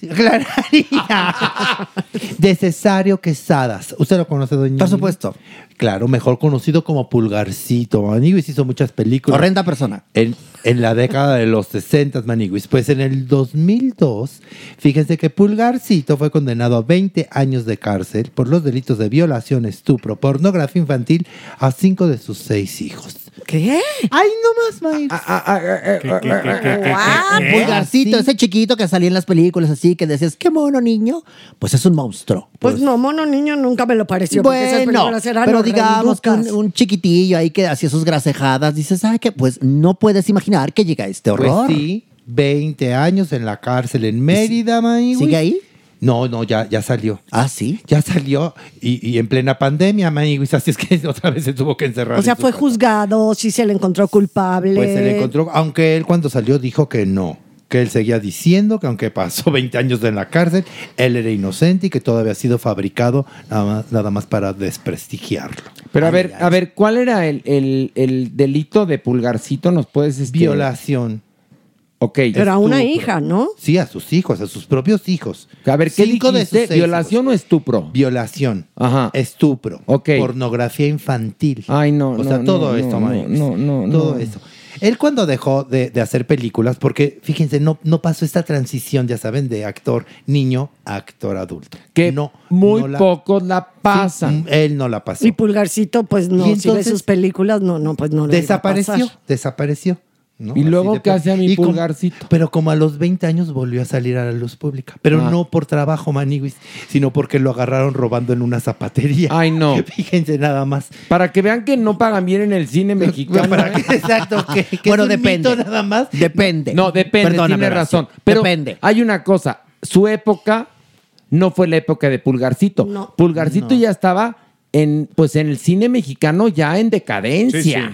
[SPEAKER 9] De Cesario Quesadas. ¿Usted lo conoce, doña? Por supuesto. Claro, mejor conocido como Pulgarcito. Maniguis hizo muchas películas. Horrenda persona. En, en la década de los 60, Maniguis. Pues en el 2002, fíjense que Pulgarcito fue condenado a 20 años de cárcel por los delitos de violación, estupro, pornografía infantil a cinco de sus seis hijos.
[SPEAKER 7] ¿Qué?
[SPEAKER 9] Ay, no más,
[SPEAKER 5] Ah,
[SPEAKER 9] Ah, Pulgarcito, ese chiquito que salía en las películas así, que decías, qué mono niño, pues es un monstruo.
[SPEAKER 7] Pues no, mono niño nunca me lo pareció. porque esas
[SPEAKER 9] Bueno,
[SPEAKER 7] películas eran
[SPEAKER 9] pero digamos que un,
[SPEAKER 7] horrenducas.
[SPEAKER 9] un chiquitillo ahí
[SPEAKER 5] ah.
[SPEAKER 9] que hacía sus grasejadas, dices, ay, que pues no puedes imaginar que llega este horror.
[SPEAKER 17] Pues sí, 20 años en la cárcel en Mérida, Mayweather.
[SPEAKER 9] ¿Sigue ahí?
[SPEAKER 17] No, no, ya, ya salió.
[SPEAKER 9] ¿Ah, sí?
[SPEAKER 17] Ya salió y, y en plena pandemia, Mayweather, así es que otra vez se tuvo que encerrar.
[SPEAKER 7] O sea,
[SPEAKER 17] en su
[SPEAKER 7] fue
[SPEAKER 17] casa.
[SPEAKER 7] juzgado, sí se le encontró culpable.
[SPEAKER 17] Pues se le encontró, aunque él cuando salió dijo que no, que él seguía diciendo que aunque pasó 20 años en la cárcel, él era inocente y que todo había sido fabricado nada más, nada más para desprestigiarlo.
[SPEAKER 5] Pero a ver, a ver, ¿cuál era el, el- el delito de pulgarcito? ¿Nos puedes este...
[SPEAKER 17] Violación.
[SPEAKER 5] Ok.
[SPEAKER 7] Era una hija, ¿no?
[SPEAKER 17] Sí, a sus hijos, a sus propios hijos.
[SPEAKER 5] A ver, ¿qué dijiste? ¿Violación
[SPEAKER 17] o estupro? Violación.
[SPEAKER 5] Ajá.
[SPEAKER 17] Estupro. Pornografía infantil. Ay, no, O sea,
[SPEAKER 5] no,
[SPEAKER 17] todo
[SPEAKER 5] no,
[SPEAKER 17] esto,
[SPEAKER 5] no,
[SPEAKER 17] Mayo.
[SPEAKER 5] no, no, no.
[SPEAKER 17] Todo esto. Él cuando dejó de, de hacer películas, porque fíjense, no, no pasó esta transición, ya saben, de actor niño a actor adulto. Que no,
[SPEAKER 5] muy
[SPEAKER 17] no
[SPEAKER 5] pocos la pasan.
[SPEAKER 17] Sí, mm, él no la pasó.
[SPEAKER 7] Y Pulgarcito, pues no,
[SPEAKER 17] Y
[SPEAKER 7] si ve
[SPEAKER 17] entonces-
[SPEAKER 7] sus películas, no, no, pues no lo iba a
[SPEAKER 17] desapareció,
[SPEAKER 7] pasar.
[SPEAKER 17] desapareció. ¿no?
[SPEAKER 5] ¿Y
[SPEAKER 17] Así
[SPEAKER 5] luego
[SPEAKER 17] de
[SPEAKER 5] qué
[SPEAKER 17] pronto.
[SPEAKER 5] hace a mi
[SPEAKER 17] Y como-
[SPEAKER 5] pulgarcito?
[SPEAKER 17] pero como a los 20 años volvió a salir a la luz pública. Pero
[SPEAKER 5] Ah.
[SPEAKER 17] no por trabajo, Maniguis, sino porque lo agarraron robando en una zapatería. Ay, no. Fíjense nada más.
[SPEAKER 5] Para que vean que no pagan bien en el cine mexicano.
[SPEAKER 17] Para
[SPEAKER 5] ¿eh?
[SPEAKER 17] que- exacto, que, que
[SPEAKER 5] Bueno,
[SPEAKER 17] es un
[SPEAKER 5] depende.
[SPEAKER 17] mito nada más.
[SPEAKER 9] Depende.
[SPEAKER 5] No, depende,
[SPEAKER 17] Perdóname,
[SPEAKER 5] tiene
[SPEAKER 17] Horacio.
[SPEAKER 5] razón. Pero
[SPEAKER 17] Depende.
[SPEAKER 5] hay una cosa, su época no fue la época de Pulgarcito. Pulgarcito ya estaba en, pues en el cine mexicano ya en decadencia.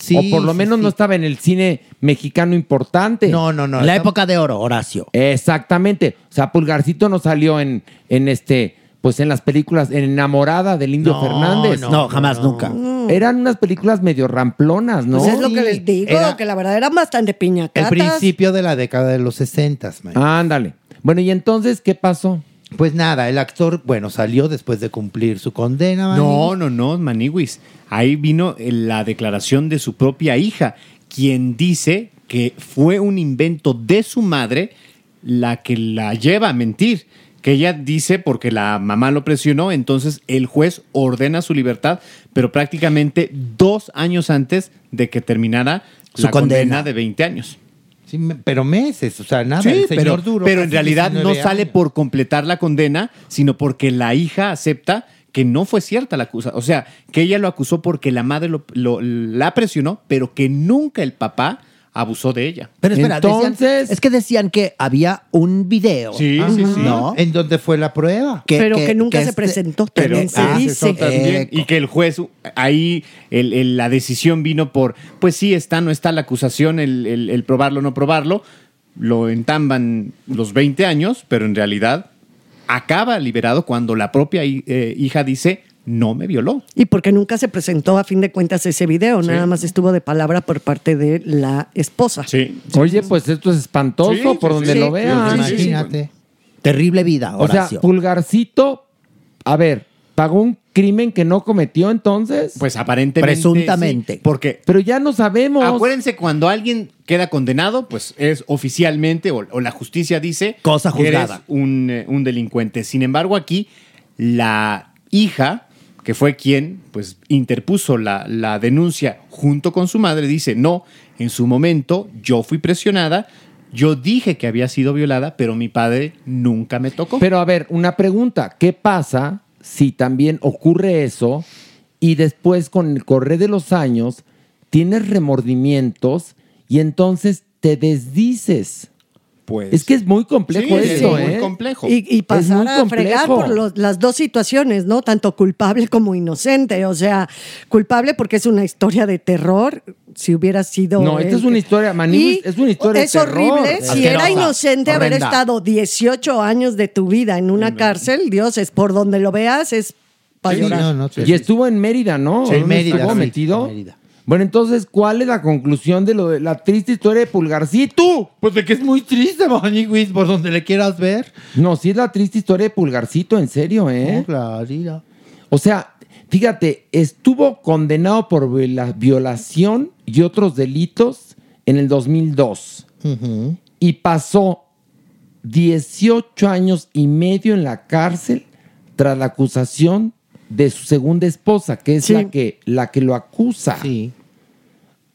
[SPEAKER 17] Sí, sí.
[SPEAKER 5] o por lo
[SPEAKER 17] Sí,
[SPEAKER 5] menos no estaba en el cine mexicano importante. No,
[SPEAKER 17] no, no.
[SPEAKER 5] La
[SPEAKER 9] época de oro, Horacio.
[SPEAKER 5] Exactamente. O sea, Pulgarcito no salió en, en este, pues en las películas, en Enamorada del Indio
[SPEAKER 9] No,
[SPEAKER 5] Fernández. Mm.
[SPEAKER 9] no, No, jamás, no. nunca.
[SPEAKER 5] Eran unas películas medio ramplonas, ¿no?
[SPEAKER 7] Pues es lo que les digo,
[SPEAKER 5] Era-
[SPEAKER 7] que la verdad eran bastante piñacatas.
[SPEAKER 17] de la década de los 60,
[SPEAKER 5] Ándale. Bueno, ¿y entonces qué pasó?
[SPEAKER 17] Pues nada, el actor, bueno, salió después de cumplir su condena.
[SPEAKER 8] No, no, no, Maniwis. Ahí vino eh, la declaración de su propia hija, quien dice que fue un invento de su madre la que la lleva a mentir. Que ella dice porque la mamá lo presionó, entonces el juez ordena su libertad, pero prácticamente dos años antes de que terminara
[SPEAKER 17] Su
[SPEAKER 8] la condena.
[SPEAKER 17] condena.
[SPEAKER 8] de 20 años.
[SPEAKER 17] Sí, me- pero meses, o sea, nada,
[SPEAKER 8] Sí,
[SPEAKER 17] el señor
[SPEAKER 8] pero,
[SPEAKER 17] duró
[SPEAKER 8] pero
[SPEAKER 17] casi
[SPEAKER 8] en realidad no
[SPEAKER 17] 19
[SPEAKER 8] sale por completar la condena, sino porque la hija acepta que no fue cierta la acusa. O sea, que ella lo acusó porque la madre lo- lo- la presionó, pero que nunca el papá abusó de ella.
[SPEAKER 9] Pero espera, decían- es que decían que había un video.
[SPEAKER 8] Sí, sí, sí.
[SPEAKER 9] ¿no?
[SPEAKER 17] En donde fue la prueba.
[SPEAKER 8] Pero que nunca
[SPEAKER 17] este
[SPEAKER 8] se
[SPEAKER 7] presentó,
[SPEAKER 8] Pero ah, eso también. Y que el juez, ahí el- el- la decisión vino por, pues sí, está, no está la acusación, el, el- el probarlo, no probarlo. lo entamban los 20 años, pero en realidad acaba liberado cuando la propia hi- eh, hija dice, no me violó.
[SPEAKER 7] Y porque nunca se presentó a fin de cuentas ese video, nada más estuvo de palabra por parte de la esposa.
[SPEAKER 8] Sí.
[SPEAKER 5] Oye, pues esto es espantoso
[SPEAKER 7] Sí, sí,
[SPEAKER 5] por donde
[SPEAKER 7] sí.
[SPEAKER 5] lo vean.
[SPEAKER 7] Sí, sí, sí. Imagínate.
[SPEAKER 5] Terrible vida, O sea,
[SPEAKER 7] Horacio.
[SPEAKER 5] Pulgarcito, a ver, ¿pagó un crimen que no cometió entonces?
[SPEAKER 8] Pues aparentemente. sí, porque.
[SPEAKER 5] Eh, Pero ya no sabemos.
[SPEAKER 8] Acuérdense, cuando alguien queda condenado, pues es oficialmente, o, o la justicia dice.
[SPEAKER 9] Cosa
[SPEAKER 8] que
[SPEAKER 9] juzgada.
[SPEAKER 8] eres un, eh, un delincuente. Sin embargo, aquí, la hija, que fue quien, pues, interpuso la, la denuncia junto con su madre, dice: No, en su momento yo fui presionada. Yo dije que había sido violada, pero mi padre nunca me tocó.
[SPEAKER 5] Pero a ver, una pregunta. ¿Qué pasa si también ocurre eso y después con el correr de los años tienes remordimientos y entonces te desdices?
[SPEAKER 8] Pues,
[SPEAKER 5] es que es muy complejo
[SPEAKER 7] Sí,
[SPEAKER 5] esto,
[SPEAKER 7] sí, muy
[SPEAKER 5] ¿eh?
[SPEAKER 8] complejo.
[SPEAKER 7] Y, y
[SPEAKER 5] Es
[SPEAKER 7] pasar
[SPEAKER 5] muy
[SPEAKER 7] a fregar
[SPEAKER 5] complejo.
[SPEAKER 7] por los- las dos situaciones, ¿no? Tanto culpable como inocente. O sea, culpable porque es una historia de terror, si hubiera sido...
[SPEAKER 5] No, esta
[SPEAKER 7] el-
[SPEAKER 5] es una historia, Manu,
[SPEAKER 7] Y
[SPEAKER 5] es una historia de
[SPEAKER 7] Es
[SPEAKER 5] terror.
[SPEAKER 7] horrible. Si
[SPEAKER 5] Asquerosa,
[SPEAKER 7] era inocente haber
[SPEAKER 5] horrenda.
[SPEAKER 7] estado 18 años de tu vida en una cárcel, Dios, es por donde lo veas, es para
[SPEAKER 5] Sí,
[SPEAKER 7] llorar.
[SPEAKER 5] no, no, sí, y estuvo en Mérida, ¿no?
[SPEAKER 7] Sí, en
[SPEAKER 5] ¿Dónde
[SPEAKER 7] Mérida,
[SPEAKER 5] estuvo
[SPEAKER 7] sí,
[SPEAKER 5] metido? Bueno, entonces, ¿cuál es la conclusión de lo de la triste historia de Pulgarcito?
[SPEAKER 17] Pues de que es muy triste, Maniwis, por donde le quieras ver.
[SPEAKER 5] No, sí es la triste historia de Pulgarcito, en serio, ¿eh? O sea, fíjate, estuvo condenado por viola- violación y otros delitos en el 2002 y pasó 18 años y medio en la cárcel tras la acusación de su segunda esposa, que es la, que, la que lo acusa. Sí.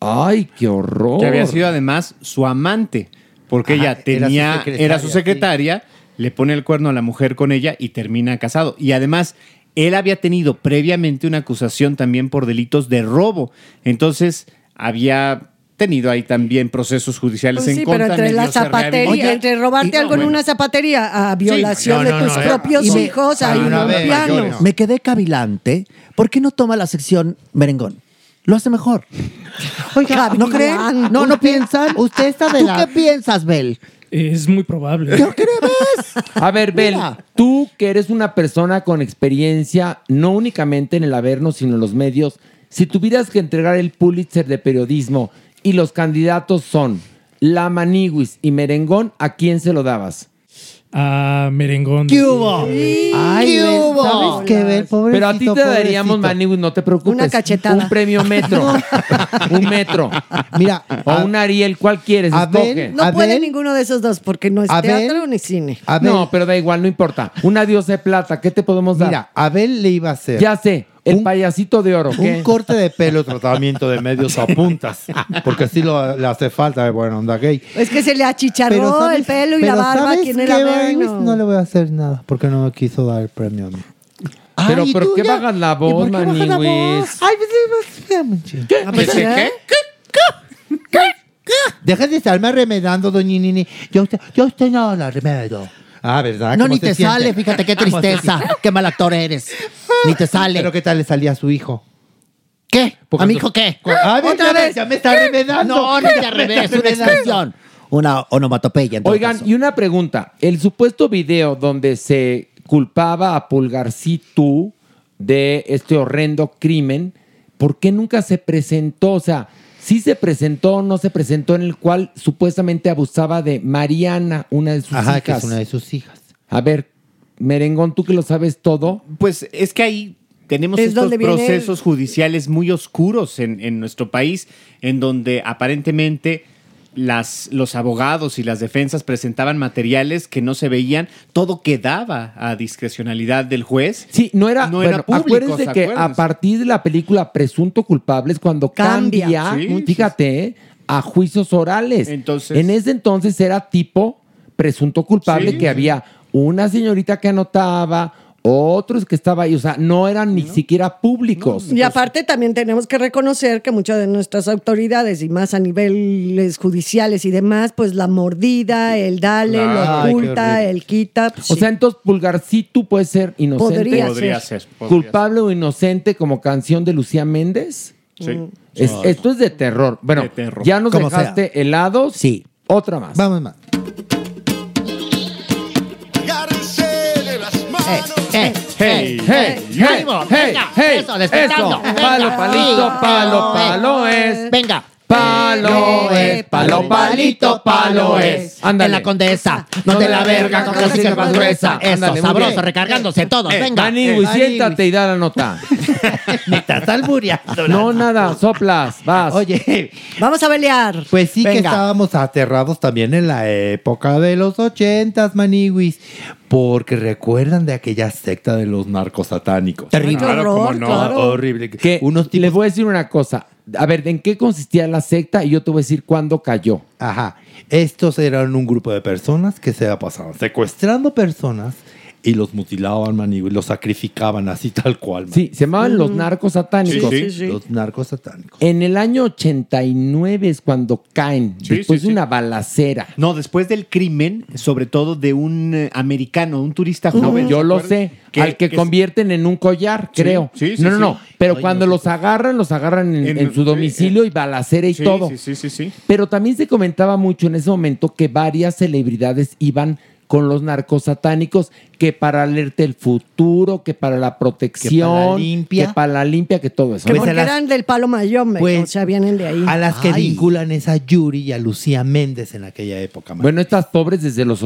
[SPEAKER 5] Ay, qué horror.
[SPEAKER 8] Que había sido además su amante, porque
[SPEAKER 5] Ajá,
[SPEAKER 8] ella tenía,
[SPEAKER 5] era su
[SPEAKER 8] era su
[SPEAKER 5] secretaria,
[SPEAKER 8] secretaria, le pone el cuerno a la mujer con ella y termina casado. Y además, él había tenido previamente una acusación también por delitos de robo. Entonces, había tenido ahí también procesos judiciales
[SPEAKER 7] Pues sí,
[SPEAKER 8] en
[SPEAKER 7] pero
[SPEAKER 8] contra.
[SPEAKER 7] entre
[SPEAKER 8] medio
[SPEAKER 7] la
[SPEAKER 8] se
[SPEAKER 7] zapatería,
[SPEAKER 8] rehabilitó.
[SPEAKER 7] entre robarte
[SPEAKER 8] Y-
[SPEAKER 7] algo en
[SPEAKER 8] bueno,
[SPEAKER 7] una zapatería a violación
[SPEAKER 8] no,
[SPEAKER 7] de
[SPEAKER 8] no,
[SPEAKER 7] tus
[SPEAKER 8] no,
[SPEAKER 7] Pues propios
[SPEAKER 8] y me-
[SPEAKER 7] hijos,
[SPEAKER 8] Ah,
[SPEAKER 7] hay
[SPEAKER 8] no,
[SPEAKER 7] unos
[SPEAKER 8] a ver,
[SPEAKER 7] pianos.
[SPEAKER 8] mayores.
[SPEAKER 14] Me quedé cavilante. ¿Por qué no toma la sección merengón? Lo hace mejor. Oiga, ¿no creen? No, no piensan. Usted está de la... qué piensas, Bel?
[SPEAKER 19] Es muy probable.
[SPEAKER 5] A ver, Bel, tú que eres una persona con experiencia, no únicamente en el Averno, sino en los medios, si tuvieras que entregar el Pulitzer de periodismo y los candidatos son La Maniguis y Merengón, ¿a quién se lo dabas?
[SPEAKER 19] A Merengón.
[SPEAKER 5] ¿Qué hubo?
[SPEAKER 19] Ay, ¿qué Bel, hubo?
[SPEAKER 5] ¿sabes qué, Bel? Pero a ti te daríamos, Maniguis, no te preocupes.
[SPEAKER 7] Una cachetada.
[SPEAKER 5] Un premio metro. un metro.
[SPEAKER 9] Mira.
[SPEAKER 5] O un Ariel, ¿cuál quieres? Escoge.
[SPEAKER 7] no puede ninguno de esos dos porque no es
[SPEAKER 5] Abel,
[SPEAKER 7] teatro ni cine.
[SPEAKER 5] No, pero da igual, no importa. Una diosa de plata, ¿qué te podemos dar? Mira,
[SPEAKER 17] Abel le iba a hacer.
[SPEAKER 5] Ya sé, el payasito de oro. ¿qué?
[SPEAKER 17] Un corte de pelo, tratamiento de medios a puntas. Porque así lo, le hace falta de buena onda gay.
[SPEAKER 7] Es que se le achicharró
[SPEAKER 17] Pero ¿sabes-
[SPEAKER 7] el pelo y la
[SPEAKER 17] pero
[SPEAKER 7] barba.
[SPEAKER 17] ¿sabes
[SPEAKER 7] ¿Quién era
[SPEAKER 17] qué,
[SPEAKER 7] Abel?
[SPEAKER 17] Luis? No le voy a hacer nada porque no me quiso dar el premio a mí.
[SPEAKER 5] Pero
[SPEAKER 17] Ay,
[SPEAKER 5] ¿por
[SPEAKER 17] tú
[SPEAKER 5] qué
[SPEAKER 17] ya-
[SPEAKER 5] bajas la
[SPEAKER 17] ¿Y por
[SPEAKER 5] voz,
[SPEAKER 17] qué bajas la
[SPEAKER 5] Maniwis?
[SPEAKER 17] voz? Ay, pues, espérame, pues, chido. Deja de estarme remedando, doña Nini. Yo, usted- yo usted no la remedo. Ah, ¿verdad?
[SPEAKER 14] No, ni
[SPEAKER 17] ¿Cómo se
[SPEAKER 14] te
[SPEAKER 17] siente?
[SPEAKER 14] sale, fíjate qué
[SPEAKER 17] ¿Cómo se
[SPEAKER 14] tristeza.
[SPEAKER 17] siente?
[SPEAKER 14] qué mal actor eres. Ni te sale.
[SPEAKER 17] Pero ¿qué tal le salía a su hijo?
[SPEAKER 14] ¿Qué? ¿A mi
[SPEAKER 17] tú-
[SPEAKER 14] hijo qué?
[SPEAKER 17] Cu- ah, Ay, ¿otra vez? Ya me está remedando.
[SPEAKER 14] No, no
[SPEAKER 17] Ya
[SPEAKER 14] te
[SPEAKER 17] me
[SPEAKER 14] arremedes,
[SPEAKER 17] está
[SPEAKER 14] una
[SPEAKER 17] remedando.
[SPEAKER 14] expresión. Una onomatopeya. en todo
[SPEAKER 5] Oigan, y una pregunta. El supuesto video donde se culpaba a Pulgarcito de este horrendo crimen, ¿por qué nunca se presentó? O sea, sí se presentó o no se presentó en el cual supuestamente abusaba de Mariana, una de sus
[SPEAKER 17] Ajá,
[SPEAKER 5] hijas.
[SPEAKER 17] que es una de sus hijas.
[SPEAKER 5] A ver, Merengón, tú que lo sabes todo.
[SPEAKER 8] Pues es que ahí tenemos
[SPEAKER 5] Es
[SPEAKER 8] estos
[SPEAKER 5] donde viene
[SPEAKER 8] procesos judiciales muy oscuros en, en nuestro país, en donde aparentemente las, los abogados y las defensas presentaban materiales que no se veían, todo quedaba a discrecionalidad del juez.
[SPEAKER 5] Sí, no era,
[SPEAKER 8] no
[SPEAKER 5] bueno,
[SPEAKER 8] era público.
[SPEAKER 5] acuérdense
[SPEAKER 8] ¿se
[SPEAKER 5] que a
[SPEAKER 8] acuerdan?
[SPEAKER 5] partir de la película Presunto Culpable es cuando
[SPEAKER 8] Cambia.
[SPEAKER 5] cambia,
[SPEAKER 8] Sí,
[SPEAKER 5] fíjate, eh, a juicios orales.
[SPEAKER 8] Entonces-
[SPEAKER 5] en ese entonces era tipo Presunto Culpable
[SPEAKER 8] Sí,
[SPEAKER 5] que
[SPEAKER 8] sí.
[SPEAKER 5] había una señorita que anotaba, otros que estaba ahí, o sea, no eran ni siquiera públicos.
[SPEAKER 17] Pues-
[SPEAKER 7] Y aparte también tenemos que reconocer que muchas de nuestras autoridades y más a niveles judiciales y demás, pues la mordida, el dale,
[SPEAKER 5] Claro.
[SPEAKER 7] lo
[SPEAKER 5] Ay, qué
[SPEAKER 7] oculta,
[SPEAKER 5] horrible.
[SPEAKER 7] el quita. pues
[SPEAKER 5] O sea, entonces Pulgarcito puede ser inocente.
[SPEAKER 7] Podría Podría ser.
[SPEAKER 8] ser, podría
[SPEAKER 5] culpable o inocente como canción de Lucía Méndez.
[SPEAKER 8] Sí.
[SPEAKER 5] Es- esto es de terror. Bueno,
[SPEAKER 8] De terror.
[SPEAKER 5] ya nos
[SPEAKER 8] Como
[SPEAKER 5] dejaste helados. Sí. Otra más.
[SPEAKER 17] Vamos más.
[SPEAKER 14] Hey,
[SPEAKER 5] hey, hey, hey,
[SPEAKER 14] ánimo, venga,
[SPEAKER 5] hey,
[SPEAKER 14] eso, despertando,
[SPEAKER 5] eso.
[SPEAKER 14] venga,
[SPEAKER 5] Palo, palito,
[SPEAKER 14] sí.
[SPEAKER 5] palo, palo es.
[SPEAKER 14] Venga.
[SPEAKER 5] Palo es, palo, palito, palo es.
[SPEAKER 14] Ándale. En la condesa, no de la verga, con la sierra más gruesa. Eso,
[SPEAKER 5] Ándale, muy
[SPEAKER 14] sabroso,
[SPEAKER 5] bien.
[SPEAKER 14] recargándose todos,
[SPEAKER 5] Eh,
[SPEAKER 14] venga.
[SPEAKER 5] Maniwis, siéntate y da la nota. Me estás albureando. No, nada, soplas, vas.
[SPEAKER 17] Oye,
[SPEAKER 7] Vamos a pelear.
[SPEAKER 17] Pues sí que
[SPEAKER 7] Venga.
[SPEAKER 17] estábamos aterrados también en la época de los ochentas, maniwis. Porque recuerdan de aquella secta de los narcos satánicos.
[SPEAKER 5] Terrible. Ay, qué
[SPEAKER 17] Claro, cómo
[SPEAKER 5] horror,
[SPEAKER 17] no,
[SPEAKER 5] claro.
[SPEAKER 17] horrible.
[SPEAKER 5] Que Les voy a decir una cosa. A ver, ¿en qué consistía la secta? Y yo te voy a decir cuándo cayó.
[SPEAKER 17] Ajá. Estos eran un grupo de personas que se la pasaban secuestrando personas y los mutilaban, maniwis, los sacrificaban así tal cual. Sí,
[SPEAKER 5] se llamaban los narcos satánicos. Sí, sí, sí.
[SPEAKER 17] Los narcos satánicos.
[SPEAKER 5] En el año 89 es cuando caen, después de una balacera.
[SPEAKER 8] No, después del crimen, sobre todo de un eh, americano, un turista joven.
[SPEAKER 5] yo
[SPEAKER 8] ¿se
[SPEAKER 5] lo
[SPEAKER 8] acuerdan?
[SPEAKER 5] sé. al que, convierten en un collar,
[SPEAKER 8] Sí,
[SPEAKER 5] creo.
[SPEAKER 8] sí, sí,
[SPEAKER 5] no, no,
[SPEAKER 8] sí.
[SPEAKER 5] no. Pero
[SPEAKER 8] Ay,
[SPEAKER 5] cuando
[SPEAKER 8] no,
[SPEAKER 5] los agarran, los agarran en,
[SPEAKER 8] En-
[SPEAKER 5] en su
[SPEAKER 8] sí,
[SPEAKER 5] domicilio y balacera y
[SPEAKER 8] Sí,
[SPEAKER 5] todo.
[SPEAKER 8] sí, sí, sí, sí.
[SPEAKER 5] Pero también se comentaba mucho en ese momento que varias celebridades iban con los narcos satánicos, que para alerta el futuro, que para la protección,
[SPEAKER 17] limpia.
[SPEAKER 5] que para la limpia, que todo eso.
[SPEAKER 17] pues
[SPEAKER 7] Que porque eran del palo Mayombe, o sea, vienen de ahí.
[SPEAKER 17] A las que vinculan es a Yuri y a Lucía Méndez en aquella época.
[SPEAKER 5] Bueno, estas pobres desde los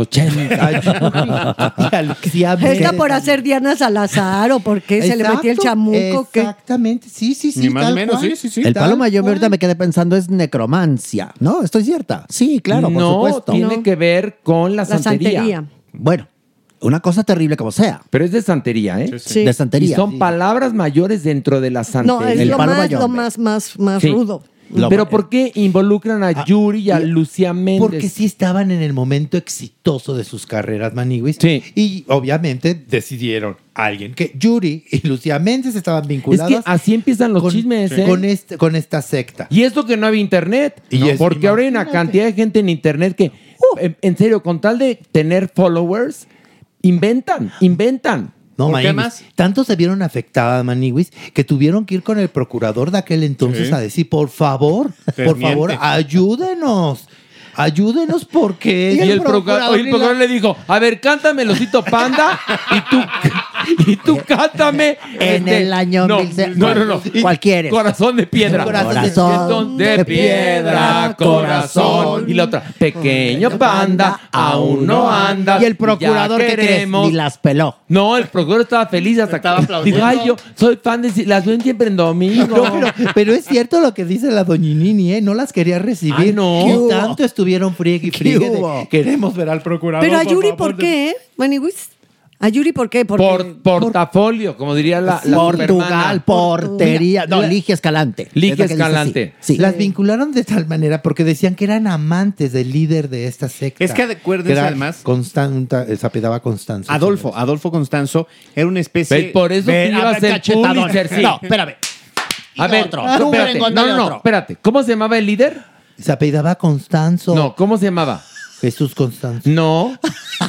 [SPEAKER 5] 80.
[SPEAKER 7] Esta por hacer Diana Salazar o porque se le metía el
[SPEAKER 17] Exacto,
[SPEAKER 7] chamuco. ¿qué?
[SPEAKER 17] Exactamente, sí, sí,
[SPEAKER 7] sí, Ni más tal menos, cual. sí, sí, sí.
[SPEAKER 9] El
[SPEAKER 7] Tal
[SPEAKER 9] palo mayor ahorita me quedé pensando es necromancia, ¿no? Estoy cierta. Sí, claro, por
[SPEAKER 5] no,
[SPEAKER 9] supuesto.
[SPEAKER 5] tiene que ver con la,
[SPEAKER 9] La
[SPEAKER 5] santería.
[SPEAKER 9] santería. Bueno, una cosa terrible como sea.
[SPEAKER 5] Pero es de santería, ¿eh?
[SPEAKER 9] sí. De santería.
[SPEAKER 5] Y son
[SPEAKER 9] Sí.
[SPEAKER 5] palabras mayores dentro de la santería.
[SPEAKER 7] No, es lo más, lo más, más, más
[SPEAKER 5] Sí.
[SPEAKER 7] rudo.
[SPEAKER 5] Pero ¿por qué involucran a Yuri y a Lucía Méndez?
[SPEAKER 17] Porque sí estaban en el momento exitoso de sus carreras, Maniwis. Y obviamente decidieron alguien que Yuri y Lucía Méndez estaban vinculadas.
[SPEAKER 5] Es que así empiezan los
[SPEAKER 17] con-
[SPEAKER 5] chismes, ¿eh?
[SPEAKER 17] Con, este- con esta secta.
[SPEAKER 5] Y esto que no había internet.
[SPEAKER 17] Y
[SPEAKER 5] No,
[SPEAKER 17] es-
[SPEAKER 5] porque ahora hay una
[SPEAKER 17] imagínate.
[SPEAKER 5] cantidad de gente en internet que,
[SPEAKER 7] Uh.
[SPEAKER 5] en, en serio, con tal de tener followers, inventan, inventan.
[SPEAKER 17] No, Maniwis, Tanto se vieron afectadas, Maniwis, que tuvieron que ir con el procurador de aquel entonces
[SPEAKER 5] Sí.
[SPEAKER 17] a decir, por favor, por
[SPEAKER 5] Teniente.
[SPEAKER 17] favor, ayúdenos. Ayúdenos porque...
[SPEAKER 5] Y el procurador, el
[SPEAKER 17] ni la-
[SPEAKER 5] procurador le dijo, a ver, cántame el osito panda y tú, y tú cántame. este,
[SPEAKER 9] En el año
[SPEAKER 5] no,
[SPEAKER 9] 1000,
[SPEAKER 5] no, no, no.
[SPEAKER 9] ¿cuál
[SPEAKER 5] Y
[SPEAKER 9] quieres?
[SPEAKER 5] Corazón de piedra.
[SPEAKER 9] Corazón
[SPEAKER 5] de,
[SPEAKER 9] de
[SPEAKER 5] piedra,
[SPEAKER 9] piedra,
[SPEAKER 5] corazón. Y la otra, pequeño panda, aún no anda.
[SPEAKER 9] Y el procurador, ¿qué crees? Ni las peló.
[SPEAKER 5] No, el procurador estaba feliz hasta que dijo, ay, yo soy fan de las ven siempre en domingo.
[SPEAKER 17] No, pero, pero es cierto lo que dice la doñinini, ¿eh? No las quería recibir.
[SPEAKER 5] Ay, Ah, no.
[SPEAKER 17] ¿Qué
[SPEAKER 5] ¿Qué hubo?
[SPEAKER 17] tanto estuvieron friegue y friegue de,
[SPEAKER 5] hubo?
[SPEAKER 17] queremos ver al procurador.
[SPEAKER 7] Pero a
[SPEAKER 17] por
[SPEAKER 7] Yuri,
[SPEAKER 17] favor,
[SPEAKER 7] ¿por qué? eh? Maniwis. ¿A Yuri por qué? Porque
[SPEAKER 5] Por- portafolio, como diría la, la
[SPEAKER 9] Portugal,
[SPEAKER 5] supermana.
[SPEAKER 9] portería. No,
[SPEAKER 5] La-
[SPEAKER 9] Ligia Escalante.
[SPEAKER 5] Ligia
[SPEAKER 9] Es la que dice
[SPEAKER 5] Escalante.
[SPEAKER 9] sí. Sí.
[SPEAKER 17] Las vincularon de tal manera porque decían que eran amantes del líder de esta secta.
[SPEAKER 8] Es que acuérdense
[SPEAKER 17] Era
[SPEAKER 8] además-
[SPEAKER 17] Constanta, eh, Zapedaba Constanza.
[SPEAKER 8] Adolfo, Adolfo Constanzo era una especie.
[SPEAKER 17] Ve, por eso que ibas
[SPEAKER 8] a ver,
[SPEAKER 17] el
[SPEAKER 8] cachetadón.
[SPEAKER 17] Pulitzer, sí.
[SPEAKER 8] No, espérame.
[SPEAKER 5] A ver,
[SPEAKER 8] otro.
[SPEAKER 5] no,
[SPEAKER 8] Tú,
[SPEAKER 5] espérate, no,
[SPEAKER 8] Merengón,
[SPEAKER 5] no,
[SPEAKER 8] dale
[SPEAKER 5] no,
[SPEAKER 8] otro.
[SPEAKER 5] espérate. ¿Cómo se llamaba el líder?
[SPEAKER 17] Zapedaba Constanzo.
[SPEAKER 5] No, ¿cómo se llamaba?
[SPEAKER 17] Jesús Constanzo. Ah.
[SPEAKER 5] No.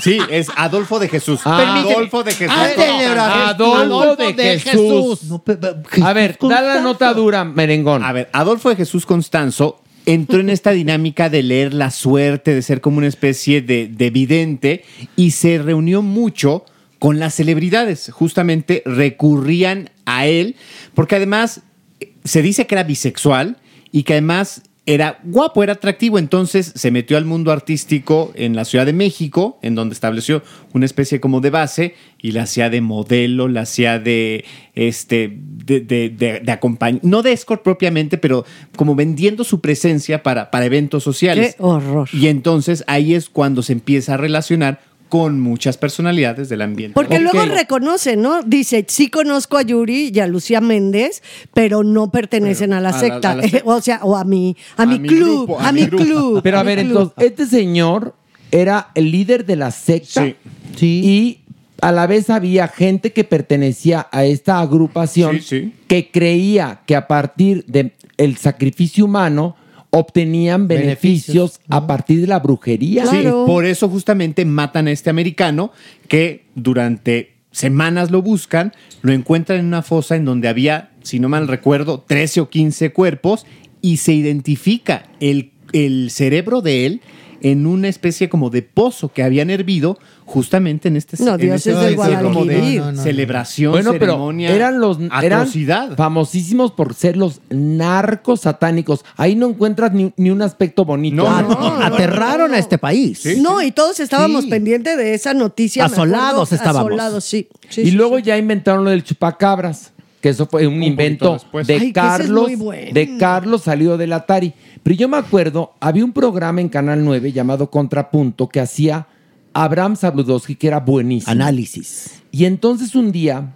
[SPEAKER 8] Sí, es Adolfo de Jesús.
[SPEAKER 5] Permíteme.
[SPEAKER 8] Adolfo de Jesús.
[SPEAKER 5] Ándele, Horacio. Adolfo de Jesús.
[SPEAKER 17] No, pe- pe-
[SPEAKER 5] A ver, da la nota dura, merengón.
[SPEAKER 8] A ver, Adolfo de Jesús Constanzo entró en esta dinámica de leer la suerte, de ser como una especie de, de vidente, y se reunió mucho con las celebridades. Justamente recurrían a él, porque además eh, se dice que era bisexual y que además era guapo, era atractivo, entonces se metió al mundo artístico en la Ciudad de México, en donde estableció una especie como de base y la hacía de modelo, la hacía de, este, de, de, de, de acompañ- no de escort propiamente, pero como vendiendo su presencia para, para eventos sociales.
[SPEAKER 7] Qué horror.
[SPEAKER 8] Y entonces ahí es cuando se empieza a relacionar con muchas personalidades del ambiente.
[SPEAKER 7] Porque luego
[SPEAKER 8] Ok.
[SPEAKER 7] reconoce, ¿no? Dice, sí conozco a Yuri y a Lucía Méndez, pero no pertenecen a la
[SPEAKER 5] a la-
[SPEAKER 7] secta.
[SPEAKER 5] a la secta.
[SPEAKER 7] o sea, o a mi, a mi, club, a, mi club.
[SPEAKER 5] Pero a ver,
[SPEAKER 7] mi club.
[SPEAKER 5] entonces, este señor era el líder de la secta. Sí. Y a la vez había gente que pertenecía a esta agrupación que creía que a partir del sacrificio humano obtenían beneficios, a partir de la brujería.
[SPEAKER 8] Sí, por eso justamente matan a este americano que durante semanas lo buscan, lo encuentran en una fosa en donde había, si no mal recuerdo, 13 o 15 cuerpos y se identifica el, el cerebro de él en una especie como de pozo que habían hervido justamente en este
[SPEAKER 7] No,
[SPEAKER 8] en
[SPEAKER 7] Dios
[SPEAKER 8] este
[SPEAKER 7] es de
[SPEAKER 8] sentido como
[SPEAKER 7] Guadalquivir.
[SPEAKER 8] de
[SPEAKER 7] No, no, no.
[SPEAKER 8] celebración, ceremonia,
[SPEAKER 5] eran los eran
[SPEAKER 8] atrocidad.
[SPEAKER 5] famosísimos por ser los narcos satánicos. Ahí no encuentras ni, ni un aspecto bonito.
[SPEAKER 14] Ah, Aterraron a este país.
[SPEAKER 7] no, y todos estábamos
[SPEAKER 5] Sí.
[SPEAKER 7] pendientes de esa noticia. me acuerdo.
[SPEAKER 5] Asolados estábamos.
[SPEAKER 7] Asolados, sí. Sí,
[SPEAKER 5] y
[SPEAKER 7] sí,
[SPEAKER 5] luego ya inventaron lo del chupacabras, que eso fue un, invento
[SPEAKER 7] después.
[SPEAKER 5] de
[SPEAKER 7] Ay, que ese es
[SPEAKER 5] Carlos,
[SPEAKER 7] muy bueno.
[SPEAKER 5] de Carlos salido del Atari. Pero yo me acuerdo, había un programa en Canal 9 llamado Contrapunto que hacía Abraham Sabludowski, que era buenísimo.
[SPEAKER 14] Análisis.
[SPEAKER 5] Y entonces un día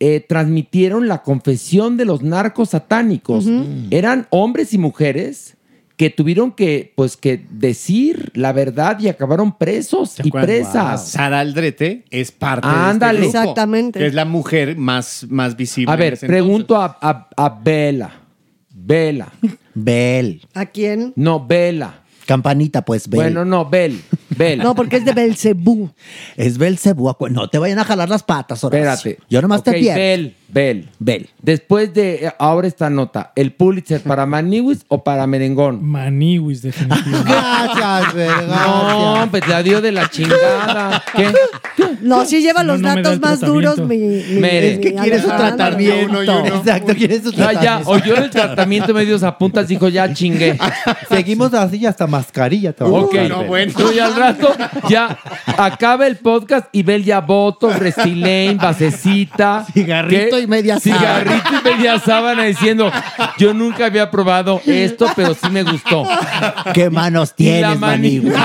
[SPEAKER 5] eh, transmitieron la confesión de los narcos satánicos. Eran hombres y mujeres que tuvieron que, pues, que decir la verdad y acabaron presos y presas.
[SPEAKER 8] Sara Aldrete es parte
[SPEAKER 5] Ándale.
[SPEAKER 8] de este grupo,
[SPEAKER 5] Exactamente.
[SPEAKER 8] que es la mujer más, más visible.
[SPEAKER 5] A
[SPEAKER 8] en
[SPEAKER 5] ver,
[SPEAKER 8] ese
[SPEAKER 5] pregunto a, a, a Vela. Vela.
[SPEAKER 14] Bel.
[SPEAKER 7] ¿A quién?
[SPEAKER 5] No, Vela.
[SPEAKER 14] Campanita, pues, Bel.
[SPEAKER 5] Bueno, no, Bel. Bel.
[SPEAKER 7] No, porque es de Belcebú.
[SPEAKER 14] Es Belcebú. acu- No te vayan a jalar las patas, Horacio.
[SPEAKER 5] Espérate.
[SPEAKER 14] Yo nomás
[SPEAKER 5] Ok,
[SPEAKER 14] te pierdo.
[SPEAKER 5] Bel, Bel.
[SPEAKER 14] Bel.
[SPEAKER 5] Después de eh, ahora esta nota, ¿el Pulitzer para Maniwis o para Merengón? Ah,
[SPEAKER 20] Maniwis, definitivamente.
[SPEAKER 14] Gracias,
[SPEAKER 5] No, pues la dio de la chingada. ¿Qué?
[SPEAKER 7] No, sí lleva los
[SPEAKER 5] no me da
[SPEAKER 7] datos
[SPEAKER 5] el
[SPEAKER 7] más duros. Mi, mi-
[SPEAKER 5] Mere.
[SPEAKER 7] mi Alejandra.
[SPEAKER 14] Exacto, quieres su
[SPEAKER 5] Ya, ya,
[SPEAKER 14] tratamiento.
[SPEAKER 5] oyó el tratamiento medio a puntas, dijo, ya chingué.
[SPEAKER 17] Seguimos así y hasta mascarilla. te vamos a
[SPEAKER 5] Ok,
[SPEAKER 17] poner.
[SPEAKER 5] Tú ya al rato, ya acaba el podcast y Bel ya voto, Restilane, basecita.
[SPEAKER 14] Cigarrito
[SPEAKER 5] ¿qué?
[SPEAKER 14] y media sábana.
[SPEAKER 5] Cigarrito y media sábana diciendo, yo nunca había probado esto, pero sí me gustó.
[SPEAKER 14] ¿Qué manos
[SPEAKER 5] Y la
[SPEAKER 14] tienes,
[SPEAKER 5] mani-
[SPEAKER 14] Maniwis?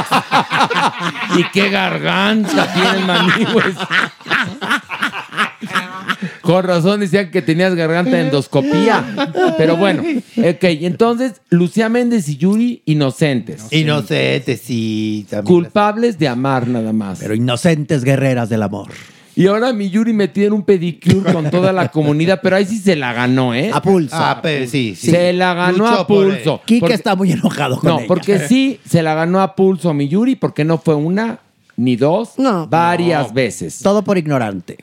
[SPEAKER 5] y qué garganta tienes, Maniwis. Con razón decían que tenías garganta de endoscopía. Pero bueno, ok, entonces Lucía Méndez y Yuri, inocentes.
[SPEAKER 17] Inocentes, sí.
[SPEAKER 5] Culpables de amar nada más.
[SPEAKER 14] Pero inocentes guerreras del amor.
[SPEAKER 5] Y ahora mi Yuri metida en un pedicure con toda la comunidad, pero ahí sí se la ganó, ¿eh?
[SPEAKER 14] A pulso.
[SPEAKER 5] A
[SPEAKER 14] Ah,
[SPEAKER 5] pulso.
[SPEAKER 14] pero sí, sí.
[SPEAKER 5] Se la ganó
[SPEAKER 14] Luchó
[SPEAKER 5] a
[SPEAKER 14] por
[SPEAKER 5] pulso.
[SPEAKER 14] él. Quique
[SPEAKER 5] Porque-
[SPEAKER 14] está muy enojado con
[SPEAKER 5] No,
[SPEAKER 14] ella.
[SPEAKER 5] porque sí se la ganó a pulso mi Yuri, porque no fue una ni dos, varias veces. Eh,
[SPEAKER 14] Todo por ignorante.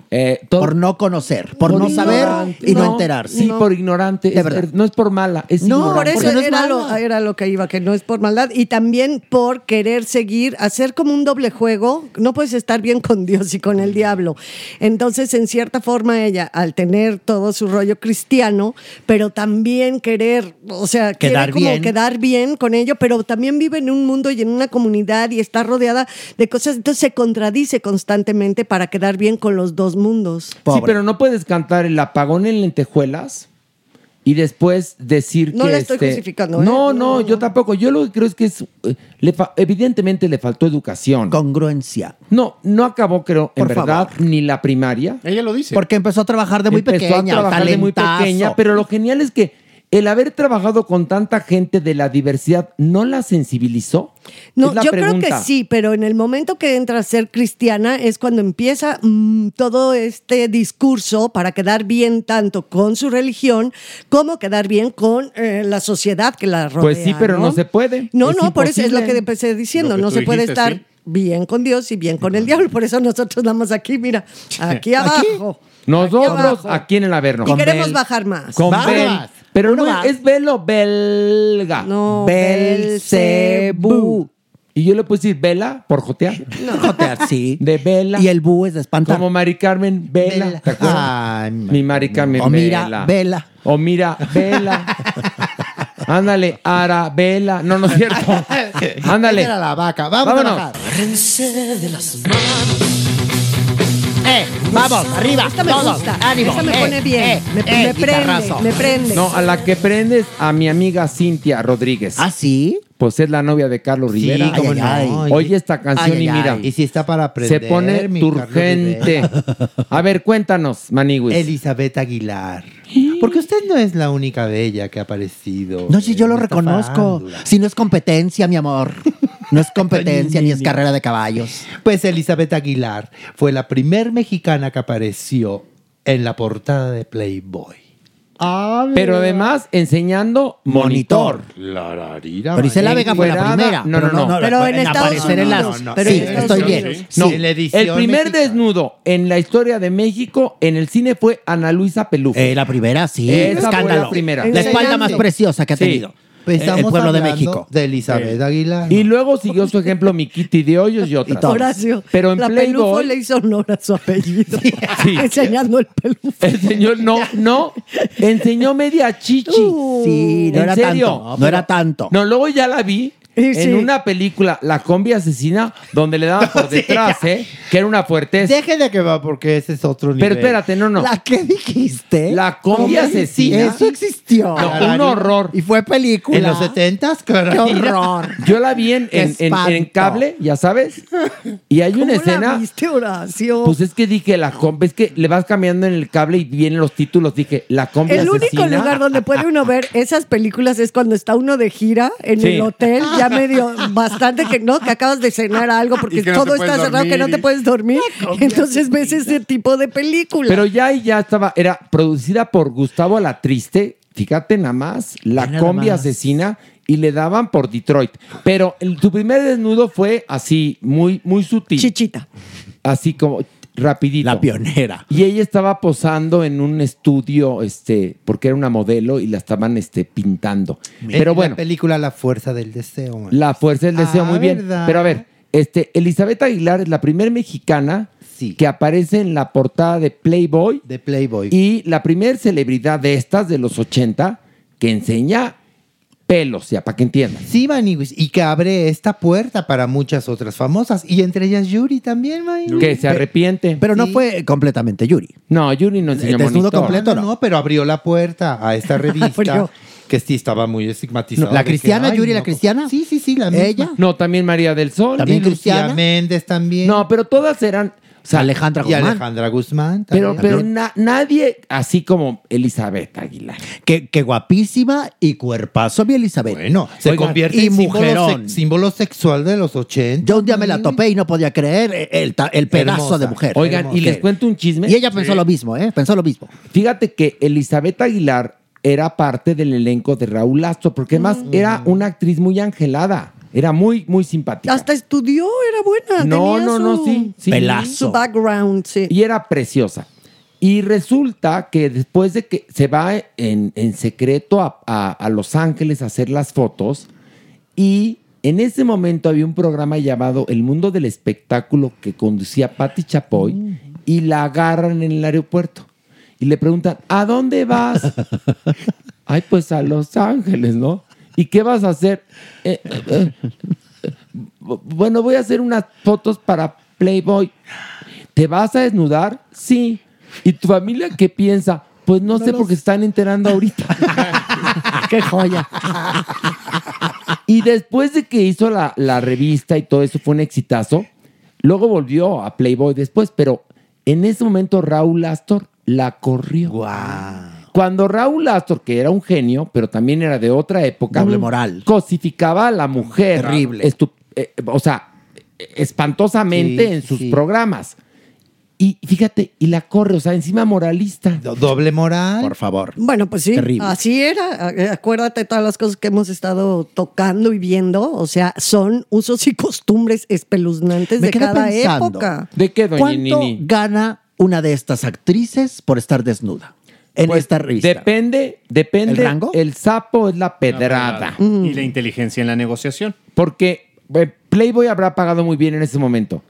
[SPEAKER 5] por
[SPEAKER 14] no conocer, por,
[SPEAKER 5] Por
[SPEAKER 14] no saber
[SPEAKER 5] ignorante.
[SPEAKER 14] y no,
[SPEAKER 5] No,
[SPEAKER 14] enterarse.
[SPEAKER 5] sí, No. por ignorante.
[SPEAKER 14] De
[SPEAKER 5] Es
[SPEAKER 14] verdad.
[SPEAKER 5] No es por mala, es
[SPEAKER 7] No, por eso
[SPEAKER 5] ignorante.
[SPEAKER 7] era, lo, era lo que iba, que no es por maldad. Y también por querer seguir, hacer como un doble juego. No puedes estar bien con Dios y con el diablo. Entonces, en cierta forma, ella, al tener todo su rollo cristiano, pero también querer, o sea, quiere
[SPEAKER 14] Quedar
[SPEAKER 7] como
[SPEAKER 14] bien.
[SPEAKER 7] quedar bien con ello, pero también vive en un mundo y en una comunidad y está rodeada de cosas. Entonces, se contradice constantemente para quedar bien con los dos mundos.
[SPEAKER 5] Sí, pero no puedes cantar el apagón en lentejuelas y después decir
[SPEAKER 7] No
[SPEAKER 5] que.
[SPEAKER 7] la estoy
[SPEAKER 5] este-
[SPEAKER 7] justificando, ¿eh?
[SPEAKER 5] No, no, yo tampoco. Yo lo que creo es que es. eh, le fa- evidentemente le faltó educación.
[SPEAKER 14] Congruencia.
[SPEAKER 5] No, no acabó, creo, en
[SPEAKER 14] Por
[SPEAKER 5] verdad, ni la primaria.
[SPEAKER 8] Ella lo dice.
[SPEAKER 14] Porque empezó a trabajar de muy
[SPEAKER 5] Empezó
[SPEAKER 14] pequeña.
[SPEAKER 5] a trabajar de muy
[SPEAKER 14] talentazo.
[SPEAKER 5] pequeña, pero lo genial es que el haber trabajado con tanta gente de la diversidad no la sensibilizó.
[SPEAKER 7] No,
[SPEAKER 5] Es la
[SPEAKER 7] yo creo
[SPEAKER 5] pregunta.
[SPEAKER 7] que sí, pero en el momento que entra a ser cristiana es cuando empieza mm, todo este discurso para quedar bien tanto con su religión como quedar bien con eh, la sociedad que la rodea.
[SPEAKER 5] Pues sí, pero no, se puede.
[SPEAKER 7] No,
[SPEAKER 5] Es
[SPEAKER 7] no, por eso es lo que
[SPEAKER 5] imposible.
[SPEAKER 7] empecé diciendo,
[SPEAKER 5] Lo que
[SPEAKER 7] no
[SPEAKER 5] tú
[SPEAKER 7] se puede
[SPEAKER 5] dijiste,
[SPEAKER 7] estar
[SPEAKER 5] sí.
[SPEAKER 7] bien con Dios y bien con el diablo, por eso nosotros vamos aquí, mira,
[SPEAKER 5] Aquí.
[SPEAKER 7] aquí abajo.
[SPEAKER 5] Nosotros
[SPEAKER 7] abajo.
[SPEAKER 5] aquí en el Averno.
[SPEAKER 7] Y queremos bajar más.
[SPEAKER 5] Con
[SPEAKER 7] Baja
[SPEAKER 5] Bel.
[SPEAKER 7] más.
[SPEAKER 5] Pero
[SPEAKER 7] Uno
[SPEAKER 5] no,
[SPEAKER 7] más.
[SPEAKER 5] es velo belga. No. Belcebú. Y yo le puedo decir vela por jotear.
[SPEAKER 14] Jotear, sí.
[SPEAKER 5] De vela.
[SPEAKER 14] Y el bú es de espantar.
[SPEAKER 5] Como Mari Carmen, vela. ¿Te acuerdas? Mi Mari Carmen,
[SPEAKER 14] O mira,
[SPEAKER 5] vela.
[SPEAKER 14] vela.
[SPEAKER 5] O mira, vela. Ándale, Arabela. No, no es cierto. Ándale.
[SPEAKER 19] Era la vaca. Vamos a
[SPEAKER 5] Vámonos.
[SPEAKER 19] bajar. Agárrense de las
[SPEAKER 14] ¡Eh! ¡Vamos! ¡Arriba!
[SPEAKER 7] Esta me
[SPEAKER 14] todos,
[SPEAKER 7] gusta.
[SPEAKER 14] ¡Ánimo!
[SPEAKER 7] Esta me
[SPEAKER 14] ¡Eh!
[SPEAKER 7] pone bien.
[SPEAKER 14] ¡Eh!
[SPEAKER 7] Me-
[SPEAKER 14] ¡Eh!
[SPEAKER 7] me prende,
[SPEAKER 14] guitarrazo.
[SPEAKER 7] me prende.
[SPEAKER 5] No, a la que prendes a mi amiga Cintia Rodríguez. ¿Ah,
[SPEAKER 14] sí?
[SPEAKER 5] Pues es la novia de Carlos
[SPEAKER 17] Sí,
[SPEAKER 5] Rivera.
[SPEAKER 17] cómo Ay, no. ay, ay.
[SPEAKER 5] Oye esta canción
[SPEAKER 17] Ay,
[SPEAKER 5] y
[SPEAKER 17] ay,
[SPEAKER 5] mira.
[SPEAKER 17] ay. Y si está para
[SPEAKER 5] Se
[SPEAKER 17] aprender,
[SPEAKER 5] pone
[SPEAKER 17] mi
[SPEAKER 5] turgente.
[SPEAKER 17] Carlos
[SPEAKER 5] A ver, cuéntanos, Manigüis.
[SPEAKER 17] Elizabeth Aguilar. Porque usted no es la única bella que ha aparecido.
[SPEAKER 14] No, si yo lo
[SPEAKER 17] en esta
[SPEAKER 14] reconozco.
[SPEAKER 17] farándula.
[SPEAKER 14] Si no es competencia, mi amor. No es competencia ni es carrera de caballos.
[SPEAKER 17] Pues Elizabeth Aguilar fue la primer mexicana que apareció en la portada de Playboy.
[SPEAKER 5] Pero además enseñando monitor.
[SPEAKER 17] La rarira.
[SPEAKER 5] Pero Isela Vega fue la primera.
[SPEAKER 17] No, no,
[SPEAKER 5] Pero
[SPEAKER 17] no.
[SPEAKER 5] eh, no, no, Pero en en Estados aparecer en las- Unidos. pero en
[SPEAKER 17] Sí,
[SPEAKER 5] Estados
[SPEAKER 17] estoy
[SPEAKER 5] Unidos.
[SPEAKER 17] bien.
[SPEAKER 5] No,
[SPEAKER 17] Sí. En la edición
[SPEAKER 5] el primer
[SPEAKER 17] mexicana.
[SPEAKER 5] desnudo en la historia de México en el cine fue Ana Luisa Pelufo.
[SPEAKER 14] la primera, sí.
[SPEAKER 5] Esa fue
[SPEAKER 14] Escándalo.
[SPEAKER 5] la primera.
[SPEAKER 14] La espalda más preciosa que ha
[SPEAKER 5] Sí.
[SPEAKER 14] tenido.
[SPEAKER 9] Estamos hablando De Elizabeth
[SPEAKER 5] Sí.
[SPEAKER 9] Aguilar.
[SPEAKER 5] Y luego siguió su ejemplo mi Kitty de Hoyos y otras.
[SPEAKER 7] Horacio.
[SPEAKER 5] Pero en
[SPEAKER 7] la Pelufo
[SPEAKER 5] Playboy
[SPEAKER 7] le hizo honor a su apellido.
[SPEAKER 5] Sí.
[SPEAKER 7] Enseñando el pelufo.
[SPEAKER 5] el señor no, no, enseñó media chichi.
[SPEAKER 14] Sí, no
[SPEAKER 5] ¿En
[SPEAKER 14] era
[SPEAKER 5] serio?
[SPEAKER 14] tanto, no era tanto.
[SPEAKER 5] No, luego ya la vi en
[SPEAKER 14] sí.
[SPEAKER 5] una película, La combi asesina, donde le daban por
[SPEAKER 17] Sí,
[SPEAKER 5] detrás, ¿eh? Que era una fuerteza.
[SPEAKER 17] Deje de que va porque ese es otro nivel.
[SPEAKER 5] Pero espérate, no, no.
[SPEAKER 14] ¿La qué dijiste?
[SPEAKER 5] La combi asesina.
[SPEAKER 14] Eso existió.
[SPEAKER 5] No, un horror.
[SPEAKER 14] Y fue película.
[SPEAKER 5] En los
[SPEAKER 14] 70
[SPEAKER 5] claro.
[SPEAKER 14] Qué horror.
[SPEAKER 5] Yo la vi en, en-
[SPEAKER 14] Qué
[SPEAKER 5] en-
[SPEAKER 14] espanto.
[SPEAKER 5] en cable, ya sabes. Y hay una escena.
[SPEAKER 7] viste, Horacio?
[SPEAKER 5] Pues es que dije, la combi, es que le vas cambiando en el cable y vienen los títulos. Dije, la combi
[SPEAKER 7] El único
[SPEAKER 5] asesina.
[SPEAKER 7] lugar donde puede uno ver esas películas es cuando está uno de gira en
[SPEAKER 5] Sí.
[SPEAKER 7] el hotel, ya medio bastante que no, que acabas de cenar algo porque
[SPEAKER 5] Y que no
[SPEAKER 7] todo
[SPEAKER 5] te
[SPEAKER 7] está
[SPEAKER 5] puedes
[SPEAKER 7] cerrado, que no
[SPEAKER 5] dormir.
[SPEAKER 7] te puedes dormir. Entonces ves ese tipo de películas.
[SPEAKER 5] Pero ya y ya estaba, era producida por Gustavo La Triste, fíjate nada más, la
[SPEAKER 14] nada
[SPEAKER 5] combi
[SPEAKER 14] más.
[SPEAKER 5] asesina y le daban por Detroit. Pero el- tu primer desnudo fue así, muy, muy sutil.
[SPEAKER 7] Chichita.
[SPEAKER 5] Así como rapidito. La
[SPEAKER 14] pionera.
[SPEAKER 5] Y ella estaba posando en un estudio, este, porque era una modelo y la estaban este, pintando. Pero bueno.
[SPEAKER 17] La película La Fuerza del Deseo. man.
[SPEAKER 5] La fuerza del deseo,
[SPEAKER 17] Ah,
[SPEAKER 5] muy bien.
[SPEAKER 17] ¿verdad?
[SPEAKER 5] Pero a ver, este, Elizabeth Aguilar es la primer mexicana que aparece en la portada de Playboy.
[SPEAKER 17] De Playboy.
[SPEAKER 5] Y la primer celebridad de estas, de los 80, que enseña pelos, ya, para que entiendan.
[SPEAKER 17] Sí, Maniguis, y que abre esta puerta para muchas otras famosas, y entre ellas Yuri también, Maniguis.
[SPEAKER 5] Que se arrepiente.
[SPEAKER 14] Pero no fue completamente Yuri.
[SPEAKER 5] No, Yuri no enseñó
[SPEAKER 17] desnudo
[SPEAKER 5] monitor.
[SPEAKER 17] completo, Ah, no, pero abrió la puerta a esta revista
[SPEAKER 5] Abrió.
[SPEAKER 17] que sí estaba muy estigmatizada.
[SPEAKER 5] ¿La
[SPEAKER 17] de que,
[SPEAKER 5] cristiana,
[SPEAKER 17] ay,
[SPEAKER 5] Yuri, la
[SPEAKER 17] no,
[SPEAKER 14] cristiana?
[SPEAKER 17] Sí, sí, sí, la misma.
[SPEAKER 14] Ella.
[SPEAKER 5] No, también María del Sol.
[SPEAKER 17] También Y Lucía Cristiana.
[SPEAKER 5] Méndez también. No, pero todas eran... o sea,
[SPEAKER 14] Alejandra
[SPEAKER 17] Y Alejandra Guzmán.
[SPEAKER 5] Pero,
[SPEAKER 17] también.
[SPEAKER 5] pero na- nadie así como Elizabeth Aguilar.
[SPEAKER 14] Que, que guapísima y cuerpazo, mi Elizabeth. Bueno,
[SPEAKER 17] se convierte
[SPEAKER 14] y
[SPEAKER 17] en símbolo
[SPEAKER 14] mujerón.
[SPEAKER 17] sex- símbolo sexual de los 80.
[SPEAKER 14] Yo un día me la topé y no podía creer el- el, ta- el pedazo
[SPEAKER 5] Hermosa.
[SPEAKER 14] de mujer.
[SPEAKER 5] Oigan, y les cuento un chisme.
[SPEAKER 14] Y ella pensó lo mismo, ¿eh? Pensó lo mismo.
[SPEAKER 5] Fíjate que Elizabeth Aguilar era parte del elenco de Raúl Astro, porque además
[SPEAKER 14] Mm.
[SPEAKER 5] era una actriz muy angelada. Era muy, muy simpática.
[SPEAKER 7] Hasta estudió, era buena.
[SPEAKER 5] No,
[SPEAKER 7] tenía
[SPEAKER 5] no,
[SPEAKER 7] su-
[SPEAKER 5] no, sí, sí. Pelazo.
[SPEAKER 7] Su background, sí.
[SPEAKER 5] Y era preciosa. Y resulta que después de que se va en, en secreto a, a- a Los Ángeles a hacer las fotos, y en ese momento había un programa llamado El Mundo del Espectáculo que conducía Patti Chapoy, y la agarran en el aeropuerto. Y le preguntan, ¿a dónde vas? Ay, pues a Los Ángeles, ¿no? ¿Y qué vas a hacer? Eh, eh, eh, eh, bu- bueno, voy a hacer unas fotos para Playboy. ¿Te vas a desnudar? Sí. ¿Y tu familia qué piensa? Pues no, sé porque se están enterando ahorita.
[SPEAKER 14] ¡Qué joya!
[SPEAKER 5] Y después de que hizo la, la revista y todo eso fue un exitazo, luego volvió a Playboy después, pero en ese momento Raúl Astor la corrió. Cuando Raúl Astor, que era un genio, pero también era de otra época,
[SPEAKER 14] Doble moral.
[SPEAKER 5] cosificaba a la mujer.
[SPEAKER 14] Terrible.
[SPEAKER 5] estu- eh, o sea, eh, espantosamente
[SPEAKER 17] Sí,
[SPEAKER 5] en sus
[SPEAKER 17] sí.
[SPEAKER 5] programas. Y fíjate, y la corre, o sea, encima moralista.
[SPEAKER 17] Doble moral. Por
[SPEAKER 14] favor.
[SPEAKER 7] Bueno, pues sí,
[SPEAKER 5] Terrible.
[SPEAKER 7] así era. A- Acuérdate de todas las cosas que hemos estado tocando y viendo. O sea, son usos y costumbres espeluznantes de
[SPEAKER 14] quedé
[SPEAKER 7] cada
[SPEAKER 14] pensando,
[SPEAKER 7] época.
[SPEAKER 14] ¿Cuánto gana una de estas actrices por estar desnuda en esta revista?
[SPEAKER 5] Pues Depende, depende.
[SPEAKER 14] ¿El rango?
[SPEAKER 5] sapo es la pedrada.
[SPEAKER 8] Y la inteligencia en la negociación.
[SPEAKER 5] Porque eh, Playboy habrá pagado muy bien en ese momento.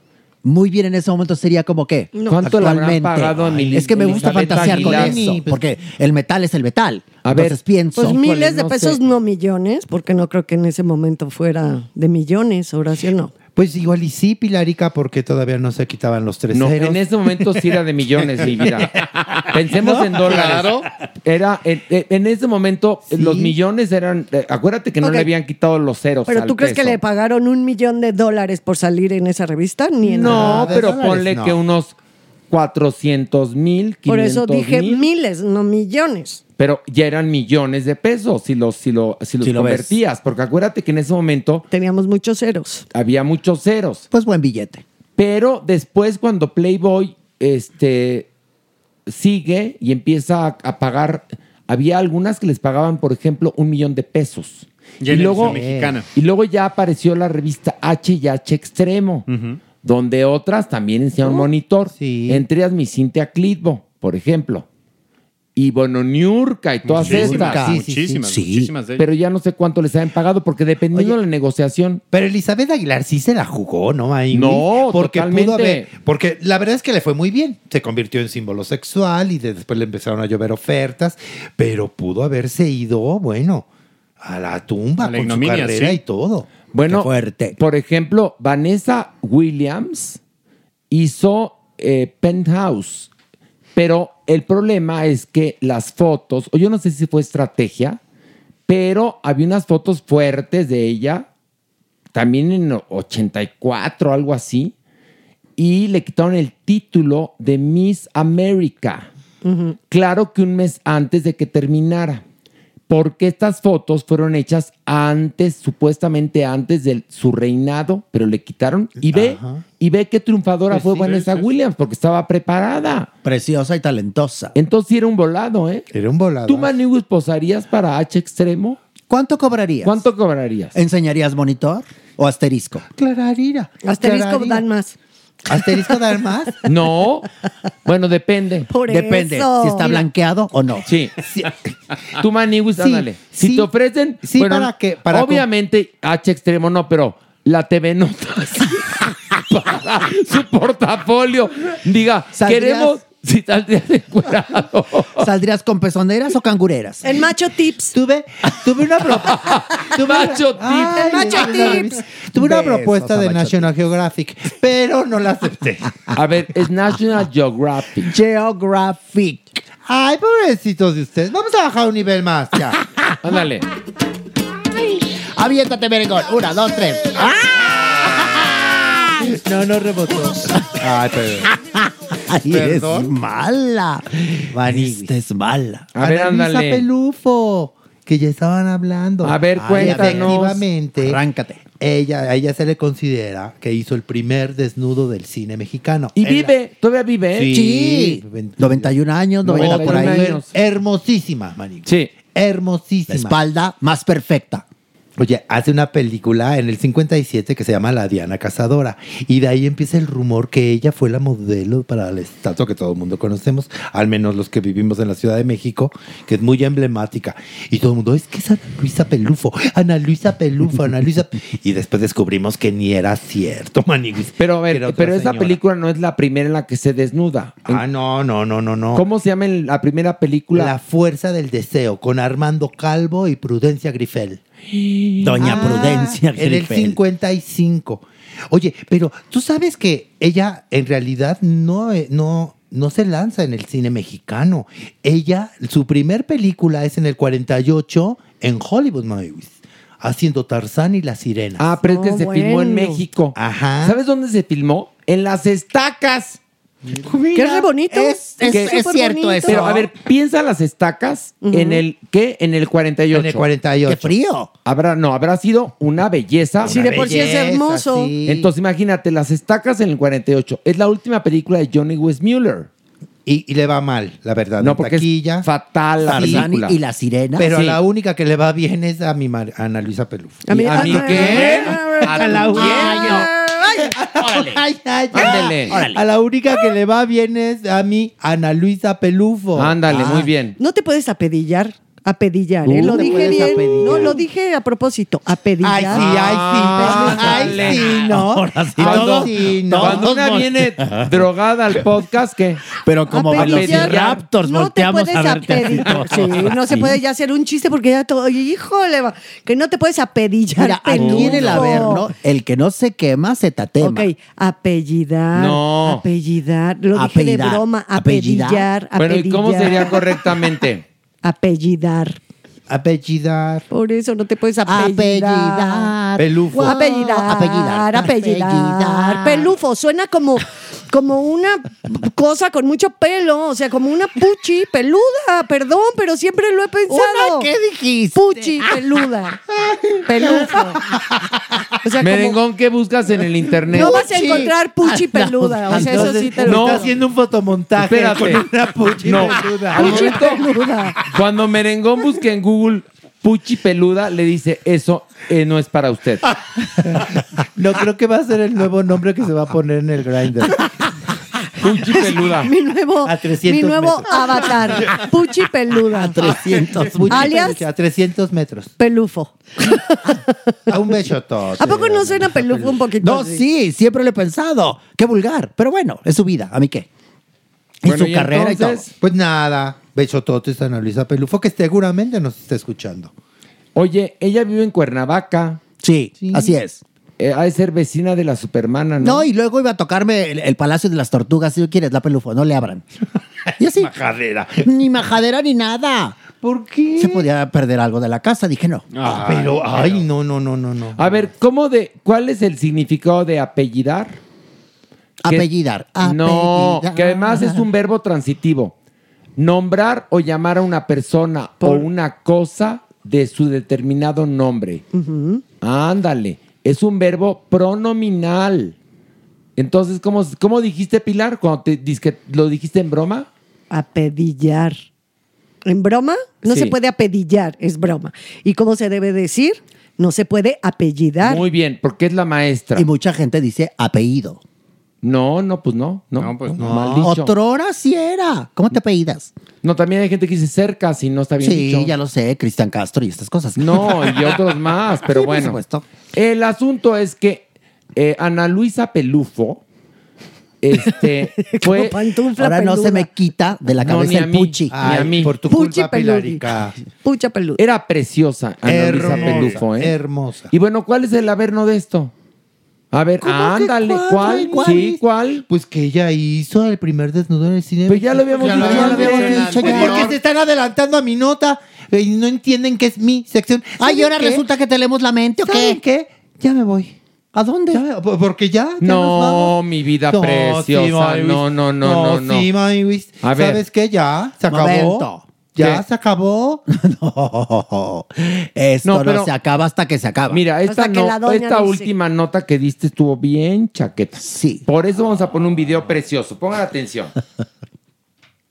[SPEAKER 14] Muy bien, en ese momento sería como qué?
[SPEAKER 5] No. ¿Cuánto le habrán pagado a
[SPEAKER 14] Ay,
[SPEAKER 5] Mili-
[SPEAKER 14] Es que me gusta
[SPEAKER 5] Elizabeth
[SPEAKER 14] fantasear
[SPEAKER 5] Aguilar?
[SPEAKER 14] con eso,
[SPEAKER 5] Sí, pues-
[SPEAKER 14] porque el metal es el metal.
[SPEAKER 5] A ver,
[SPEAKER 14] Entonces pienso.
[SPEAKER 7] Pues miles de pesos, no millones, porque no creo que en ese momento fuera de millones, Horacio, no.
[SPEAKER 17] Pues igual y sí, Pilarica, porque todavía no se quitaban los tres
[SPEAKER 5] No,
[SPEAKER 17] ceros.
[SPEAKER 5] en ese momento sí era de millones, mi vida. Pensemos en dólares.
[SPEAKER 17] Claro.
[SPEAKER 5] Era, en, en- en ese momento los millones eran. eh, acuérdate que no
[SPEAKER 7] Ok.
[SPEAKER 5] le habían quitado los ceros.
[SPEAKER 7] Pero
[SPEAKER 5] al
[SPEAKER 7] tú crees que
[SPEAKER 5] peso.
[SPEAKER 7] le pagaron un millón de dólares por salir en esa revista? Ni en
[SPEAKER 5] No,
[SPEAKER 7] nada.
[SPEAKER 5] pero ponle que unos 400 mil, 500
[SPEAKER 7] Por eso dije
[SPEAKER 5] mil,
[SPEAKER 7] miles, no millones.
[SPEAKER 5] Pero ya eran millones de pesos si los, si lo, si los
[SPEAKER 14] Si lo ves.
[SPEAKER 5] convertías. Porque acuérdate que en ese momento.
[SPEAKER 7] Teníamos muchos ceros.
[SPEAKER 5] Había muchos ceros.
[SPEAKER 14] Pues buen billete.
[SPEAKER 5] Pero después, cuando Playboy este, sigue y empieza a, a pagar. Había algunas que les pagaban, por ejemplo, un millón de pesos.
[SPEAKER 8] Ya en la edición mexicana.
[SPEAKER 5] y luego ya apareció la revista H y H Extremo, donde
[SPEAKER 17] Uh,
[SPEAKER 5] otras también enseñaban monitor. Entre ellas mi Cintia Clitbo, por ejemplo. y Bononiurca y todas
[SPEAKER 8] Muchísimas,
[SPEAKER 5] estas.
[SPEAKER 8] muchísimas, muchísimas de ellas.
[SPEAKER 5] Pero ya no sé cuánto les han pagado, porque dependiendo de la negociación.
[SPEAKER 17] Pero Elizabeth Aguilar sí se la jugó, ¿no? Ahí,
[SPEAKER 5] No,
[SPEAKER 17] güey. porque
[SPEAKER 5] totalmente.
[SPEAKER 17] pudo haber. Porque la verdad es que le fue muy bien. Se convirtió en símbolo sexual y de- después le empezaron a llover ofertas, pero pudo haberse ido, bueno, a la tumba con su carrera y todo.
[SPEAKER 5] Bueno, por ejemplo, Vanessa Williams hizo eh, Penthouse, pero el problema es que las fotos, o yo no sé si fue estrategia, pero había unas fotos fuertes de ella, también en 84, algo así, y le quitaron el título de Miss America. Claro que un mes antes de que terminara. Porque estas fotos fueron hechas antes, supuestamente antes de su reinado, pero le quitaron. Y ve, y ve qué triunfadora
[SPEAKER 13] Pues
[SPEAKER 5] fue
[SPEAKER 13] sí,
[SPEAKER 5] Vanessa
[SPEAKER 13] sí, sí.
[SPEAKER 5] Williams, porque estaba preparada.
[SPEAKER 13] Preciosa y talentosa.
[SPEAKER 5] Entonces sí era un volado, ¿eh?
[SPEAKER 17] Era un volado.
[SPEAKER 5] ¿Tú, Manigus, posarías para H extremo?
[SPEAKER 14] ¿Cuánto cobrarías?
[SPEAKER 5] ¿Cuánto cobrarías?
[SPEAKER 14] ¿Enseñarías monitor o asterisco?
[SPEAKER 17] Clararira.
[SPEAKER 7] Asterisco
[SPEAKER 14] Clararira.
[SPEAKER 7] dan más.
[SPEAKER 14] ¿Asterisco dar más?
[SPEAKER 5] No. Bueno, depende.
[SPEAKER 7] Por
[SPEAKER 14] Depende
[SPEAKER 7] eso.
[SPEAKER 14] si está
[SPEAKER 7] Mira.
[SPEAKER 14] blanqueado o no.
[SPEAKER 5] Sí. Tú, Manigus,
[SPEAKER 14] Sí,
[SPEAKER 5] ándale. Si
[SPEAKER 14] sí.
[SPEAKER 5] te ofrecen.
[SPEAKER 14] Sí,
[SPEAKER 5] bueno,
[SPEAKER 14] ¿para qué? Para
[SPEAKER 5] obviamente, H extremo no, pero la TV Notas. para su portafolio. Diga,
[SPEAKER 14] ¿Saldrías?
[SPEAKER 5] queremos. Si saldrías encuerado.
[SPEAKER 14] ¿Saldrías con pezoneras o cangureras?
[SPEAKER 7] El macho tips.
[SPEAKER 14] Tuve, tuve una propuesta.
[SPEAKER 5] macho
[SPEAKER 14] Ay,
[SPEAKER 7] macho
[SPEAKER 14] Dios.
[SPEAKER 7] tips.
[SPEAKER 17] Tuve una
[SPEAKER 14] Besos
[SPEAKER 17] propuesta
[SPEAKER 14] a
[SPEAKER 17] de
[SPEAKER 14] Macho
[SPEAKER 17] National Geographic, pero no la acepté.
[SPEAKER 5] A ver, es National Geographic.
[SPEAKER 14] Geographic.
[SPEAKER 17] Ay, pobrecitos de ustedes. Vamos a bajar un nivel más ya.
[SPEAKER 5] Ándale.
[SPEAKER 14] Aviéntate, merengón. Una, dos, tres. ¡Ah! No, no rebotó.
[SPEAKER 17] Ay, pero.
[SPEAKER 14] Ay, eres
[SPEAKER 17] Perdón.
[SPEAKER 14] mala. Esta es mala.
[SPEAKER 5] A ver,
[SPEAKER 14] Ana Luisa
[SPEAKER 5] ándale.
[SPEAKER 17] Pelufo, que ya estaban hablando.
[SPEAKER 5] A ver,
[SPEAKER 17] Ay,
[SPEAKER 5] cuéntanos.
[SPEAKER 17] Efectivamente,
[SPEAKER 14] Arráncate.
[SPEAKER 17] ella, a ella se le considera que hizo el primer desnudo del cine mexicano.
[SPEAKER 5] Y
[SPEAKER 17] En la-
[SPEAKER 5] vive, todavía vive, ¿eh?
[SPEAKER 14] Sí. 91 años, 90 por ahí.
[SPEAKER 5] 91 años.
[SPEAKER 17] Hermosísima, Manico.
[SPEAKER 5] Sí.
[SPEAKER 14] La
[SPEAKER 17] Hermosísima.
[SPEAKER 14] espalda más perfecta.
[SPEAKER 17] Oye, hace una película en el 57 que se llama La Diana Cazadora. Y de ahí empieza el rumor que ella fue la modelo para la estatua que todo el mundo conocemos, al menos los que vivimos en la Ciudad de México, que es muy emblemática. Y todo el mundo, es que es Ana Luisa Pelufo, Ana Luisa Pelufo, Ana Luisa. Pe-". y después descubrimos que ni era cierto, maniguis.
[SPEAKER 5] Pero a ver,
[SPEAKER 17] Era otra
[SPEAKER 5] pero esa
[SPEAKER 17] señora.
[SPEAKER 5] película no es la primera en la que se desnuda.
[SPEAKER 17] Ah, no, no, no, no, no.
[SPEAKER 5] ¿Cómo se llama en la primera película?
[SPEAKER 17] La fuerza del deseo, con Armando Calvo y Prudencia Grifel.
[SPEAKER 14] Doña
[SPEAKER 17] Ah,
[SPEAKER 14] Prudencia.
[SPEAKER 17] En el
[SPEAKER 14] Grifel.
[SPEAKER 17] 55. Oye, pero tú sabes que ella en realidad no, eh, no, no se lanza en el cine mexicano. Ella, su primer película es en el 48 en Hollywood, Movies, haciendo Tarzán y la Sirena.
[SPEAKER 5] Ah, pero es que
[SPEAKER 7] No,
[SPEAKER 5] se filmó en
[SPEAKER 7] bueno.
[SPEAKER 5] México.
[SPEAKER 17] Ajá.
[SPEAKER 5] ¿Sabes dónde se filmó? En las estacas.
[SPEAKER 7] Que es re bonito.
[SPEAKER 14] Es- es-
[SPEAKER 7] Que-
[SPEAKER 14] es
[SPEAKER 7] súper
[SPEAKER 14] cierto eso.
[SPEAKER 5] Pero a ver, piensa las estacas en el ¿qué? En el 48.
[SPEAKER 17] En el 48.
[SPEAKER 14] ¡Qué frío!
[SPEAKER 5] Habrá no, habrá sido una belleza.
[SPEAKER 7] Sí, de por sí es
[SPEAKER 17] Belleza,
[SPEAKER 7] hermoso.
[SPEAKER 17] sí.
[SPEAKER 5] Entonces imagínate las estacas en el 48. Es la última película de Johnny Westmuller.
[SPEAKER 17] y, y le va mal, la verdad.
[SPEAKER 5] No,
[SPEAKER 17] en
[SPEAKER 5] porque
[SPEAKER 17] taquilla.
[SPEAKER 5] es fatal la
[SPEAKER 14] Tarzán
[SPEAKER 5] película.
[SPEAKER 14] y la sirena.
[SPEAKER 17] Pero
[SPEAKER 5] sí.
[SPEAKER 17] la única que le va bien es a mi mar- a Ana Luisa Pelufo.
[SPEAKER 5] ¿Y ¿A
[SPEAKER 7] a
[SPEAKER 5] mí
[SPEAKER 7] mí-
[SPEAKER 5] qué?
[SPEAKER 17] A la única. Ay, ay, ay.
[SPEAKER 7] Ah,
[SPEAKER 5] Ándale. Órale.
[SPEAKER 17] A la única que le va bien es a mi Ana Luisa Pelufo.
[SPEAKER 5] Ándale, muy bien.
[SPEAKER 7] Ah, No te puedes apedillar. Apedillar, ¿eh?
[SPEAKER 5] Uh,
[SPEAKER 7] Lo
[SPEAKER 5] te
[SPEAKER 7] dije
[SPEAKER 5] puedes
[SPEAKER 7] bien.
[SPEAKER 5] apedillar.
[SPEAKER 7] No, lo dije a propósito. Apedillar.
[SPEAKER 17] Ay, sí,
[SPEAKER 5] Ah,
[SPEAKER 17] ay, sí.
[SPEAKER 5] ándale.
[SPEAKER 17] Ay, sí, no.
[SPEAKER 14] Ahora sí,
[SPEAKER 17] Ay,
[SPEAKER 14] todos-
[SPEAKER 17] sí, no.
[SPEAKER 5] Cuando una viene drogada al podcast, ¿qué?
[SPEAKER 14] Pero como
[SPEAKER 5] Apedillar.
[SPEAKER 14] velociraptors,
[SPEAKER 5] Ah,
[SPEAKER 7] no te
[SPEAKER 14] volteamos
[SPEAKER 7] puedes
[SPEAKER 14] a verte así
[SPEAKER 7] apedillar.
[SPEAKER 14] todos
[SPEAKER 7] Sí, no se
[SPEAKER 14] así.
[SPEAKER 7] puede ya hacer un chiste porque ya todo. Híjole, va, que no te puedes apedillar.
[SPEAKER 14] Mira,
[SPEAKER 17] Ah,
[SPEAKER 14] aquí en el
[SPEAKER 7] pelufo.
[SPEAKER 14] averno, el que no se quema se tatema.
[SPEAKER 7] Ok, apellidar.
[SPEAKER 5] No.
[SPEAKER 7] Apellidar. Lo dije de
[SPEAKER 14] Apellidar.
[SPEAKER 7] broma.
[SPEAKER 14] Apellidar.
[SPEAKER 7] Apellidar.
[SPEAKER 5] Bueno, ¿y cómo
[SPEAKER 7] apellidar,
[SPEAKER 5] sería correctamente?
[SPEAKER 7] Apellidar.
[SPEAKER 17] Apellidar.
[SPEAKER 7] Por eso no te puedes apellidar.
[SPEAKER 14] Apellidar.
[SPEAKER 17] Pelufo.
[SPEAKER 7] Apellidar. Apellidar.
[SPEAKER 14] Apellidar.
[SPEAKER 7] Apellidar.
[SPEAKER 14] Apellidar.
[SPEAKER 7] Pelufo. Suena como, como una cosa con mucho pelo. O sea, como una puchi peluda. Perdón, pero siempre lo he pensado.
[SPEAKER 14] ¿Una qué dijiste?
[SPEAKER 7] Puchi peluda. Pelufo. O sea, como...
[SPEAKER 5] Merengón, ¿qué buscas en el internet?
[SPEAKER 7] No vas a encontrar puchi peluda. O sea, eso sí te lo
[SPEAKER 5] No.
[SPEAKER 7] juro.
[SPEAKER 17] Está haciendo un fotomontaje
[SPEAKER 5] Espérate.
[SPEAKER 17] con una puchi
[SPEAKER 5] No.
[SPEAKER 17] peluda.
[SPEAKER 5] Al
[SPEAKER 7] Puchi
[SPEAKER 5] momento,
[SPEAKER 7] peluda.
[SPEAKER 5] cuando Merengón busque en Google Puchi Peluda, le dice, eso eh, no es para usted.
[SPEAKER 17] No creo que va a ser el nuevo nombre que se va a poner en el grinder.
[SPEAKER 12] Puchi peluda.
[SPEAKER 7] Mi nuevo,
[SPEAKER 9] A 300
[SPEAKER 7] mi nuevo
[SPEAKER 9] metros.
[SPEAKER 7] avatar, Puchi Peluda.
[SPEAKER 9] A 300, mucho
[SPEAKER 7] Alias
[SPEAKER 9] peluche, a 300 metros.
[SPEAKER 7] Pelufo. Ah,
[SPEAKER 9] A un besotote.
[SPEAKER 7] ¿A poco no suena Pelufo un poquito?
[SPEAKER 14] No,
[SPEAKER 7] así?
[SPEAKER 14] sí, siempre lo he pensado. Qué vulgar. Pero bueno, es su vida. ¿A mí qué? Y
[SPEAKER 7] pues,
[SPEAKER 17] Bueno,
[SPEAKER 14] su carrera y todo.
[SPEAKER 17] Pues nada, besototes a Ana Luisa Pelufo, que seguramente nos está escuchando.
[SPEAKER 5] Oye, ella vive en Cuernavaca.
[SPEAKER 14] Sí, así es.
[SPEAKER 5] Eh, ha de ser vecina de la Supermana, ¿no?
[SPEAKER 14] No, y luego iba a tocarme el, el Palacio de las Tortugas. Si quieres, la pelufo, no le abran. Y así.
[SPEAKER 17] Majadera.
[SPEAKER 14] Ni majadera ni nada.
[SPEAKER 17] ¿Por qué?
[SPEAKER 14] Se podía perder algo de la casa. Dije no.
[SPEAKER 17] Ah, pero, ay, no, no, no, no, no.
[SPEAKER 5] A ver, ¿cómo de, ¿cuál es el significado de apellidar? Que-
[SPEAKER 14] Apellidar,
[SPEAKER 5] No,
[SPEAKER 14] apellidar.
[SPEAKER 5] que además es un verbo transitivo. Nombrar o llamar a una persona o una cosa de su determinado nombre. Ándale, es un verbo pronominal. Entonces, ¿cómo, cómo dijiste, Pilar, cuando te disque- lo dijiste en broma?
[SPEAKER 7] Apedillar. ¿En broma? No
[SPEAKER 5] Sí.
[SPEAKER 7] se puede apedillar, es broma. ¿Y cómo se debe decir? No se puede apellidar.
[SPEAKER 5] Muy bien, porque es la maestra. Y
[SPEAKER 14] mucha gente dice apellido.
[SPEAKER 5] No, no, pues no. No,
[SPEAKER 14] pues
[SPEAKER 5] no. Mal dicho.
[SPEAKER 14] Otrora sí era. ¿Cómo te apellidas?
[SPEAKER 5] No, también hay gente que dice cerca, si no está bien
[SPEAKER 14] Sí,
[SPEAKER 5] dicho.
[SPEAKER 14] ya lo sé, Cristian Castro y estas cosas.
[SPEAKER 5] No, y otros más, pero
[SPEAKER 14] Sí, por
[SPEAKER 5] bueno.
[SPEAKER 14] supuesto.
[SPEAKER 5] El asunto es que eh, Ana Luisa Pelufo este, fue...
[SPEAKER 14] Ahora no se me quita de la
[SPEAKER 5] No,
[SPEAKER 14] cabeza
[SPEAKER 5] ni a
[SPEAKER 14] el
[SPEAKER 5] mí,
[SPEAKER 14] puchi.
[SPEAKER 5] ni a mí. Por tu
[SPEAKER 7] Puchi
[SPEAKER 5] culpa,
[SPEAKER 7] peluda.
[SPEAKER 5] Pilarica.
[SPEAKER 7] Pucha peluda.
[SPEAKER 5] Era preciosa Ana Luisa
[SPEAKER 17] Hermosa,
[SPEAKER 5] Ah, Pelufo, ¿eh?
[SPEAKER 17] hermosa.
[SPEAKER 5] Y bueno, ¿cuál es el averno de esto? A ver, ándale, ¿cuál? Sí, ¿cuál?
[SPEAKER 17] Pues que ella hizo el primer desnudo en el cine.
[SPEAKER 5] Pues ya lo habíamos
[SPEAKER 17] Ya lo
[SPEAKER 5] dicho.
[SPEAKER 17] habíamos
[SPEAKER 5] Ya lo habíamos
[SPEAKER 17] dicho,
[SPEAKER 5] dicho,
[SPEAKER 17] ya.
[SPEAKER 5] ya.
[SPEAKER 17] Porque se están adelantando a mi nota eh, y no entienden que es mi sección.
[SPEAKER 14] Ay,
[SPEAKER 17] ¿Saben
[SPEAKER 14] ¿y ahora
[SPEAKER 17] qué?
[SPEAKER 14] resulta que te leemos la mente o
[SPEAKER 17] ¿Saben
[SPEAKER 14] qué?
[SPEAKER 17] qué? Ya me voy.
[SPEAKER 14] ¿A dónde?
[SPEAKER 17] Ya, po- porque ya. ya nos vamos.
[SPEAKER 5] No, mi vida
[SPEAKER 17] No, sí,
[SPEAKER 5] preciosa.
[SPEAKER 17] Mary
[SPEAKER 5] no,
[SPEAKER 17] Wiss.
[SPEAKER 5] no, no, no, no.
[SPEAKER 17] Sí, Mary Wiss.
[SPEAKER 5] A ver.
[SPEAKER 17] ¿Sabes qué? Ya se acabó.
[SPEAKER 14] Momento.
[SPEAKER 17] Ya
[SPEAKER 14] ¿Qué?
[SPEAKER 17] se acabó.
[SPEAKER 14] Esto
[SPEAKER 5] No,
[SPEAKER 14] no,
[SPEAKER 5] pero-
[SPEAKER 14] se acaba hasta que se acaba.
[SPEAKER 5] Mira, esta,
[SPEAKER 7] que
[SPEAKER 5] no-
[SPEAKER 7] la doña
[SPEAKER 5] esta
[SPEAKER 7] dice-
[SPEAKER 5] última nota que diste estuvo bien chaqueta. Sí. Por eso vamos a poner un video precioso. Pongan atención.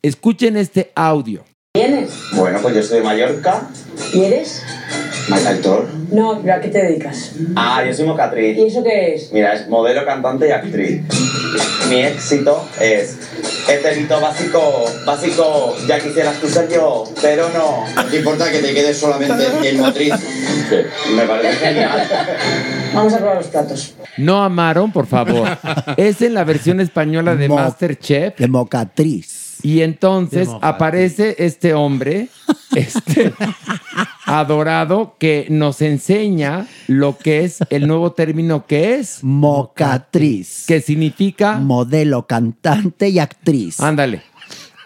[SPEAKER 5] Escuchen este audio.
[SPEAKER 20] ¿Vienes?
[SPEAKER 21] Bueno, pues yo soy de Mallorca,
[SPEAKER 20] ¿Y eres?
[SPEAKER 21] mal actor.
[SPEAKER 20] No, pero ¿a qué te dedicas?
[SPEAKER 21] Ah, yo soy mocatriz.
[SPEAKER 20] ¿Y eso qué es?
[SPEAKER 21] Mira, es modelo, cantante y actriz. Mi éxito es eterito básico, básico, ya quisieras tú ser yo, pero no.
[SPEAKER 22] ¿Te importa que te quedes solamente en motriz?
[SPEAKER 21] Me parece genial.
[SPEAKER 20] Vamos a probar los platos.
[SPEAKER 5] No amaron, por favor. es en la versión española de Masterchef.
[SPEAKER 14] De Mocatriz.
[SPEAKER 5] Y entonces
[SPEAKER 14] De Mocatriz.
[SPEAKER 5] aparece este hombre, este adorado, que nos enseña lo que es el nuevo término que es
[SPEAKER 14] Mocatriz.
[SPEAKER 5] Que significa
[SPEAKER 14] modelo, cantante y actriz.
[SPEAKER 5] Ándale.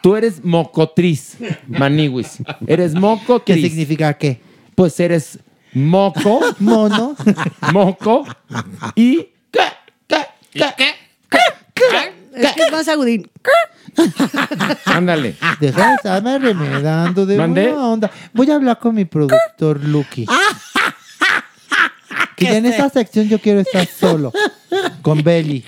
[SPEAKER 5] Tú eres mocotriz, Maniwis. Eres mocotriz. ¿Qué
[SPEAKER 17] significa qué?
[SPEAKER 5] Pues eres moco.
[SPEAKER 17] Mono.
[SPEAKER 5] Moco. Y.
[SPEAKER 7] Es que es más agudín.
[SPEAKER 5] Ándale.
[SPEAKER 17] Deja de estarme remedando de
[SPEAKER 5] ¿Mande?
[SPEAKER 17] buena onda. Voy a hablar con mi productor Lucky. que ya en esta sección yo quiero estar solo. Con Belly.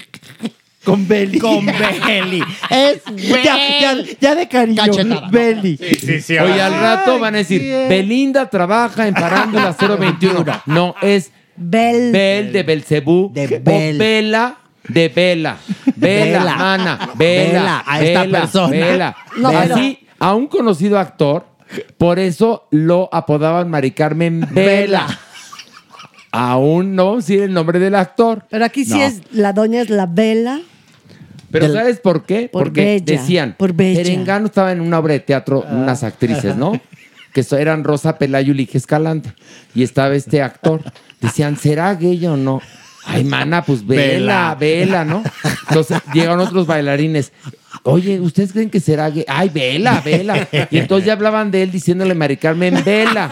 [SPEAKER 17] Con Belly.
[SPEAKER 19] Con Beli.
[SPEAKER 17] Es
[SPEAKER 19] Beli.
[SPEAKER 17] ya, ya, ya de cariño.
[SPEAKER 19] Cachetada, no.
[SPEAKER 17] Belly.
[SPEAKER 8] Sí, sí,
[SPEAKER 5] Oye,
[SPEAKER 8] ahora-
[SPEAKER 5] al rato van a decir, Belinda trabaja en Parándula 021. No, es
[SPEAKER 7] Bel.
[SPEAKER 5] Bel de Belcebú. De
[SPEAKER 14] Bel.
[SPEAKER 5] O Bela de Vela. Vela,
[SPEAKER 14] Vela.
[SPEAKER 5] mana. Vela.
[SPEAKER 14] Vela a esta
[SPEAKER 5] Vela,
[SPEAKER 14] persona.
[SPEAKER 5] Vela.
[SPEAKER 14] No, pero-
[SPEAKER 5] Así, a un conocido actor, por eso lo apodaban Mari Carmen Vela. Aún no vamos a decir el nombre del actor.
[SPEAKER 7] Pero aquí sí
[SPEAKER 5] No.
[SPEAKER 7] es, la doña es la vela.
[SPEAKER 5] Pero
[SPEAKER 7] Del-
[SPEAKER 5] ¿sabes por qué?
[SPEAKER 7] por
[SPEAKER 5] Porque
[SPEAKER 7] bella,
[SPEAKER 5] decían,
[SPEAKER 7] por bella.
[SPEAKER 5] Perengano estaba en una obra de teatro, unas actrices, ¿no? Que so- eran Rosa Pelayo y Ligia Escalante. Y estaba este actor. Decían, ¿será gay o no? Ay, mana, pues vela, vela, ¿no? Entonces llegan otros bailarines. Oye, ¿ustedes creen que será gay? Ay, vela, vela. Y entonces ya hablaban de él diciéndole Mari Carmen, vela.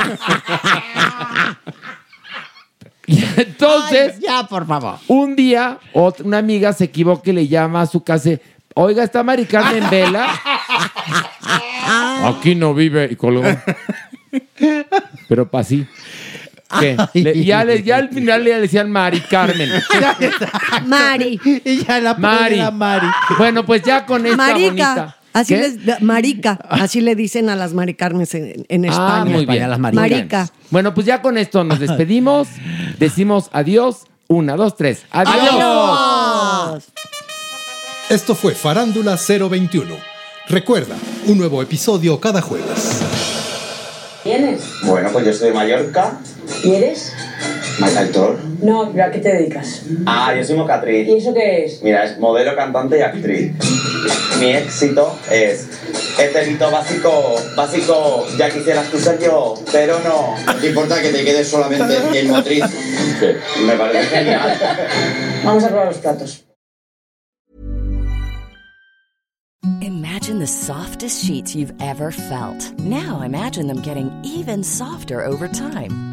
[SPEAKER 5] Y entonces.
[SPEAKER 14] ya, por favor.
[SPEAKER 5] Un día, ot- una amiga se equivoca y le llama a su casa. y, Oiga, ¿está Mari Carmen Vela? Aquí no vive. Y colgó. Pero pa' así. ¿Qué? Le- ya, le- ya al final le decían Mari Carmen.
[SPEAKER 7] Mari.
[SPEAKER 17] Y ya la
[SPEAKER 5] Mari. Bueno, pues ya con esta bonita.
[SPEAKER 7] Marica. Así
[SPEAKER 5] ¿Qué?
[SPEAKER 7] les, marica, así le dicen a las maricarmes en, en España.
[SPEAKER 5] Ah, muy bien.
[SPEAKER 7] Marica.
[SPEAKER 5] Bueno, pues ya con esto nos despedimos. Decimos adiós. Una, dos, tres. Adiós.
[SPEAKER 7] Adiós.
[SPEAKER 4] Esto fue Farándula 021. Recuerda, un nuevo episodio cada jueves.
[SPEAKER 20] ¿Vienes?
[SPEAKER 22] Bueno, pues yo soy de Mallorca,
[SPEAKER 20] ¿Vienes?
[SPEAKER 22] actor.
[SPEAKER 20] No, pero ¿a qué te dedicas?
[SPEAKER 22] Ah, yo soy mocatriz.
[SPEAKER 20] ¿Y eso qué es?
[SPEAKER 22] Mira, es modelo, cantante y actriz. Mi éxito es este mito básico, básico, ya quisieras tú ser yo, pero no.
[SPEAKER 21] No te importa que te quedes solamente en motriz.
[SPEAKER 22] Me parece genial.
[SPEAKER 20] Vamos a probar los platos.
[SPEAKER 1] Imagine the softest sheets you've ever felt. Now imagine them getting even softer over time.